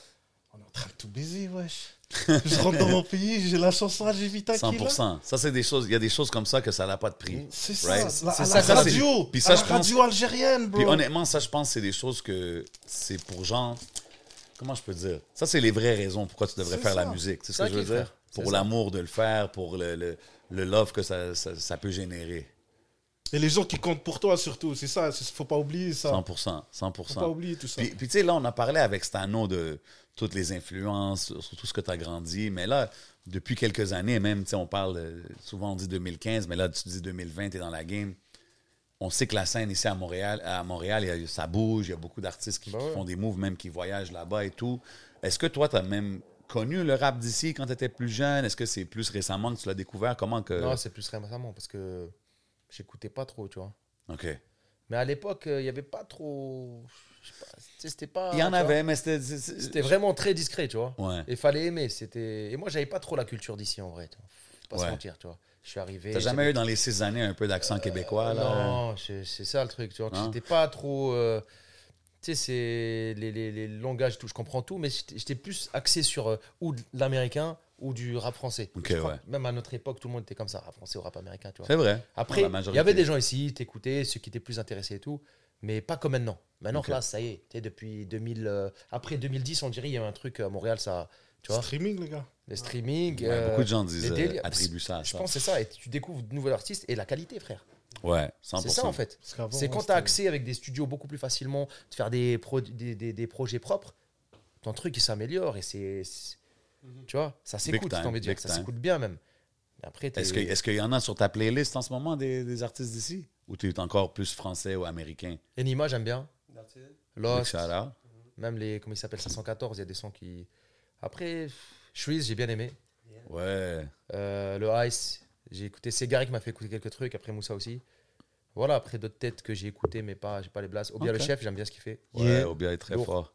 [SPEAKER 7] On est en train de tout baiser, wesh. Je rentre dans mon pays, j'ai la chanson Alger Vita qui est là.
[SPEAKER 5] 100%. Ça, c'est des choses... Il y a des choses comme ça que ça n'a pas de prix.
[SPEAKER 7] C'est ça,
[SPEAKER 5] Right.
[SPEAKER 7] la-
[SPEAKER 5] C'est
[SPEAKER 7] à
[SPEAKER 5] ça,
[SPEAKER 7] la
[SPEAKER 5] ça, c'est-
[SPEAKER 7] radio,
[SPEAKER 5] Puis ça,
[SPEAKER 7] à la
[SPEAKER 5] je pense-
[SPEAKER 7] radio algérienne, bro.
[SPEAKER 5] Puis honnêtement, ça, je pense que c'est des choses que c'est pour genre. Comment je peux dire Ça, c'est les vraies raisons pourquoi tu devrais
[SPEAKER 7] C'est
[SPEAKER 5] faire la
[SPEAKER 7] ça.
[SPEAKER 5] musique. C'est ce
[SPEAKER 6] C'est
[SPEAKER 5] que je
[SPEAKER 6] ça
[SPEAKER 5] veux
[SPEAKER 6] qu'il faut
[SPEAKER 5] dire
[SPEAKER 6] faire. C'est
[SPEAKER 5] Pour
[SPEAKER 6] ça.
[SPEAKER 5] l'amour de le faire, pour le, le, le love que ça, ça, ça peut générer.
[SPEAKER 7] Et les gens qui comptent pour toi, surtout, c'est ça, c'est- faut pas oublier ça.
[SPEAKER 5] 100 100
[SPEAKER 7] Faut pas oublier tout ça.
[SPEAKER 5] Puis, puis tu sais, là, on a parlé avec Stano de toutes les influences, sur sur tout ce que tu as grandi. Mais là, depuis quelques années, même, tu sais, on parle, euh, souvent on dit 2015, mais là, tu dis 2020, tu es dans la game. On sait que la scène ici à Montréal, à Montréal il y a- ça bouge, il y a beaucoup d'artistes qui,
[SPEAKER 6] Ben
[SPEAKER 5] qui
[SPEAKER 6] ouais.
[SPEAKER 5] font des moves, même qui voyagent là-bas et tout. Est-ce que toi, tu as même connu le rap d'ici quand tu étais plus jeune? Est-ce que c'est plus récemment que tu l'as découvert? Comment que.
[SPEAKER 6] Non, c'est plus récemment parce que j'écoutais pas trop, tu vois.
[SPEAKER 5] OK.
[SPEAKER 6] Mais à l'époque, euh, il n'y avait pas trop. Je sais pas, tu sais, c'était pas.
[SPEAKER 5] il y en
[SPEAKER 6] Ah, tu vois.
[SPEAKER 5] avait, mais c'était. c'est-
[SPEAKER 6] C'était vraiment très discret, tu vois.
[SPEAKER 5] Ouais.
[SPEAKER 6] Et fallait aimer. C'était. Et moi, j'avais pas trop la culture d'ici en vrai. Tu vois. Faut pas
[SPEAKER 5] Ouais.
[SPEAKER 6] se mentir, tu vois. Je suis arrivé.
[SPEAKER 5] T'as jamais eu dans les six années un peu d'accent québécois, là?
[SPEAKER 6] Non, c'est c'est ça le truc, tu vois. que
[SPEAKER 5] Non.
[SPEAKER 6] J'étais pas trop. euh, Tu sais, c'est les, les- les langages, tout. Je comprends tout, mais j'étais j'étais plus axé sur euh, ou de l'américain ou du rap français.
[SPEAKER 5] Ok,
[SPEAKER 6] Je crois
[SPEAKER 5] ouais.
[SPEAKER 6] que Même à notre époque, tout le monde était comme ça, rap français ou rap américain, tu vois.
[SPEAKER 5] C'est vrai.
[SPEAKER 6] Après,
[SPEAKER 5] La
[SPEAKER 6] il y
[SPEAKER 5] majorité.
[SPEAKER 6] avait des gens ici, t'écoutaient, ceux qui étaient plus intéressés et tout, mais pas comme maintenant. Maintenant,
[SPEAKER 5] Ok.
[SPEAKER 6] là, ça y est, t'es depuis 2000, euh, après 2010, on dirait il y a eu un truc euh, à Montréal, ça, tu vois,
[SPEAKER 7] Streaming, les gars.
[SPEAKER 6] le streaming.
[SPEAKER 5] Ouais,
[SPEAKER 6] euh,
[SPEAKER 5] beaucoup de gens disent
[SPEAKER 6] les
[SPEAKER 5] euh,
[SPEAKER 6] délires.
[SPEAKER 5] attribuent ça à
[SPEAKER 6] Je
[SPEAKER 5] ça.
[SPEAKER 6] pense que c'est ça, et tu découvres de nouveaux artistes et la qualité, frère.
[SPEAKER 5] Ouais, 100%.
[SPEAKER 6] C'est ça en fait.
[SPEAKER 7] Parce qu'avant,
[SPEAKER 6] C'est
[SPEAKER 7] on
[SPEAKER 6] quand
[SPEAKER 7] c'était-
[SPEAKER 6] t'as accès avec des studios beaucoup plus facilement, de faire des, pro- des, des- des projets propres, ton truc il s'améliore et c'est. c'est-
[SPEAKER 7] Mhm.
[SPEAKER 6] Tu vois, ça s'écoute,
[SPEAKER 5] time,
[SPEAKER 6] j'ai envie de dire,
[SPEAKER 5] big
[SPEAKER 6] ça
[SPEAKER 5] time.
[SPEAKER 6] s'écoute bien même. Mais Après, t'es-
[SPEAKER 5] Est-ce que- est-ce qu'il y en a sur ta playlist en ce moment des, des artistes d'ici Ou tu es encore plus français ou américain
[SPEAKER 6] Enima, j'aime bien.
[SPEAKER 5] Big
[SPEAKER 6] Lost,
[SPEAKER 5] shout out.
[SPEAKER 6] Même les, comment il s'appelle, 514, il y a des sons qui. Après, Shreeze, j'ai bien aimé.
[SPEAKER 5] Ouais.
[SPEAKER 6] Euh, le Ice, j'ai écouté. C'est Gary qui m'a fait écouter quelques trucs, après Moussa aussi. Voilà, après d'autres têtes que j'ai écoutées, mais pas, j'ai pas les blases. Obia
[SPEAKER 5] Ok.
[SPEAKER 6] le chef, j'aime bien ce qu'il fait.
[SPEAKER 5] Ouais,
[SPEAKER 4] Yeah.
[SPEAKER 5] Obia est très
[SPEAKER 6] Lourd.
[SPEAKER 5] fort.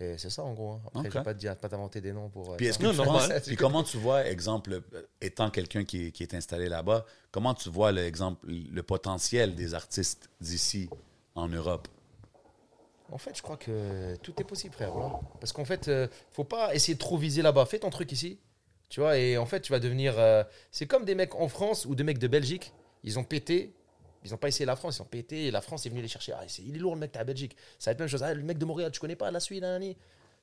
[SPEAKER 6] Et c'est ça en gros. hein. Après,
[SPEAKER 5] Ok.
[SPEAKER 6] je vais pas te dire- pas t'inventer des noms pour. euh,
[SPEAKER 5] Puis est-ce que
[SPEAKER 6] ça.
[SPEAKER 5] tu penses- puis comment tu vois, exemple, euh, étant quelqu'un qui, est- qui est installé là-bas, comment tu vois l'exemple, le potentiel des artistes d'ici en Europe
[SPEAKER 6] En fait, je crois que tout est possible, frère. voilà. Parce qu'en fait, euh, faut pas essayer de trop viser là-bas. Fais ton truc ici, tu vois. Et en fait, tu vas devenir. euh, c'est comme des mecs en France ou des mecs de Belgique. Ils ont pété. Ils ont pas essayé la France. Ils ont pété. Et la France est venue les chercher. Ah, c'est- il est lourd le mec, t'es à Belgique. Ça va être la même chose. Ah, le mec de Montréal, tu connais pas la Suisse, nanani.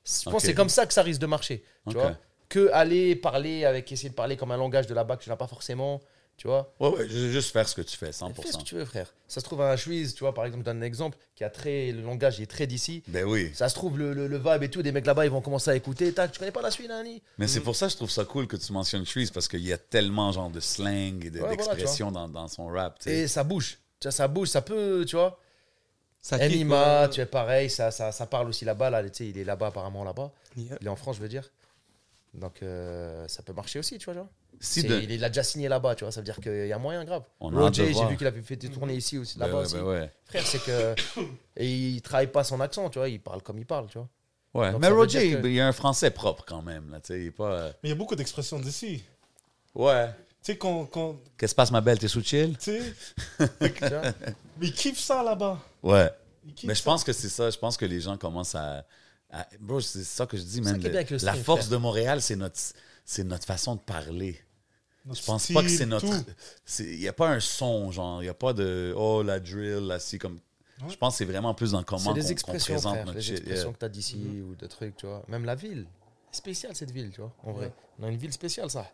[SPEAKER 6] Je pense
[SPEAKER 5] Ok.
[SPEAKER 6] que c'est comme ça que ça risque de marcher. Tu
[SPEAKER 5] Ok.
[SPEAKER 6] vois. Que aller parler avec essayer de parler comme un langage de là-bas que tu n'as pas forcément. Tu vois.
[SPEAKER 5] Ouais, ouais, ju- juste faire ce que tu fais,
[SPEAKER 6] Fais ce que
[SPEAKER 5] 100%.
[SPEAKER 6] tu veux, frère. Ça se trouve un Suisse, tu vois, par exemple, je donne un exemple qui a très le langage, il est très d'ici.
[SPEAKER 5] Ben oui.
[SPEAKER 6] Ça se trouve, le, le, le vibe et tout, des mecs là-bas, ils vont commencer à écouter. Tac, tu connais pas la suite, hein, Nani
[SPEAKER 5] Mais c'est pour ça que je trouve ça cool que tu mentionnes Trees parce qu'il y a tellement genre de slang et de-
[SPEAKER 6] Ouais, voilà, tu vois.
[SPEAKER 5] d'expression dans, dans son rap. tu sais.
[SPEAKER 6] Et ça bouge. Tu vois, ça bouge, ça peut, tu vois.
[SPEAKER 8] Ça kick,
[SPEAKER 6] Anima,
[SPEAKER 8] euh,
[SPEAKER 6] tu vois, pareil, ça, ça, ça parle aussi là-bas. Là, tu sais, il est là-bas, apparemment, là-bas.
[SPEAKER 8] yeah.
[SPEAKER 6] Il est en France, je veux dire. Donc, euh, ça peut marcher aussi, tu vois. genre.
[SPEAKER 5] Si
[SPEAKER 6] C'est-
[SPEAKER 5] de-
[SPEAKER 6] il, il a déjà signé là-bas, tu vois. Ça veut dire qu'il y a moyen grave.
[SPEAKER 5] On a hâte de
[SPEAKER 6] Roger, j'ai
[SPEAKER 5] voir.
[SPEAKER 6] vu qu'il avait fait des tournées ici aussi,
[SPEAKER 5] Ben
[SPEAKER 6] là-bas
[SPEAKER 5] ouais,
[SPEAKER 6] aussi.
[SPEAKER 5] ben ouais.
[SPEAKER 6] Frère, c'est que. Et il travaille pas son accent, tu vois. Il parle comme il parle, tu vois.
[SPEAKER 5] Ouais,
[SPEAKER 6] Donc,
[SPEAKER 5] mais
[SPEAKER 6] ça veut
[SPEAKER 5] Roger,
[SPEAKER 6] dire que-
[SPEAKER 5] il y a un français propre quand même. Là, tu sais, il est pas. euh,
[SPEAKER 7] Mais il y a beaucoup d'expressions d'ici.
[SPEAKER 5] Ouais.
[SPEAKER 7] Tu sais, quand. quand
[SPEAKER 5] Qu'est-ce qui se passe, ma belle? T'es sous chill?
[SPEAKER 7] tu sais,
[SPEAKER 6] Tiens.
[SPEAKER 7] mais ils kiffent ça là-bas.
[SPEAKER 5] Ouais.
[SPEAKER 7] Ils kiffent
[SPEAKER 5] Mais je
[SPEAKER 7] ça.
[SPEAKER 5] pense que c'est ça. Je pense que les gens commencent à. à- bro, c'est ça que je dis,
[SPEAKER 6] ça
[SPEAKER 5] man.
[SPEAKER 6] qui est
[SPEAKER 5] Le-
[SPEAKER 6] bien avec le
[SPEAKER 5] la
[SPEAKER 6] stream,
[SPEAKER 5] force
[SPEAKER 6] frère.
[SPEAKER 5] de Montréal, c'est notre, c'est notre façon de parler.
[SPEAKER 7] Notre
[SPEAKER 5] Je pense
[SPEAKER 7] style,
[SPEAKER 5] pas que c'est notre.
[SPEAKER 7] tout.
[SPEAKER 5] Il n'y a pas un son, genre. Il n'y a pas de. Oh, la drill, la si, comme. Je pense que c'est vraiment plus dans comment
[SPEAKER 6] C'est
[SPEAKER 5] qu'on
[SPEAKER 6] des
[SPEAKER 5] qu'on
[SPEAKER 6] expressions,
[SPEAKER 5] présente
[SPEAKER 6] frère,
[SPEAKER 5] notre euh, Mhm.
[SPEAKER 6] les
[SPEAKER 5] shit. yeah.
[SPEAKER 6] expressions que t'as d'ici ou de trucs, tu vois. Même la ville. Spéciale cette ville, tu vois, en vrai. On a une ville spéciale, ça.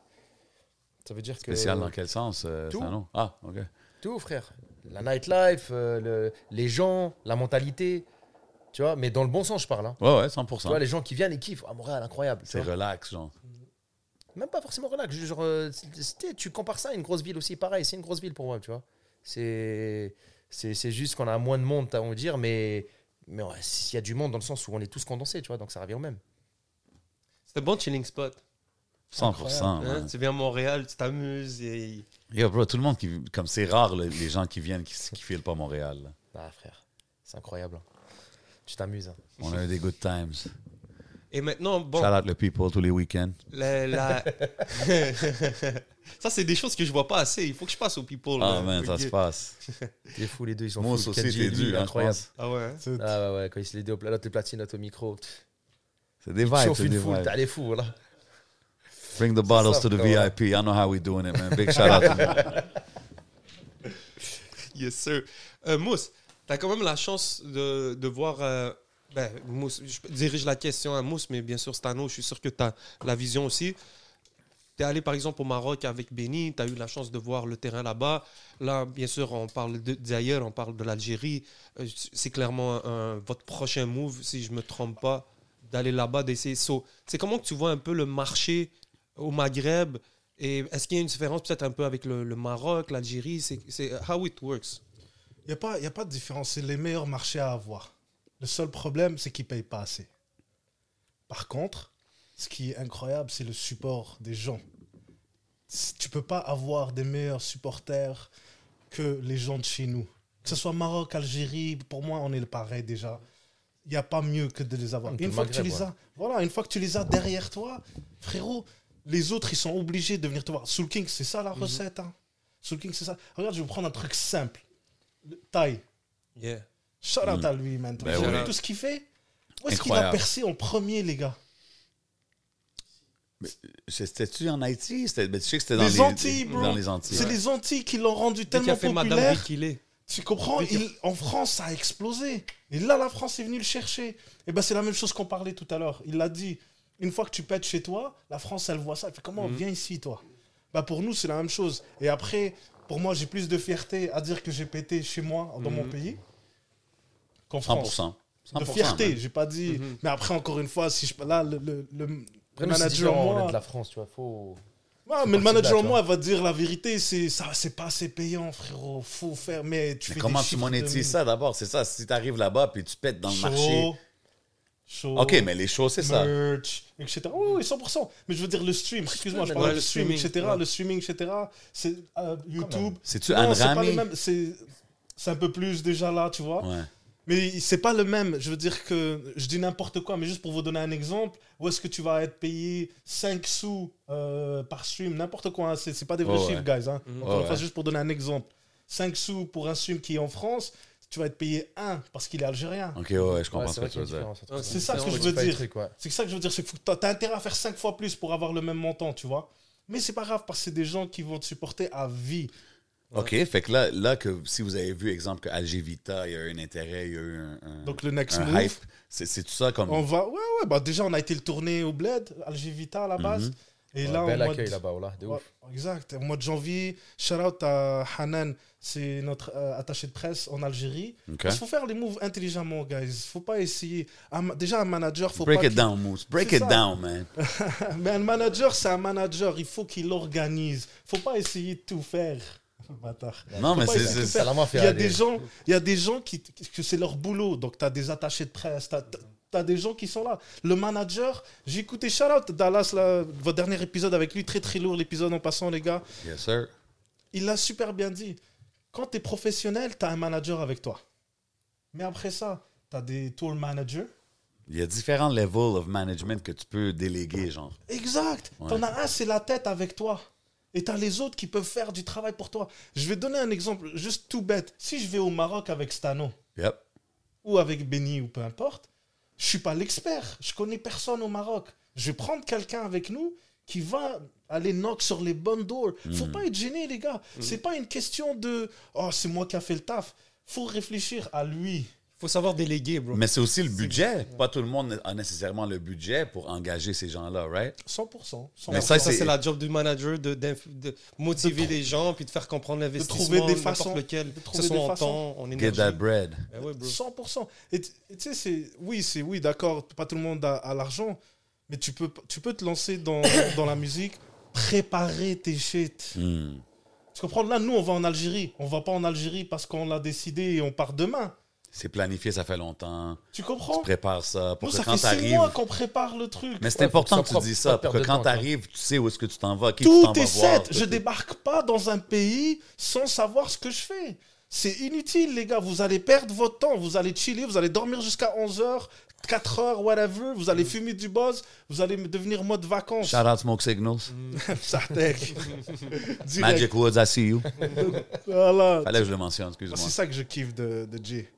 [SPEAKER 6] Ça veut dire que.
[SPEAKER 5] Spécial dans quel sens, euh,
[SPEAKER 6] Tout.
[SPEAKER 5] Sano? Ah, OK.
[SPEAKER 6] Tout, frère. La nightlife, euh, le- les gens, la mentalité, tu vois. Mais dans le bon sens, je parle. hein.
[SPEAKER 5] Ouais, ouais,
[SPEAKER 6] Tu vois,
[SPEAKER 5] 100
[SPEAKER 6] les gens qui viennent et kiffent. Ah, Montréal, incroyable. tu
[SPEAKER 5] C'est
[SPEAKER 6] vois.
[SPEAKER 5] relax, genre.
[SPEAKER 6] Même pas forcément relax. juste Genre, euh, c'est- c'est- tu compares ça à une grosse ville aussi. Pareil, c'est une grosse ville pour moi, tu vois. C'est, c'est, c'est juste qu'on a moins de monde, t'as- on va dire, mais, mais ouais, s'il y a du monde dans le sens où on est tous condensés, tu vois, donc ça revient au même.
[SPEAKER 8] C'est un bon chilling spot.
[SPEAKER 5] 100
[SPEAKER 8] hein.
[SPEAKER 5] Ah, man.
[SPEAKER 8] Tu viens à Montréal, tu t'amuses et.
[SPEAKER 6] hein?
[SPEAKER 5] Yo, bro, tout le monde qui. Comme c'est rare, le- les gens qui viennent qui, qui filent pas Montréal. là.
[SPEAKER 6] Ah, frère, c'est incroyable. hein. Tu t'amuses. hein.
[SPEAKER 5] On a eu des good times.
[SPEAKER 8] Et maintenant, bon,
[SPEAKER 5] Shout out le people tous les week-ends.
[SPEAKER 8] la- la- ça, c'est des choses que je vois pas assez. Il faut que je passe au people.
[SPEAKER 5] Ah,
[SPEAKER 8] là.
[SPEAKER 5] man, ça
[SPEAKER 8] Ok.
[SPEAKER 5] se passe.
[SPEAKER 6] Les fous, les deux, ils sont
[SPEAKER 5] Mousse
[SPEAKER 6] fous.
[SPEAKER 5] aussi,
[SPEAKER 6] Kenji,
[SPEAKER 5] t'es
[SPEAKER 6] lui,
[SPEAKER 5] dû, hein, je
[SPEAKER 6] incroyable.
[SPEAKER 5] pense.
[SPEAKER 8] Ah ouais.
[SPEAKER 7] C'est-
[SPEAKER 6] Ah ouais, ouais, quand il se les deux au plat, l'autre, les platines, l'autre au micro. pff,
[SPEAKER 5] C'est des
[SPEAKER 6] il
[SPEAKER 5] vibes,
[SPEAKER 6] chauffe
[SPEAKER 5] c'est
[SPEAKER 6] une
[SPEAKER 5] des
[SPEAKER 6] foule,
[SPEAKER 5] vibes.
[SPEAKER 6] t'as les fous, là.
[SPEAKER 5] Bring the bottles
[SPEAKER 6] ça,
[SPEAKER 5] to the
[SPEAKER 6] frère, ouais.
[SPEAKER 5] VIP. I know how we doing it, man. Big shout out to you.
[SPEAKER 8] Yes, sir. Euh, Mousse, tu as quand même la chance de, de voir. euh, ben, Mousse, je dirige la question à Mousse, mais bien sûr, Stano, je suis sûr que tu as la vision aussi. Tu es allé par exemple au Maroc avec Benny, tu as eu la chance de voir le terrain là-bas. Là, bien sûr, on parle de- d'ailleurs, on parle de l'Algérie. Euh, C'est clairement un- votre prochain move, si je ne me trompe pas, d'aller là-bas, d'essayer. So, c'est comment que tu vois un peu le marché au Maghreb et est-ce qu'il y a une différence peut-être un peu avec le, le Maroc, l'Algérie C'est c'est- how it works.
[SPEAKER 7] Il n'y a, pas- y a pas de différence. C'est les meilleurs marchés à avoir. Le seul problème, c'est qu'ils ne payent pas assez. Par contre, ce qui est incroyable, c'est le support des gens. Si- Tu peux pas avoir des meilleurs supporters que les gens de chez nous. Que ce soit Maroc, Algérie, pour moi, on est le pareil déjà. Il n'y a pas mieux que de les avoir.
[SPEAKER 6] Comme tout
[SPEAKER 7] Une
[SPEAKER 6] le
[SPEAKER 7] fois, que tu
[SPEAKER 6] Maghreb,
[SPEAKER 7] les
[SPEAKER 6] ouais.
[SPEAKER 7] as, voilà, une fois que tu les as derrière toi, frérot, les autres, ils sont obligés de venir te voir. Soul King, c'est ça la
[SPEAKER 6] Mhm.
[SPEAKER 7] recette. hein. Soul King, c'est ça. Regarde, je vais vous prendre un truc simple. Le- Taille.
[SPEAKER 8] Yeah.
[SPEAKER 7] Shout out à lui, man.
[SPEAKER 5] Ben
[SPEAKER 7] Vous avez
[SPEAKER 5] ouais.
[SPEAKER 7] Tout ce qu'il fait. Où est-ce qu'il a
[SPEAKER 5] Incroyable.
[SPEAKER 7] percé en premier, les gars
[SPEAKER 5] C'était-tu en Haïti? C'était- ben, Tu sais que c'était dans
[SPEAKER 7] Les
[SPEAKER 5] les,
[SPEAKER 7] Antilles, bro.
[SPEAKER 5] Dans les Antilles.
[SPEAKER 7] C'est les Antilles qui l'ont rendu
[SPEAKER 8] Dès qu'il a
[SPEAKER 7] tellement
[SPEAKER 8] fait Madame
[SPEAKER 7] populaire.
[SPEAKER 8] Bikile.
[SPEAKER 7] Tu comprends Il- En France, ça a explosé. Et là, la France est venue le chercher. Et ben, c'est la même chose qu'on parlait tout à l'heure. Il l'a dit. Une fois que tu pètes chez toi, la France, elle voit ça. Elle fait comment
[SPEAKER 8] Mm.
[SPEAKER 7] Viens ici, toi. Bah, pour nous, c'est la même chose. Et après, pour moi, j'ai plus de fierté à dire que j'ai pété chez moi, dans
[SPEAKER 8] Mm.
[SPEAKER 7] mon pays, qu'en France.
[SPEAKER 5] 100%. 100%.
[SPEAKER 7] de fierté.
[SPEAKER 5] man.
[SPEAKER 7] J'ai pas dit. Mais après, encore une fois, si je là, le, le, le- le
[SPEAKER 6] Après, nous, c'est
[SPEAKER 7] manager en
[SPEAKER 6] différent, on est
[SPEAKER 7] moi.
[SPEAKER 6] de la France, tu vois. Faut...
[SPEAKER 7] Ouais, mais le
[SPEAKER 6] parti de là,
[SPEAKER 7] manager en
[SPEAKER 6] tu
[SPEAKER 7] moi elle va te dire la vérité. C'est ça, c'est pas assez payant, frérot. Faut faire. Mais tu
[SPEAKER 5] Mais
[SPEAKER 7] fais
[SPEAKER 5] comment
[SPEAKER 7] des
[SPEAKER 5] tu
[SPEAKER 7] chiffres
[SPEAKER 5] monétises
[SPEAKER 7] de-
[SPEAKER 5] ça d'abord? C'est ça. Si t'arrives là-bas puis tu pètes dans le
[SPEAKER 7] Show,
[SPEAKER 5] marché.
[SPEAKER 7] show,
[SPEAKER 5] OK, mais les shows, c'est ça.
[SPEAKER 7] merch, etc. Oui, oui, 100%. Mais je veux dire le stream. Excuse-moi, je
[SPEAKER 8] Ouais,
[SPEAKER 7] parle
[SPEAKER 8] le
[SPEAKER 7] du stream,
[SPEAKER 8] streaming,
[SPEAKER 7] etc.
[SPEAKER 8] ouais.
[SPEAKER 7] Le streaming, etc. C'est euh, YouTube.
[SPEAKER 5] C'est-tu
[SPEAKER 7] Non, c'est pas le
[SPEAKER 5] Anrami?
[SPEAKER 7] même. C'est c'est un peu plus déjà là, tu vois.
[SPEAKER 5] Ouais.
[SPEAKER 7] Mais c'est pas le même. Je veux dire que je dis n'importe quoi, mais juste pour vous donner un exemple, où est-ce que tu vas être payé 5 sous euh, par stream, n'importe quoi. hein. C'est c'est pas des vrais
[SPEAKER 5] Oh,
[SPEAKER 7] chiffres, guys. hein.
[SPEAKER 5] Oh,
[SPEAKER 7] Encore une fois,
[SPEAKER 5] ouais.
[SPEAKER 7] juste pour donner un exemple. 5 sous pour un stream qui est en France, tu vas être payé 1 parce qu'il est algérien.
[SPEAKER 5] OK, ouais, je
[SPEAKER 6] Ouais,
[SPEAKER 5] comprends
[SPEAKER 6] c'est
[SPEAKER 5] ce que tu veux
[SPEAKER 6] vrai qu'il y a une
[SPEAKER 5] dire.
[SPEAKER 6] différence entre
[SPEAKER 8] Ouais,
[SPEAKER 6] ça.
[SPEAKER 7] C'est ça que je
[SPEAKER 8] différent,
[SPEAKER 7] veux
[SPEAKER 6] C'est pas les
[SPEAKER 7] dire.
[SPEAKER 6] trucs, ouais.
[SPEAKER 7] C'est que ça que je veux dire, c'est que faut- t'as t'as intérêt à faire 5 fois plus pour avoir le même montant, tu vois. Mais c'est pas grave parce que c'est des gens qui vont te supporter à vie.
[SPEAKER 5] OK, fait que là, là que si vous avez vu, exemple, que Algevita, il y a eu un intérêt, il y a eu un, un-
[SPEAKER 7] Donc le next
[SPEAKER 5] un
[SPEAKER 7] move.
[SPEAKER 5] hype. C'est c'est tout ça comme...
[SPEAKER 7] On va, ouais, ouais, bah déjà on a été le tourner au Bled, Algivita à
[SPEAKER 5] Mm-hmm.
[SPEAKER 7] la base. Et
[SPEAKER 6] Ouais,
[SPEAKER 7] là,
[SPEAKER 6] bel
[SPEAKER 7] au mois de-
[SPEAKER 6] accueil là-bas, voilà, de
[SPEAKER 7] Ouais,
[SPEAKER 6] ouf.
[SPEAKER 7] exact. Au mois de janvier, shout out à Hanan, c'est notre euh, attaché de presse en Algérie.
[SPEAKER 5] OK.
[SPEAKER 7] Il faut faire les moves intelligemment, guys. faut pas essayer. Un ma- déjà, un manager, faut
[SPEAKER 5] Break
[SPEAKER 7] pas.
[SPEAKER 5] it
[SPEAKER 7] qu'il-
[SPEAKER 5] down, Moose. Break
[SPEAKER 7] C'est
[SPEAKER 5] it
[SPEAKER 7] ça.
[SPEAKER 5] down, man.
[SPEAKER 7] Mais un manager, c'est un manager. Il faut qu'il organise. faut pas essayer de tout faire. Bâtard.
[SPEAKER 5] Non, mais
[SPEAKER 7] pas
[SPEAKER 5] c'est-
[SPEAKER 7] essayer
[SPEAKER 5] c'est...
[SPEAKER 7] de tout faire.
[SPEAKER 6] Ça, la mafia,
[SPEAKER 7] Il y a
[SPEAKER 6] elle
[SPEAKER 7] des
[SPEAKER 6] est-
[SPEAKER 7] gens, il y a des gens qui, que c'est leur boulot. Donc, tu as des attachés de presse, tu as, des gens qui sont là. Le manager, j'ai écouté shout out Dallas, là, votre dernier épisode avec lui, très très lourd l'épisode en passant, les gars.
[SPEAKER 5] Yes, sir.
[SPEAKER 7] Il l'a super bien dit. Quand tu es professionnel, tu as un manager avec toi. Mais après ça, tu as des tour managers.
[SPEAKER 5] Il y a différents levels of management que tu peux déléguer, genre.
[SPEAKER 7] Exact. T'en as un, c'est la tête avec toi. Et t'as les autres qui peuvent faire du travail pour toi. Je vais donner un exemple juste tout bête. Si je vais au Maroc avec Stano
[SPEAKER 5] Yep.
[SPEAKER 7] ou avec Benny ou peu importe, je suis pas l'expert. Je connais personne au Maroc. Je vais prendre quelqu'un avec nous qui va aller knock sur les bonnes doors.
[SPEAKER 5] Hmm.
[SPEAKER 7] Faut pas être gêné, les gars. C'est pas une question de oh c'est moi qui a fait le taf. Faut réfléchir à lui.
[SPEAKER 4] Faut savoir déléguer, bro.
[SPEAKER 5] Mais c'est aussi le budget. Pas tout le monde a nécessairement le budget pour engager ces gens-là, right?
[SPEAKER 7] 100%. 100%.
[SPEAKER 5] Mais
[SPEAKER 4] Ça,
[SPEAKER 5] ça,
[SPEAKER 4] c'est
[SPEAKER 5] c'est
[SPEAKER 4] la job du manager de, d'inf- de motiver les gens puis de faire comprendre
[SPEAKER 7] trouver
[SPEAKER 4] l'investissement,
[SPEAKER 7] des
[SPEAKER 4] n'importe
[SPEAKER 7] façons.
[SPEAKER 4] lequel,
[SPEAKER 7] De
[SPEAKER 4] que ce
[SPEAKER 7] trouver
[SPEAKER 4] soit
[SPEAKER 7] des
[SPEAKER 4] en
[SPEAKER 7] façons.
[SPEAKER 4] temps, en
[SPEAKER 5] Get
[SPEAKER 4] énergie.
[SPEAKER 5] that bread.
[SPEAKER 4] Ben ouais, bro.
[SPEAKER 7] 100%. Et tu et tu sais, c'est oui, c'est oui, d'accord, pas tout le monde a, a l'argent, mais tu peux, tu peux te lancer dans, dans la musique, préparer tes shit.
[SPEAKER 5] Hmm.
[SPEAKER 7] Tu comprends Là, nous, on va en Algérie. On va pas en Algérie parce qu'on l'a décidé et on part demain.
[SPEAKER 5] C'est planifié, ça fait longtemps.
[SPEAKER 7] Tu
[SPEAKER 5] Tu
[SPEAKER 7] comprends
[SPEAKER 5] prépares ça pour
[SPEAKER 7] Nous,
[SPEAKER 5] que
[SPEAKER 7] ça
[SPEAKER 5] quand
[SPEAKER 7] fait six
[SPEAKER 5] t'arrives.
[SPEAKER 7] mois qu'on prépare le truc.
[SPEAKER 5] Mais c'est
[SPEAKER 6] Ouais, faut
[SPEAKER 5] important
[SPEAKER 6] que
[SPEAKER 5] que tu
[SPEAKER 6] ça prend-
[SPEAKER 5] dis
[SPEAKER 6] pas
[SPEAKER 5] ça,
[SPEAKER 6] perdre
[SPEAKER 5] pour que
[SPEAKER 6] de
[SPEAKER 5] quand
[SPEAKER 6] temps, ça.
[SPEAKER 5] t'arrives, tu sais où est-ce que tu t'en vas, qui tu t'en
[SPEAKER 7] Tout
[SPEAKER 5] vas
[SPEAKER 7] est
[SPEAKER 5] voir.
[SPEAKER 7] set. Je débarque pas dans un pays sans savoir ce que je fais. C'est inutile, les gars. Vous allez perdre votre temps. Vous allez chiller, vous allez dormir jusqu'à 11h, 4h, whatever. Vous allez fumer du buzz. Vous allez me devenir mode vacances.
[SPEAKER 5] Shout out Smoke Signals.
[SPEAKER 7] Sartek. Direct.
[SPEAKER 5] Magic Woods, I see you.
[SPEAKER 7] Voilà.
[SPEAKER 5] Fallait que je le mentionne,
[SPEAKER 7] Moi,
[SPEAKER 5] excuse-moi.
[SPEAKER 7] C'est ça que je kiffe de, de Jay.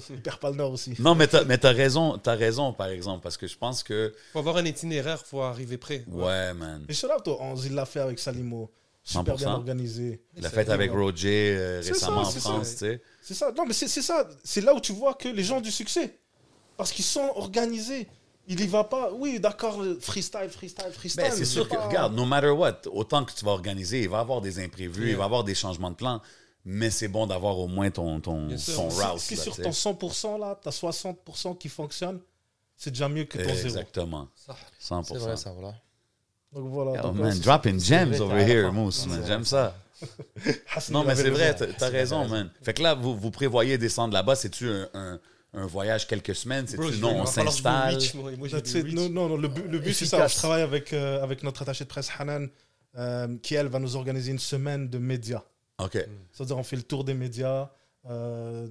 [SPEAKER 7] Il perd pas le nord aussi.
[SPEAKER 5] Non, mais t'as, mais t'as raison, t'as raison, par exemple, parce que je pense que,
[SPEAKER 4] Faut avoir un itinéraire, faut arriver près.
[SPEAKER 5] ouais, man,
[SPEAKER 7] Et shout out au Hans, il l'a fait avec Salimo. Super bien
[SPEAKER 5] 100%.
[SPEAKER 7] organisé.
[SPEAKER 5] la fête avec Roger euh,
[SPEAKER 7] C'est
[SPEAKER 5] récemment
[SPEAKER 7] ça,
[SPEAKER 5] en
[SPEAKER 7] c'est ça.
[SPEAKER 5] France, tu sais.
[SPEAKER 7] C'est ça. Non, mais c'est c'est ça. C'est là où tu vois que les gens ont du succès. Parce qu'ils sont organisés. Il y va pas. Oui, d'accord, euh, freestyle, freestyle, freestyle.
[SPEAKER 5] Ben, c'est sûr que,
[SPEAKER 7] pas-
[SPEAKER 5] regarde, no matter what, autant que tu vas organiser, il va y avoir des imprévus, il va y avoir des changements de plan, mais c'est bon d'avoir au moins ton, ton,
[SPEAKER 4] sûr.
[SPEAKER 5] ton
[SPEAKER 7] Si-
[SPEAKER 5] route.
[SPEAKER 7] Si
[SPEAKER 5] là,
[SPEAKER 7] sur
[SPEAKER 5] tu
[SPEAKER 7] ton
[SPEAKER 5] sais.
[SPEAKER 7] 100%, là, t'as 60% qui fonctionne, c'est déjà mieux que ton zéro.
[SPEAKER 5] Exactement. 100%.
[SPEAKER 6] C'est vrai, ça, voilà.
[SPEAKER 7] Donc voilà.
[SPEAKER 5] Oh
[SPEAKER 7] donc,
[SPEAKER 5] man,
[SPEAKER 7] euh,
[SPEAKER 5] dropping gems
[SPEAKER 6] vrai,
[SPEAKER 5] over
[SPEAKER 6] t'as la
[SPEAKER 5] here,
[SPEAKER 6] fin.
[SPEAKER 5] Moose, man. J'aime ça.
[SPEAKER 7] Hassan,
[SPEAKER 5] Non,
[SPEAKER 7] il
[SPEAKER 5] mais
[SPEAKER 7] avait
[SPEAKER 5] c'est
[SPEAKER 7] raison.
[SPEAKER 5] vrai, t'as- t'as raison, man. Fait que là, vous, vous prévoyez descendre là-bas, c'est-tu un, un- un voyage quelques semaines?
[SPEAKER 4] Bro,
[SPEAKER 5] C'est-tu
[SPEAKER 4] je-
[SPEAKER 5] non,
[SPEAKER 4] il va
[SPEAKER 5] on
[SPEAKER 4] falloir que je me
[SPEAKER 5] s'installe?
[SPEAKER 4] reach, moi, et moi, j'ai
[SPEAKER 7] That's
[SPEAKER 4] des
[SPEAKER 7] it.
[SPEAKER 4] reach.
[SPEAKER 7] Non, non, non, le but, le but c'est ça.
[SPEAKER 6] Efficace.
[SPEAKER 7] Je travaille avec, euh, avec notre attaché de presse, Hanan, euh, qui, elle, va nous organiser une semaine de médias.
[SPEAKER 5] OK,
[SPEAKER 7] C'est-à-dire, on fait le tour des médias, euh,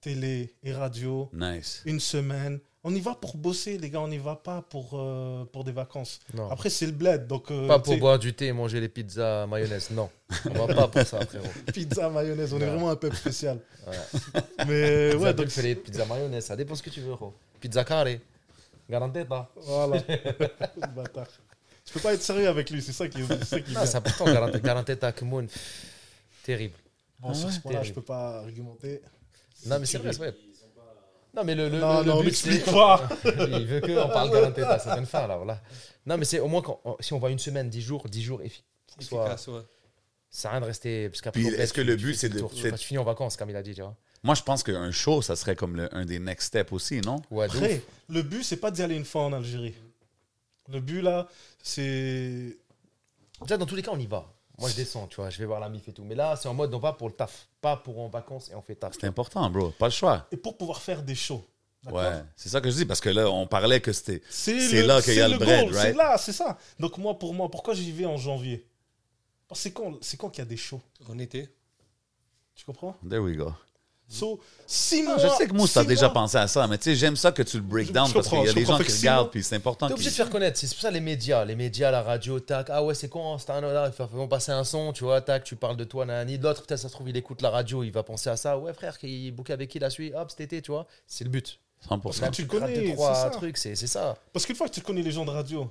[SPEAKER 7] télé et radio,
[SPEAKER 5] nice.
[SPEAKER 7] une semaine. On y va pour bosser, les gars, on n'y va pas pour, euh, pour des vacances.
[SPEAKER 6] Non.
[SPEAKER 7] Après, c'est le bled, donc... euh,
[SPEAKER 6] Pas pour
[SPEAKER 7] tu sais,
[SPEAKER 6] boire du thé et manger les pizzas mayonnaise, non. On va pas pour ça, frérot.
[SPEAKER 7] Pizza, mayonnaise, on est
[SPEAKER 6] Ouais.
[SPEAKER 7] vraiment un peuple spécial.
[SPEAKER 6] Pizza
[SPEAKER 7] Mais ouais,
[SPEAKER 6] donc
[SPEAKER 7] donc...
[SPEAKER 6] fais les pizzas mayonnaise, ça dépend ce que tu veux, frérot. Pizza carré. Garanteta.
[SPEAKER 7] Voilà. Le bâtard. Je peux pas être sérieux avec lui, c'est ça qui est, ça qui est
[SPEAKER 6] Non,
[SPEAKER 7] bien.
[SPEAKER 6] c'est important, garante- Garanteta, Kmoun. Terrible.
[SPEAKER 7] Bon, sur ce point-là, je
[SPEAKER 6] terrible.
[SPEAKER 7] peux pas argumenter.
[SPEAKER 6] Non, mais c'est vrai, c'est vrai. Non, mais le, le,
[SPEAKER 7] Non,
[SPEAKER 6] le- le
[SPEAKER 7] non,
[SPEAKER 6] but, c'est-
[SPEAKER 7] m'explique pas
[SPEAKER 6] Il veut qu'on parle
[SPEAKER 5] Ah
[SPEAKER 6] Garanteta, ça donne faim, là, voilà. Non, mais c'est au moins, quand, si on va une semaine, 10 jours, 10 jours, efficace. Soit,
[SPEAKER 4] Efficace, ouais.
[SPEAKER 6] ça rien de rester. Parce qu'après,
[SPEAKER 5] Puis
[SPEAKER 6] au bled,
[SPEAKER 5] est-ce que
[SPEAKER 6] tu-
[SPEAKER 5] le
[SPEAKER 6] tu
[SPEAKER 5] but,
[SPEAKER 6] fais
[SPEAKER 5] c'est
[SPEAKER 6] des
[SPEAKER 5] de-
[SPEAKER 6] tours, tu-
[SPEAKER 5] c'est-
[SPEAKER 6] Tu finis en vacances, comme il a dit, tu vois.
[SPEAKER 5] Moi, je pense qu'un show, ça serait comme le- un des next steps aussi, non?
[SPEAKER 6] Ouais, de ouf.
[SPEAKER 7] Après, le but, c'est pas d'y aller une fois en Algérie. Le but, là, c'est...
[SPEAKER 6] Déjà, dans tous les cas, on y va. Moi, je descends, tu vois, je vais voir la MIF et tout. Mais là, c'est en mode, on va pour le taf, pas pour en vacances et on fait taf.
[SPEAKER 5] C'est important, bro. Pas le choix.
[SPEAKER 7] Et pour pouvoir faire des shows. d'accord
[SPEAKER 5] Ouais, c'est ça que je dis, parce que là, on parlait que c'était... C'est
[SPEAKER 7] C'est
[SPEAKER 5] là qu'il y a
[SPEAKER 7] c'est
[SPEAKER 5] le bread,
[SPEAKER 7] goal,
[SPEAKER 5] right?
[SPEAKER 7] C'est là, c'est ça. Donc moi, pour moi, pourquoi j'y vais en janvier Parce que c'est quand, c'est quand qu'il y a des shows,
[SPEAKER 4] En été.
[SPEAKER 7] tu comprends
[SPEAKER 5] There we go.
[SPEAKER 7] So, six
[SPEAKER 5] Non,
[SPEAKER 7] mois...
[SPEAKER 5] Ah, je sais que Moose, t'as
[SPEAKER 7] six
[SPEAKER 5] déjà
[SPEAKER 7] mois-
[SPEAKER 5] pensé à ça, mais tu sais, j'aime ça que tu le break
[SPEAKER 7] Je-
[SPEAKER 5] down,
[SPEAKER 7] je
[SPEAKER 5] parce qu'il y
[SPEAKER 7] comprends,
[SPEAKER 5] a
[SPEAKER 7] je
[SPEAKER 5] des gens
[SPEAKER 7] comprends,
[SPEAKER 5] qui
[SPEAKER 7] effectivement.
[SPEAKER 5] regardent, puis c'est important
[SPEAKER 6] T'es obligé
[SPEAKER 5] qu'ils...
[SPEAKER 6] de faire connaître, c'est pour ça les médias, les médias, la radio, tac, ah ouais, c'est con, c'est un là, ils vont passer un son, tu vois, tac, tu parles de toi, nanani, l'autre, peut-être ça se trouve, il écoute la radio, il va penser à ça, ouais frère, il boucle avec qui la suit, hop, cet été, tu vois, c'est le but.
[SPEAKER 5] 100%.
[SPEAKER 6] Même
[SPEAKER 7] tu
[SPEAKER 6] si
[SPEAKER 7] le
[SPEAKER 6] rates deux,
[SPEAKER 7] connais,
[SPEAKER 6] trois
[SPEAKER 7] c'est ça.
[SPEAKER 6] trucs, c'est c'est ça.
[SPEAKER 7] Parce qu'une fois que tu connais les gens de radio,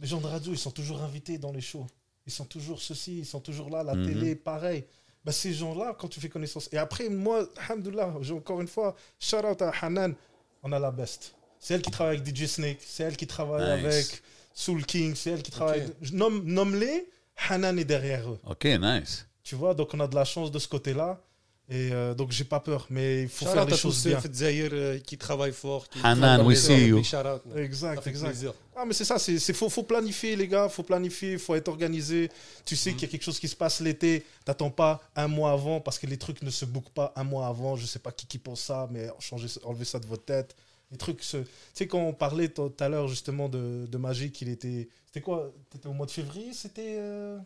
[SPEAKER 7] les gens de radio, ils sont toujours invités dans les shows. Ils sont toujours ceci, ils sont toujours là, la
[SPEAKER 5] Mhm.
[SPEAKER 7] télé, pareil. Bah, ces gens-là, quand tu fais connaissance. Et après, moi, alhamdoulilah, j'ai encore une fois, shout out à Hanan, on a la best. C'est elle qui travaille avec DJ Snake, c'est elle qui travaille
[SPEAKER 5] Nice.
[SPEAKER 7] avec Soul King, c'est elle qui travaille. je Nomme, nomme-les, Hanan est derrière eux.
[SPEAKER 5] OK, nice.
[SPEAKER 7] Tu vois, donc on a de la chance de ce côté-là. Et euh, donc, j'ai pas peur, mais il faut
[SPEAKER 4] Shout
[SPEAKER 7] faire
[SPEAKER 4] out à
[SPEAKER 7] les
[SPEAKER 4] tous
[SPEAKER 7] choses
[SPEAKER 4] ceux
[SPEAKER 7] bien.
[SPEAKER 4] de Zaïre, euh, qui travaillent fort. Qui
[SPEAKER 5] Hanan, we
[SPEAKER 4] travaillent dans les
[SPEAKER 5] see
[SPEAKER 4] heures,
[SPEAKER 5] you.
[SPEAKER 4] big shout out, man. Ça
[SPEAKER 7] Exact,
[SPEAKER 4] fait
[SPEAKER 7] exact.
[SPEAKER 4] plaisir.
[SPEAKER 7] Ah, mais c'est ça, c'est, c'est- faut, faut planifier, les gars, faut planifier, faut être organisé. Tu sais qu'il y a quelque chose qui se passe l'été, t'attends pas un mois avant parce que les trucs ne se bookent pas un mois avant. Je sais pas qui qui pense ça, mais changez, enlevez ça de votre tête. Les trucs se. Tu sais, quand on parlait tout tout à l'heure justement de, de Magic, il était. C'était quoi T'étais au mois de février C'était euh,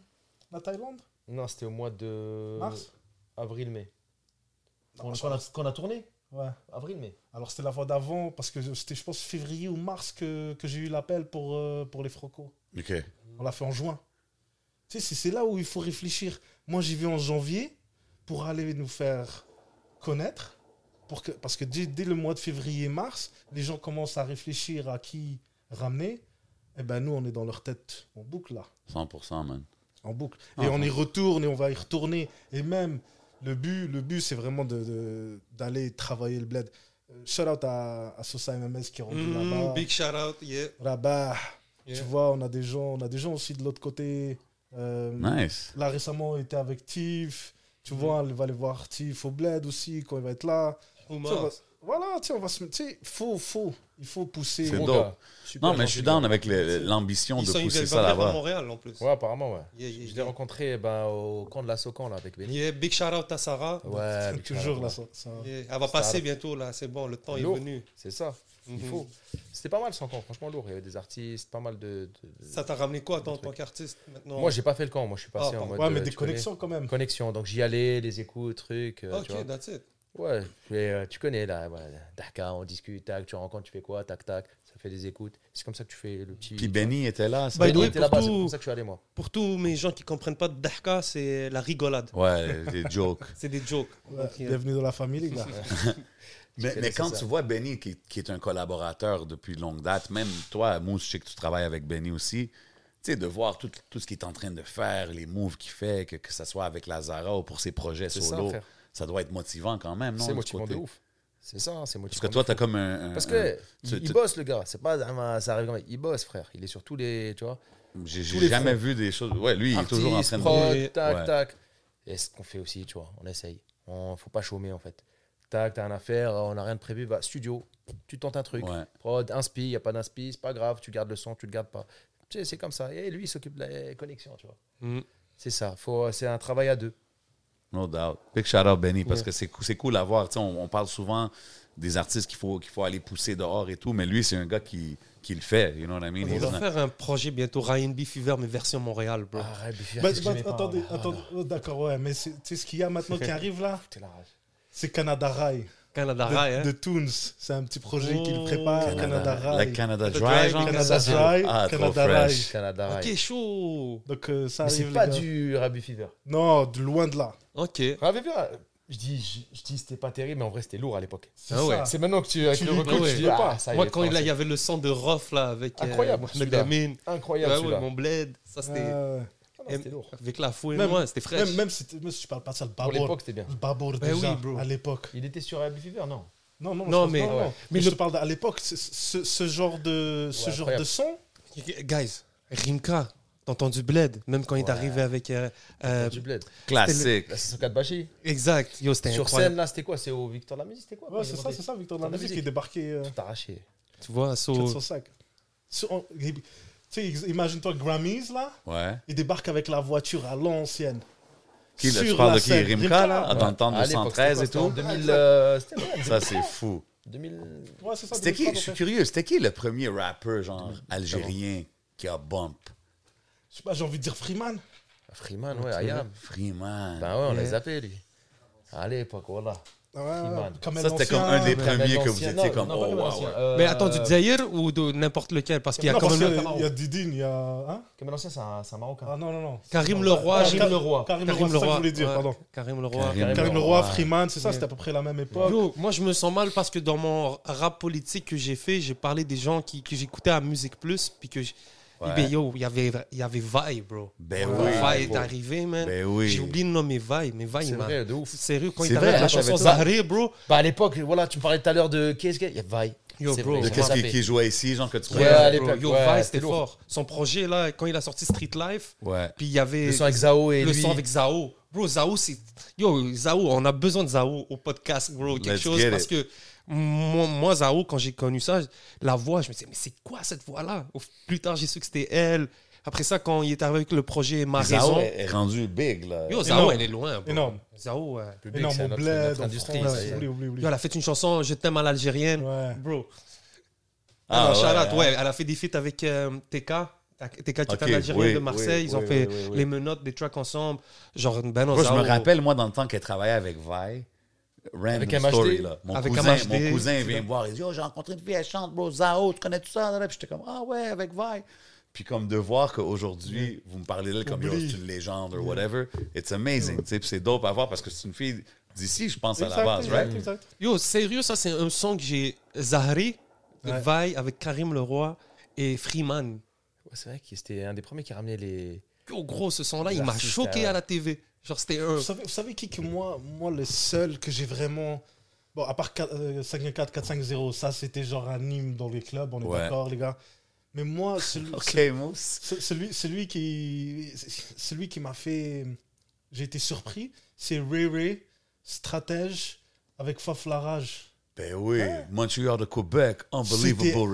[SPEAKER 7] la Thaïlande
[SPEAKER 6] Non, c'était au mois de
[SPEAKER 7] Mars
[SPEAKER 6] avril, mai.
[SPEAKER 7] Non,
[SPEAKER 6] Quand on, a, qu'on a tourné
[SPEAKER 7] Ouais.
[SPEAKER 6] Avril, mai.
[SPEAKER 7] Alors c'était la fois d'avant parce que c'était, je pense, février ou mars que, que j'ai eu l'appel pour, euh, pour les Frocos.
[SPEAKER 5] OK.
[SPEAKER 7] On l'a fait en juin. Tu sais, c'est- c'est là où il faut réfléchir. Moi, j'y vais en janvier pour aller nous faire connaître. Pour que, parce que dès, dès le mois de février-mars, les gens commencent à réfléchir à qui ramener. Et ben nous, on est dans leur tête en boucle là.
[SPEAKER 5] 100%, man.
[SPEAKER 7] En boucle.
[SPEAKER 5] Ah,
[SPEAKER 7] et on
[SPEAKER 5] bon.
[SPEAKER 7] y retourne et on va y retourner. Et même, le but, le but c'est vraiment de- de- d'aller travailler le bled. Euh, Shout out à, à Sosa MMS qui est rendu
[SPEAKER 6] Mm,
[SPEAKER 4] Hmm,
[SPEAKER 7] là-bas.
[SPEAKER 6] big shout out, yeah.
[SPEAKER 7] Rabat.
[SPEAKER 6] Yeah.
[SPEAKER 7] Tu vois, on a des gens, on a des gens aussi de l'autre côté. Euh,
[SPEAKER 5] Nice.
[SPEAKER 7] Là, récemment, on était avec Tiff.
[SPEAKER 4] Mm.
[SPEAKER 7] Tu vois, on va aller voir Tiff au bled aussi quand il va être là. Tu sais, on va- voilà, tu sais, on va se. Tu sais, faut, faut. Il faut pousser.
[SPEAKER 5] C'est
[SPEAKER 7] Mon
[SPEAKER 5] dope.
[SPEAKER 7] gars.
[SPEAKER 5] Non, mais je suis down avec le- l'ambition
[SPEAKER 4] Ils
[SPEAKER 5] de
[SPEAKER 4] sont- ils
[SPEAKER 5] pousser
[SPEAKER 4] veulent
[SPEAKER 5] ça
[SPEAKER 4] venir à
[SPEAKER 5] là-bas.
[SPEAKER 4] Montréal en plus.
[SPEAKER 6] Ouais, apparemment, ouais.
[SPEAKER 4] Yeah, yeah,
[SPEAKER 6] Je l'ai
[SPEAKER 4] yeah.
[SPEAKER 6] rencontré ben, au camp de la Socan, là, avec Benny.
[SPEAKER 4] Yeah, big shout out à Sarah.
[SPEAKER 6] Ouais, big shout
[SPEAKER 7] Toujours
[SPEAKER 6] out,
[SPEAKER 7] là,
[SPEAKER 6] ouais.
[SPEAKER 7] ça. ça-
[SPEAKER 4] Yeah, Elle va passer bientôt là, c'est bon, le temps est
[SPEAKER 6] Lourd.
[SPEAKER 4] venu.
[SPEAKER 6] C'est ça, il
[SPEAKER 4] Mhm.
[SPEAKER 6] faut. C'était pas mal, son camp, franchement lourd. Il y avait des artistes, pas mal de. de-
[SPEAKER 4] Ça t'a ramené quoi toi, en
[SPEAKER 6] Des trucs.
[SPEAKER 4] tant qu'artiste maintenant
[SPEAKER 6] Moi, j'ai pas fait le camp, moi, je suis passé
[SPEAKER 4] Ah,
[SPEAKER 6] en mode.
[SPEAKER 7] Ouais, mais
[SPEAKER 6] euh,
[SPEAKER 7] des
[SPEAKER 6] tu connais,
[SPEAKER 7] connexions quand même.
[SPEAKER 6] Connexion, donc j'y allais, les écoutes, trucs. euh, tu vois.
[SPEAKER 4] Ok, that's it.
[SPEAKER 6] Ouais, tu es, euh, tu connais là, ouais, Dakar, on discute, tac, tu rencontres, tu fais quoi, tac, tac, ça fait des écoutes. C'est comme ça que tu fais le petit.
[SPEAKER 5] Puis Ben, Benny était là. ça.
[SPEAKER 4] By the
[SPEAKER 6] Benny
[SPEAKER 4] way,
[SPEAKER 6] était là-bas,
[SPEAKER 4] pour
[SPEAKER 6] c'est
[SPEAKER 4] tout-
[SPEAKER 6] comme ça que je suis allé moi.
[SPEAKER 4] Pour tous mes gens qui comprennent pas de Dahka, c'est la rigolade.
[SPEAKER 5] Ouais, des jokes.
[SPEAKER 4] C'est des jokes. euh,
[SPEAKER 7] Ouais,
[SPEAKER 4] Ok.
[SPEAKER 7] Bienvenue dans la famille, les gars. Bah,
[SPEAKER 5] Mais,
[SPEAKER 6] connais,
[SPEAKER 5] mais
[SPEAKER 6] c'est
[SPEAKER 5] quand
[SPEAKER 6] ça.
[SPEAKER 5] tu vois Benny, qui, qui est un collaborateur depuis longue date, même toi, Mousse, je sais que tu travailles avec Benny aussi, tu sais, de voir tout, tout ce qu'il est en train de faire, les moves qu'il fait, que, que ce soit avec Lazara ou pour ses projets
[SPEAKER 6] C'est
[SPEAKER 5] solo,
[SPEAKER 6] ça,
[SPEAKER 5] ça,
[SPEAKER 6] frère.
[SPEAKER 5] doit être motivant quand même, non?
[SPEAKER 6] C'est
[SPEAKER 5] du
[SPEAKER 6] motivant de
[SPEAKER 5] côté?
[SPEAKER 6] ouf. C'est ça, c'est
[SPEAKER 5] Parce
[SPEAKER 6] motivant.
[SPEAKER 5] que
[SPEAKER 6] de
[SPEAKER 5] toi,
[SPEAKER 6] ouf.
[SPEAKER 5] t'as comme un... un-
[SPEAKER 6] Parce que
[SPEAKER 5] tu-
[SPEAKER 6] il,
[SPEAKER 5] tu-
[SPEAKER 6] il bosse le gars, c'est pas ah, ça arrive comme il bosse frère, il est sur tous les, tu vois,
[SPEAKER 5] un- j'ai
[SPEAKER 6] tous
[SPEAKER 5] j'ai
[SPEAKER 6] les
[SPEAKER 5] jamais vu des choses... Ouais, lui, il est toujours en train
[SPEAKER 6] artistes,
[SPEAKER 5] de...
[SPEAKER 6] prod,
[SPEAKER 4] Ouais.
[SPEAKER 6] tac,
[SPEAKER 5] Ouais.
[SPEAKER 6] tac. Et c'est ce qu'on fait aussi, tu vois, on essaye. On faut pas chômer en fait. Tac, t'as un affaire, on n'a rien de prévu, va studio, tu tentes un truc.
[SPEAKER 5] Ouais.
[SPEAKER 6] Prod, inspi, il n'y a pas d'inspi, c'est pas grave, tu gardes le son, tu le gardes pas. Tu sais, c'est comme ça. Et lui, il s'occupe de la connexion, tu vois.
[SPEAKER 4] Mhm.
[SPEAKER 6] C'est ça, faut, c'est un travail à deux.
[SPEAKER 5] No doubt. Big shout out Benny, parce que c'est cou- c'est cool à voir. Tu sais, On, on parle souvent des artistes qu'il faut, qu'il faut aller pousser dehors et tout, mais lui, c'est un gars qui, qui le fait. You know what I mean?
[SPEAKER 4] On
[SPEAKER 5] He's
[SPEAKER 4] va
[SPEAKER 5] not-
[SPEAKER 4] faire un projet bientôt, Ryan B. Fever, mais version Montréal, bro.
[SPEAKER 6] Arrête de faire
[SPEAKER 7] Bah,
[SPEAKER 6] qu'est-ce que
[SPEAKER 7] bah,
[SPEAKER 6] j'aimais pas,
[SPEAKER 7] attendez,
[SPEAKER 6] voilà.
[SPEAKER 7] attendez. Oh, D'accord, ouais, mais c'est- tu sais ce qu'il y a maintenant qui arrive là
[SPEAKER 6] T'es la rage.
[SPEAKER 7] C'est Canada Rail.
[SPEAKER 4] Canada
[SPEAKER 7] de,
[SPEAKER 4] Rail, hein.
[SPEAKER 7] de Toons. C'est un petit projet qu'il
[SPEAKER 4] Oh.
[SPEAKER 7] prépare,
[SPEAKER 5] La
[SPEAKER 7] Canada, Rail.
[SPEAKER 5] Canada
[SPEAKER 4] Le
[SPEAKER 5] Dry,
[SPEAKER 4] Dry,
[SPEAKER 5] genre?
[SPEAKER 7] Canada
[SPEAKER 6] c'est-
[SPEAKER 7] Dry,
[SPEAKER 5] ah, trop
[SPEAKER 7] Canada Rail.
[SPEAKER 5] fresh.
[SPEAKER 6] Canada Rail.
[SPEAKER 4] Ok, chaud.
[SPEAKER 7] Donc euh, ça
[SPEAKER 6] Mais c'est
[SPEAKER 7] arrive.
[SPEAKER 6] pas
[SPEAKER 7] les gars.
[SPEAKER 6] du Rabbi Fever.
[SPEAKER 7] Non, de loin de là.
[SPEAKER 4] Ok.
[SPEAKER 6] Rabbi Fever, je dis, je, je dis c'était pas terrible, mais en vrai, c'était lourd à l'époque.
[SPEAKER 7] C'est
[SPEAKER 4] Ah
[SPEAKER 7] ça.
[SPEAKER 4] ouais.
[SPEAKER 6] C'est maintenant que tu, avec
[SPEAKER 7] Tu
[SPEAKER 6] le
[SPEAKER 7] lis
[SPEAKER 6] recul,
[SPEAKER 4] pas,
[SPEAKER 6] tu
[SPEAKER 4] ouais.
[SPEAKER 6] dis, ah, ça y
[SPEAKER 4] Moi,
[SPEAKER 6] est,
[SPEAKER 4] quand
[SPEAKER 6] frère,
[SPEAKER 4] il a- il y
[SPEAKER 6] c'est
[SPEAKER 4] avait le son de Rof, là, avec euh,
[SPEAKER 6] Incroyable,
[SPEAKER 4] Mohamed
[SPEAKER 6] celui-là.
[SPEAKER 4] Amin.
[SPEAKER 6] Incroyable,
[SPEAKER 4] Ouais,
[SPEAKER 6] celui-là.
[SPEAKER 4] ouais, mon bled. Ça, c'était.
[SPEAKER 7] Euh,
[SPEAKER 6] Ah non, c'était lourd.
[SPEAKER 4] Avec la fouille,
[SPEAKER 7] Même-
[SPEAKER 4] moi, c'était fraîche.
[SPEAKER 7] même, même, si tu- même si tu parles pas de ça, le
[SPEAKER 6] Pour
[SPEAKER 7] Babour.
[SPEAKER 6] l'époque, c'était bien.
[SPEAKER 7] Le Babour
[SPEAKER 4] Ben
[SPEAKER 7] déjà,
[SPEAKER 4] oui, bro.
[SPEAKER 7] à l'époque.
[SPEAKER 6] Il était sur Rabbi Fever, non
[SPEAKER 7] Non, non,
[SPEAKER 4] Non,
[SPEAKER 7] je pense-
[SPEAKER 4] mais-
[SPEAKER 6] ouais.
[SPEAKER 7] non.
[SPEAKER 4] Mais
[SPEAKER 7] Mais je
[SPEAKER 4] le-
[SPEAKER 7] te parle d'à l'époque, ce, ce- ce genre de, ce
[SPEAKER 6] Ouais,
[SPEAKER 7] genre
[SPEAKER 6] incroyable.
[SPEAKER 7] de son.
[SPEAKER 4] Guys, Rimka, t'as entendu Bled, même quand il est
[SPEAKER 6] Ouais.
[SPEAKER 4] arrivé avec. euh, euh,
[SPEAKER 6] Du bled.
[SPEAKER 5] Classique.
[SPEAKER 6] Là, c'est sur Kadbashi.
[SPEAKER 4] exact, yo, c'était
[SPEAKER 6] Sur
[SPEAKER 4] incroyable.
[SPEAKER 6] scène, là, c'était quoi C'est au Victor de la musique, c'était quoi
[SPEAKER 7] Ouais, c'est ça, c'est ça, Victor de la
[SPEAKER 6] T'as la
[SPEAKER 7] musique qui est
[SPEAKER 6] musique.
[SPEAKER 7] débarqué. euh,
[SPEAKER 6] Tout arraché.
[SPEAKER 4] Tu vois, so-
[SPEAKER 7] 405. Sur- on- il- Tu sais, ex- imagine-toi Grammys là,
[SPEAKER 5] Ouais.
[SPEAKER 7] il débarque avec la voiture à l'ancienne.
[SPEAKER 5] Qui, là,
[SPEAKER 7] Sur
[SPEAKER 5] tu parles
[SPEAKER 7] la
[SPEAKER 5] de qui?
[SPEAKER 7] scène.
[SPEAKER 5] Rimka, là? Ah, Dans le temps
[SPEAKER 6] À l'époque,
[SPEAKER 5] 213 et
[SPEAKER 6] c'était quoi,
[SPEAKER 5] tout?
[SPEAKER 6] c'était en 2000, euh, C'était ouais,
[SPEAKER 5] Ça, c'est fou.
[SPEAKER 6] 2000.
[SPEAKER 7] Ouais, c'est ça.
[SPEAKER 5] C'était qui? Je
[SPEAKER 7] 2003,
[SPEAKER 5] suis
[SPEAKER 7] en fait.
[SPEAKER 5] curieux. C'était qui le premier rappeur, genre, algérien qui a bump?
[SPEAKER 7] Je sais pas, j'ai envie de dire Freeman.
[SPEAKER 6] Freeman, ouais, Ayam.
[SPEAKER 5] Freeman.
[SPEAKER 6] Ben ouais, on l'a
[SPEAKER 4] Yeah.
[SPEAKER 6] zappé, lui. À l'époque, voilà.
[SPEAKER 7] Ouais, ouais,
[SPEAKER 6] Freeman.
[SPEAKER 7] quand même
[SPEAKER 5] Ça, c'était comme
[SPEAKER 7] l'ancien.
[SPEAKER 5] un des premiers que vous
[SPEAKER 6] L'ancien,
[SPEAKER 5] étiez
[SPEAKER 6] non,
[SPEAKER 5] comme,
[SPEAKER 6] non, pas
[SPEAKER 5] oh,
[SPEAKER 6] comme
[SPEAKER 5] wow,
[SPEAKER 6] l'ancien,
[SPEAKER 5] ouais.
[SPEAKER 6] euh,
[SPEAKER 4] Mais attends, du Zaïre ou de n'importe lequel Parce qu'il y a
[SPEAKER 7] Non,
[SPEAKER 4] quand
[SPEAKER 7] parce
[SPEAKER 4] même.
[SPEAKER 7] qu'il y a- il y a Didine, il y a. hein
[SPEAKER 6] Comme l'ancien, c'est un c'est un Marocain.
[SPEAKER 7] ah non, non, non.
[SPEAKER 4] Karim Leroy,
[SPEAKER 7] Ah,
[SPEAKER 4] Jim
[SPEAKER 7] Ka-
[SPEAKER 4] Leroy.
[SPEAKER 7] Karim Leroy, c'est ça que je voulais dire,
[SPEAKER 4] ouais.
[SPEAKER 7] pardon.
[SPEAKER 4] Karim Leroy.
[SPEAKER 5] Karim Leroy,
[SPEAKER 7] Karim Leroy,
[SPEAKER 5] ouais.
[SPEAKER 7] Freeman, c'est ça, c'était à peu près la même époque.
[SPEAKER 4] Yo, moi je me sens mal parce que dans mon rap politique que j'ai fait, j'ai parlé des gens qui, que j'écoutais à Musique Plus, puis que je-
[SPEAKER 5] Ouais.
[SPEAKER 4] ben yo, il y avait, il y avait Vaille, bro.
[SPEAKER 5] Ben
[SPEAKER 4] Quand
[SPEAKER 5] oui.
[SPEAKER 4] Vaille est arrivé, man.
[SPEAKER 5] Ben oui.
[SPEAKER 4] J'ai oublié de nommer Vaille, mais Vaille,
[SPEAKER 6] C'est
[SPEAKER 4] il m'a-
[SPEAKER 6] vrai, de ouf.
[SPEAKER 4] Sérieux, quand
[SPEAKER 5] C'est
[SPEAKER 4] il arrive
[SPEAKER 5] vrai,
[SPEAKER 4] avec la
[SPEAKER 5] hein,
[SPEAKER 4] chanson
[SPEAKER 5] j'avais pas-
[SPEAKER 4] Zahri, bro,
[SPEAKER 6] Bah, à l'époque, voilà, tu me parlais tout à l'heure de qui est-ce qu'il y a Il y a Vaille.
[SPEAKER 4] Yo,
[SPEAKER 6] C'est
[SPEAKER 4] bro.
[SPEAKER 6] vrai,
[SPEAKER 5] Le
[SPEAKER 6] je
[SPEAKER 5] qu'est-ce
[SPEAKER 6] m'en
[SPEAKER 5] qui,
[SPEAKER 6] rappelle.
[SPEAKER 5] qui jouait ici, genre, que tu
[SPEAKER 6] Ouais, à
[SPEAKER 5] connais?
[SPEAKER 4] bro,
[SPEAKER 6] l'époque,
[SPEAKER 4] yo,
[SPEAKER 6] ouais,
[SPEAKER 4] Vaille, c'était
[SPEAKER 6] c'était lourd.
[SPEAKER 4] fort. Son projet, là, quand il a sorti Street Life,
[SPEAKER 5] Ouais.
[SPEAKER 4] puis il y avait
[SPEAKER 6] Le son avec Zao et
[SPEAKER 4] le
[SPEAKER 6] lui.
[SPEAKER 4] son avec Zao. Bro, Zao, c'est. Yo, Zao, on a besoin de Zao au podcast, bro. Quelque
[SPEAKER 5] Let's
[SPEAKER 4] chose.
[SPEAKER 5] get
[SPEAKER 4] Parce
[SPEAKER 5] it.
[SPEAKER 4] que moi, moi, Zao, quand j'ai connu ça, la voix, je me disais, mais c'est quoi cette voix-là Au- Plus tard, j'ai su que c'était elle. Après ça, quand il est arrivé avec le projet Ma
[SPEAKER 5] Zao
[SPEAKER 4] Raison.
[SPEAKER 5] est est rendu big, là.
[SPEAKER 4] Yo, Zao,
[SPEAKER 7] Énorme.
[SPEAKER 4] elle est loin, bro.
[SPEAKER 7] Énorme.
[SPEAKER 4] Zao, euh,
[SPEAKER 6] Le public,
[SPEAKER 7] Énorme,
[SPEAKER 6] c'est
[SPEAKER 7] au
[SPEAKER 6] notre-
[SPEAKER 7] bled,
[SPEAKER 6] notre
[SPEAKER 7] en
[SPEAKER 6] industrie,
[SPEAKER 7] France,
[SPEAKER 6] ça y est.
[SPEAKER 7] oublie, oublie, oublie.
[SPEAKER 4] yo, elle a fait une chanson, Je t'aime à l'algérienne.
[SPEAKER 7] Ouais.
[SPEAKER 4] Bro.
[SPEAKER 5] Ah,
[SPEAKER 4] Alors,
[SPEAKER 5] ouais,
[SPEAKER 4] Charlotte,
[SPEAKER 5] hein.
[SPEAKER 4] ouais, elle a fait des feats avec euh, TK. TK qui
[SPEAKER 5] Ok,
[SPEAKER 4] est un Algérien
[SPEAKER 5] oui,
[SPEAKER 4] de Marseille.
[SPEAKER 5] oui,
[SPEAKER 4] Ils ont
[SPEAKER 5] oui,
[SPEAKER 4] fait
[SPEAKER 5] oui, oui, oui.
[SPEAKER 4] les menottes, des tracks ensemble. Genre, ben non,
[SPEAKER 5] Moi, je
[SPEAKER 4] Zao,
[SPEAKER 5] me rappelle, moi, dans le temps qu'elle travaillait avec Vi, Random
[SPEAKER 6] Avec MHD.
[SPEAKER 5] Story, là. Mon,
[SPEAKER 4] Avec
[SPEAKER 5] cousin,
[SPEAKER 4] MHD.
[SPEAKER 5] mon cousin vient me voir, il dit, oh, j'ai rencontré une fille, elle chante, bro, Zao, tu connais tout ça? là? Puis j'étais comme, ah ouais, avec Vi. Puis comme de voir qu'aujourd'hui, vous me parlez d'elle comme yo,
[SPEAKER 7] Oublie.
[SPEAKER 5] c'est une légende ou whatever, it's amazing. tu sais, Puis c'est dope à voir parce que c'est une fille d'ici, je pense, à la base,
[SPEAKER 7] exact,
[SPEAKER 5] right?
[SPEAKER 7] exact.
[SPEAKER 4] Yo, sérieux, ça, c'est un son que j'ai. Zahari, de
[SPEAKER 7] Ouais.
[SPEAKER 4] Vaille, avec Karim Leroy et Freeman.
[SPEAKER 6] Ouais, c'est vrai que c'était un des premiers qui ramenait les.
[SPEAKER 4] Yo, gros, ce son-là,
[SPEAKER 6] Les
[SPEAKER 4] il m'a
[SPEAKER 6] artistes,
[SPEAKER 4] choqué
[SPEAKER 5] hein.
[SPEAKER 6] euh,
[SPEAKER 4] à la TV. Genre, c'était un.
[SPEAKER 7] Vous savez, vous savez qui que moi, moi, le seul que j'ai vraiment. Bon, à part 4, euh, 514, 450, ça c'était genre un hymne dans les clubs, on est
[SPEAKER 5] Ouais.
[SPEAKER 7] d'accord, les gars. Mais moi, celui,
[SPEAKER 5] OK, Moose.
[SPEAKER 7] ce- celui, celui qui, celui qui m'a fait. J'ai été surpris, c'est Ray Ray, stratège, avec Faflarage.
[SPEAKER 5] Ben oui, Montreal de Québec, unbelievable
[SPEAKER 7] C'était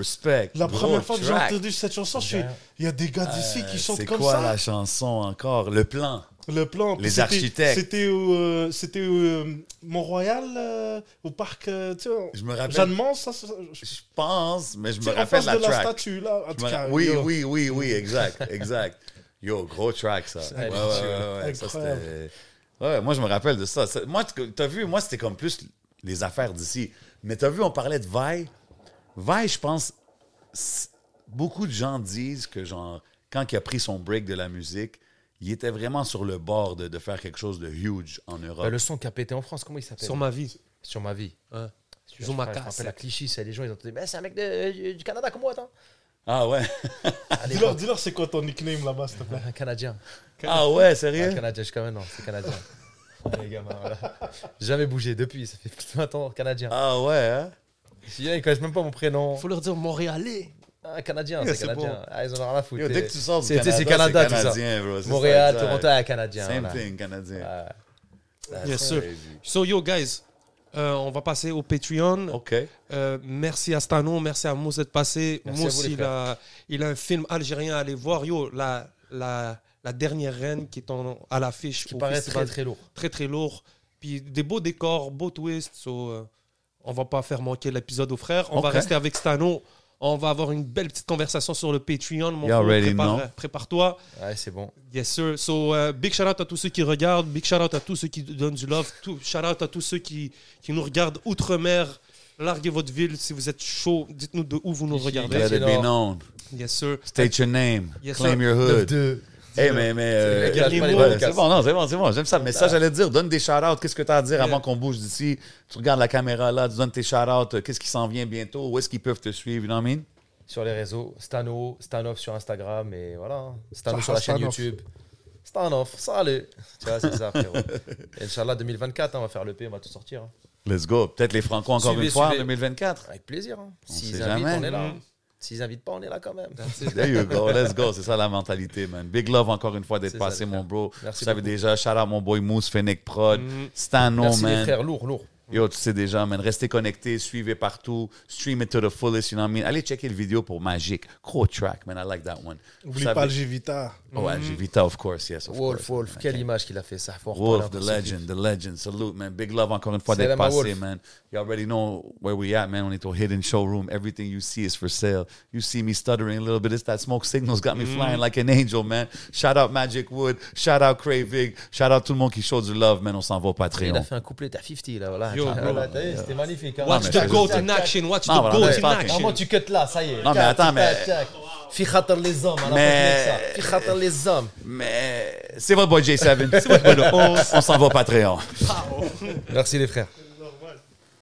[SPEAKER 5] respect.
[SPEAKER 7] La
[SPEAKER 5] Gros
[SPEAKER 7] première fois que j'ai
[SPEAKER 5] track.
[SPEAKER 7] entendu cette chanson, je suis.
[SPEAKER 6] Bien.
[SPEAKER 7] Il y a des gars d'ici
[SPEAKER 5] Euh,
[SPEAKER 7] qui chantent
[SPEAKER 5] C'est
[SPEAKER 7] comme
[SPEAKER 5] quoi
[SPEAKER 7] ça.
[SPEAKER 5] la chanson encore? Le plan.
[SPEAKER 7] Le plan.
[SPEAKER 5] Les
[SPEAKER 7] puis c'était-
[SPEAKER 5] architectes.
[SPEAKER 7] C'était au, euh, c'était au euh, Mont-Royal, euh, au parc. euh, tu vois,
[SPEAKER 5] Je me rappelle.
[SPEAKER 7] Jeanne Mance, ça. ça- je-
[SPEAKER 5] Je pense, mais je
[SPEAKER 7] tu
[SPEAKER 5] me
[SPEAKER 7] sais, en
[SPEAKER 5] rappelle
[SPEAKER 7] face
[SPEAKER 5] la
[SPEAKER 7] de la
[SPEAKER 5] track.
[SPEAKER 7] statue, là. en
[SPEAKER 5] Je
[SPEAKER 7] tout
[SPEAKER 5] me ra-
[SPEAKER 7] cas,
[SPEAKER 5] oui,
[SPEAKER 7] yo.
[SPEAKER 5] oui, oui, oui, exact, exact. Yo, gros track, ça. Ouais, ouais, ouais, ouais, ça,
[SPEAKER 7] Incroyable.
[SPEAKER 5] c'était- ouais, moi, je me rappelle de ça. Ça- Moi, tu- t'as vu, moi, c'était comme plus les affaires d'ici. Mais t'as vu, on parlait de Vaille. Vaille, je pense, c'est- beaucoup de gens disent que, genre, quand il a pris son break de la musique, il était vraiment sur le bord de, de faire quelque chose de huge en Europe.
[SPEAKER 6] Bah, le son qui a pété en France, comment il s'appelle
[SPEAKER 4] Sur ma vie.
[SPEAKER 6] Sur ma vie.
[SPEAKER 4] Ouais. Zouma
[SPEAKER 6] Celui-là, je me rappelle, je me
[SPEAKER 4] Cass.
[SPEAKER 6] rappelle la cliché, ça, les gens ils ont dit Mais c'est un mec de- euh, du Canada comme moi, attends.
[SPEAKER 5] Ah ouais?
[SPEAKER 6] À
[SPEAKER 7] Dis-leur,
[SPEAKER 6] l'époque,
[SPEAKER 7] dis-leur c'est quoi ton nickname là-bas, s'il te plaît.
[SPEAKER 6] Un Canadien.
[SPEAKER 5] Ah ouais,
[SPEAKER 6] Un
[SPEAKER 5] sérieux?
[SPEAKER 6] Canadien, je quand même, non, c'est Canadien. Les gamins, voilà. J'ai Jamais bougé depuis, ça fait plus de 20 ans, Canadien.
[SPEAKER 5] Ah ouais, hein?
[SPEAKER 6] Si, Ils connaissent même pas mon prénom.
[SPEAKER 4] Faut leur dire Montréalais.
[SPEAKER 6] Un Canadien,
[SPEAKER 5] Yeah,
[SPEAKER 6] c'est
[SPEAKER 5] c'est
[SPEAKER 6] Canadien.
[SPEAKER 5] bon.
[SPEAKER 6] Ah, ils en ont rien à foutre.
[SPEAKER 5] Yo, dès que tu sors du
[SPEAKER 6] C'est-
[SPEAKER 5] Canada,
[SPEAKER 6] c'est
[SPEAKER 5] c'est
[SPEAKER 6] Canada, tout ça.
[SPEAKER 5] canadien, bro. c'est ça,
[SPEAKER 6] Montréal,
[SPEAKER 5] exact.
[SPEAKER 6] Toronto, ah, Canadien.
[SPEAKER 5] Same
[SPEAKER 6] voilà.
[SPEAKER 5] thing, canadien.
[SPEAKER 6] Ouais.
[SPEAKER 4] Bien sûr.
[SPEAKER 5] Crazy.
[SPEAKER 4] So, yo, guys, euh, on va passer au Patreon.
[SPEAKER 5] OK.
[SPEAKER 4] Euh, merci à Stano, merci à Mousse d'être passé.
[SPEAKER 6] Merci à
[SPEAKER 4] Mousse,
[SPEAKER 6] vous, les
[SPEAKER 4] il a, il a un film algérien à aller voir. Yo, la, la, la dernière reine qui est en- à l'affiche.
[SPEAKER 6] Qui
[SPEAKER 4] au
[SPEAKER 6] paraît très
[SPEAKER 4] festival.
[SPEAKER 6] très lourd.
[SPEAKER 4] très, très lourd. Puis des beaux décors, beaux twists. So, euh, on va pas faire manquer l'épisode aux frères. On va
[SPEAKER 5] Ok.
[SPEAKER 4] rester avec Stano. On va avoir une belle petite conversation sur le Patreon. Mon
[SPEAKER 5] You
[SPEAKER 4] frère.
[SPEAKER 5] already
[SPEAKER 4] Prépare-
[SPEAKER 5] know.
[SPEAKER 4] prépare-toi.
[SPEAKER 6] Ouais, c'est bon.
[SPEAKER 4] Yes, sir. So, euh, big shout out à tous ceux qui regardent, big shout out à tous ceux qui donnent du love, tout, shout out à tous ceux qui, qui nous regardent outre-mer. Larguez votre ville si vous êtes chaud. Dites-nous de où vous nous regardez.
[SPEAKER 5] Let it be
[SPEAKER 6] Nord.
[SPEAKER 5] known.
[SPEAKER 4] Yes, sir.
[SPEAKER 5] State your name.
[SPEAKER 4] Yes,
[SPEAKER 5] Claim
[SPEAKER 4] sir.
[SPEAKER 5] your hood.
[SPEAKER 6] Deux.
[SPEAKER 5] Hey, mais, mais... euh,
[SPEAKER 6] les gars,
[SPEAKER 4] les
[SPEAKER 6] pas les
[SPEAKER 4] mots.
[SPEAKER 5] ouais,
[SPEAKER 6] podcasts.
[SPEAKER 5] c'est bon, non, c'est bon, c'est bon. J'aime ça. Mais ça, j'allais te dire, donne des shout-outs. Qu'est-ce que tu as à dire avant qu'on bouge d'ici? Tu regardes la caméra là, tu donnes tes shout-outs. euh, Qu'est-ce qui s'en vient bientôt? Où est-ce qu'ils peuvent te suivre? You know what I mean?
[SPEAKER 6] Sur les réseaux, Stano, Stanov sur Instagram et voilà. hein. Stano
[SPEAKER 7] Ah,
[SPEAKER 6] sur la chaîne
[SPEAKER 7] Stanov.
[SPEAKER 6] YouTube. Stanov, salut. Tu vois, c'est ça, frérot. Et Inch'Allah, 2024, hein, on va faire le P, on va tout sortir. hein.
[SPEAKER 5] Let's go. Peut-être les Franco encore
[SPEAKER 6] Suivez,
[SPEAKER 5] une fois
[SPEAKER 6] suivez.
[SPEAKER 5] en 2024.
[SPEAKER 6] Avec plaisir. hein.
[SPEAKER 5] sait
[SPEAKER 6] S'ils invitent,
[SPEAKER 5] jamais. Mm.
[SPEAKER 6] on est là. hein.
[SPEAKER 4] Mhm.
[SPEAKER 6] S'ils invitent pas, on est là quand même.
[SPEAKER 5] There you go. Let's go. C'est ça la mentalité, man. Big love encore une fois d'être
[SPEAKER 6] C'est ça,
[SPEAKER 5] passé,
[SPEAKER 6] les
[SPEAKER 5] mon
[SPEAKER 6] frères.
[SPEAKER 5] bro.
[SPEAKER 6] Merci
[SPEAKER 5] tu savais
[SPEAKER 6] beaucoup. Mm-hmm.
[SPEAKER 5] déjà, shout out mon boy Moose, Fennec Prod, Stano,
[SPEAKER 6] Merci les
[SPEAKER 5] man.
[SPEAKER 6] frères, lourd, lourd.
[SPEAKER 5] Yo, tu sais déjà, man, restez connectés, suivez partout, stream it to the fullest, you know what I mean? Allez checker le vidéo pour Magic. Cool track, man, I like that one.
[SPEAKER 7] Oublie
[SPEAKER 5] Vous
[SPEAKER 7] pas
[SPEAKER 5] savez- Oh,
[SPEAKER 7] le Givita.
[SPEAKER 6] Mm-hmm.
[SPEAKER 5] Ouais, j'ai Vita, of course, yes, of
[SPEAKER 6] Wolf,
[SPEAKER 5] course.
[SPEAKER 6] Wolf,
[SPEAKER 5] man.
[SPEAKER 6] quelle image qu'il a fait ça. Faut en
[SPEAKER 5] Wolf,
[SPEAKER 6] reparler
[SPEAKER 5] the
[SPEAKER 6] encore, c'est
[SPEAKER 5] legend, the legend. Salute, man. Big love encore une fois
[SPEAKER 6] Salam
[SPEAKER 5] d'être
[SPEAKER 6] à
[SPEAKER 5] passé,
[SPEAKER 6] Wolf.
[SPEAKER 5] man. You already know where we at, man. On est au hidden showroom. Everything you see is for sale. You see me stuttering a little bit. It's that smoke signals got me flying like an angel, man. Shout out Magic Wood. Shout out Cravig. Shout out tout le monde qui show du love, man. On s'en va au
[SPEAKER 6] Il
[SPEAKER 5] Patreon.
[SPEAKER 6] a fait un couplet à 50 là, voilà.
[SPEAKER 4] Yo,
[SPEAKER 6] Ah,
[SPEAKER 4] bro.
[SPEAKER 6] là, t'as vu, C'était magnifique. hein.
[SPEAKER 5] Non,
[SPEAKER 4] Watch
[SPEAKER 5] mais
[SPEAKER 4] the
[SPEAKER 5] je-
[SPEAKER 4] goat in action. Watch
[SPEAKER 5] Non,
[SPEAKER 4] the
[SPEAKER 5] voilà,
[SPEAKER 4] goat
[SPEAKER 5] mais
[SPEAKER 4] in
[SPEAKER 5] fucking-
[SPEAKER 4] action.
[SPEAKER 6] Vraiment, tu cut là, ça y est.
[SPEAKER 5] Non, mais attends, mais-
[SPEAKER 6] Fi khatar les hommes, à la
[SPEAKER 5] Mais-
[SPEAKER 6] fin, c'est ça. Fi khatar les hommes.
[SPEAKER 5] Mais c'est votre boy J7. C'est votre boy le 11. On s'en va au Patreon.
[SPEAKER 6] Merci les frères.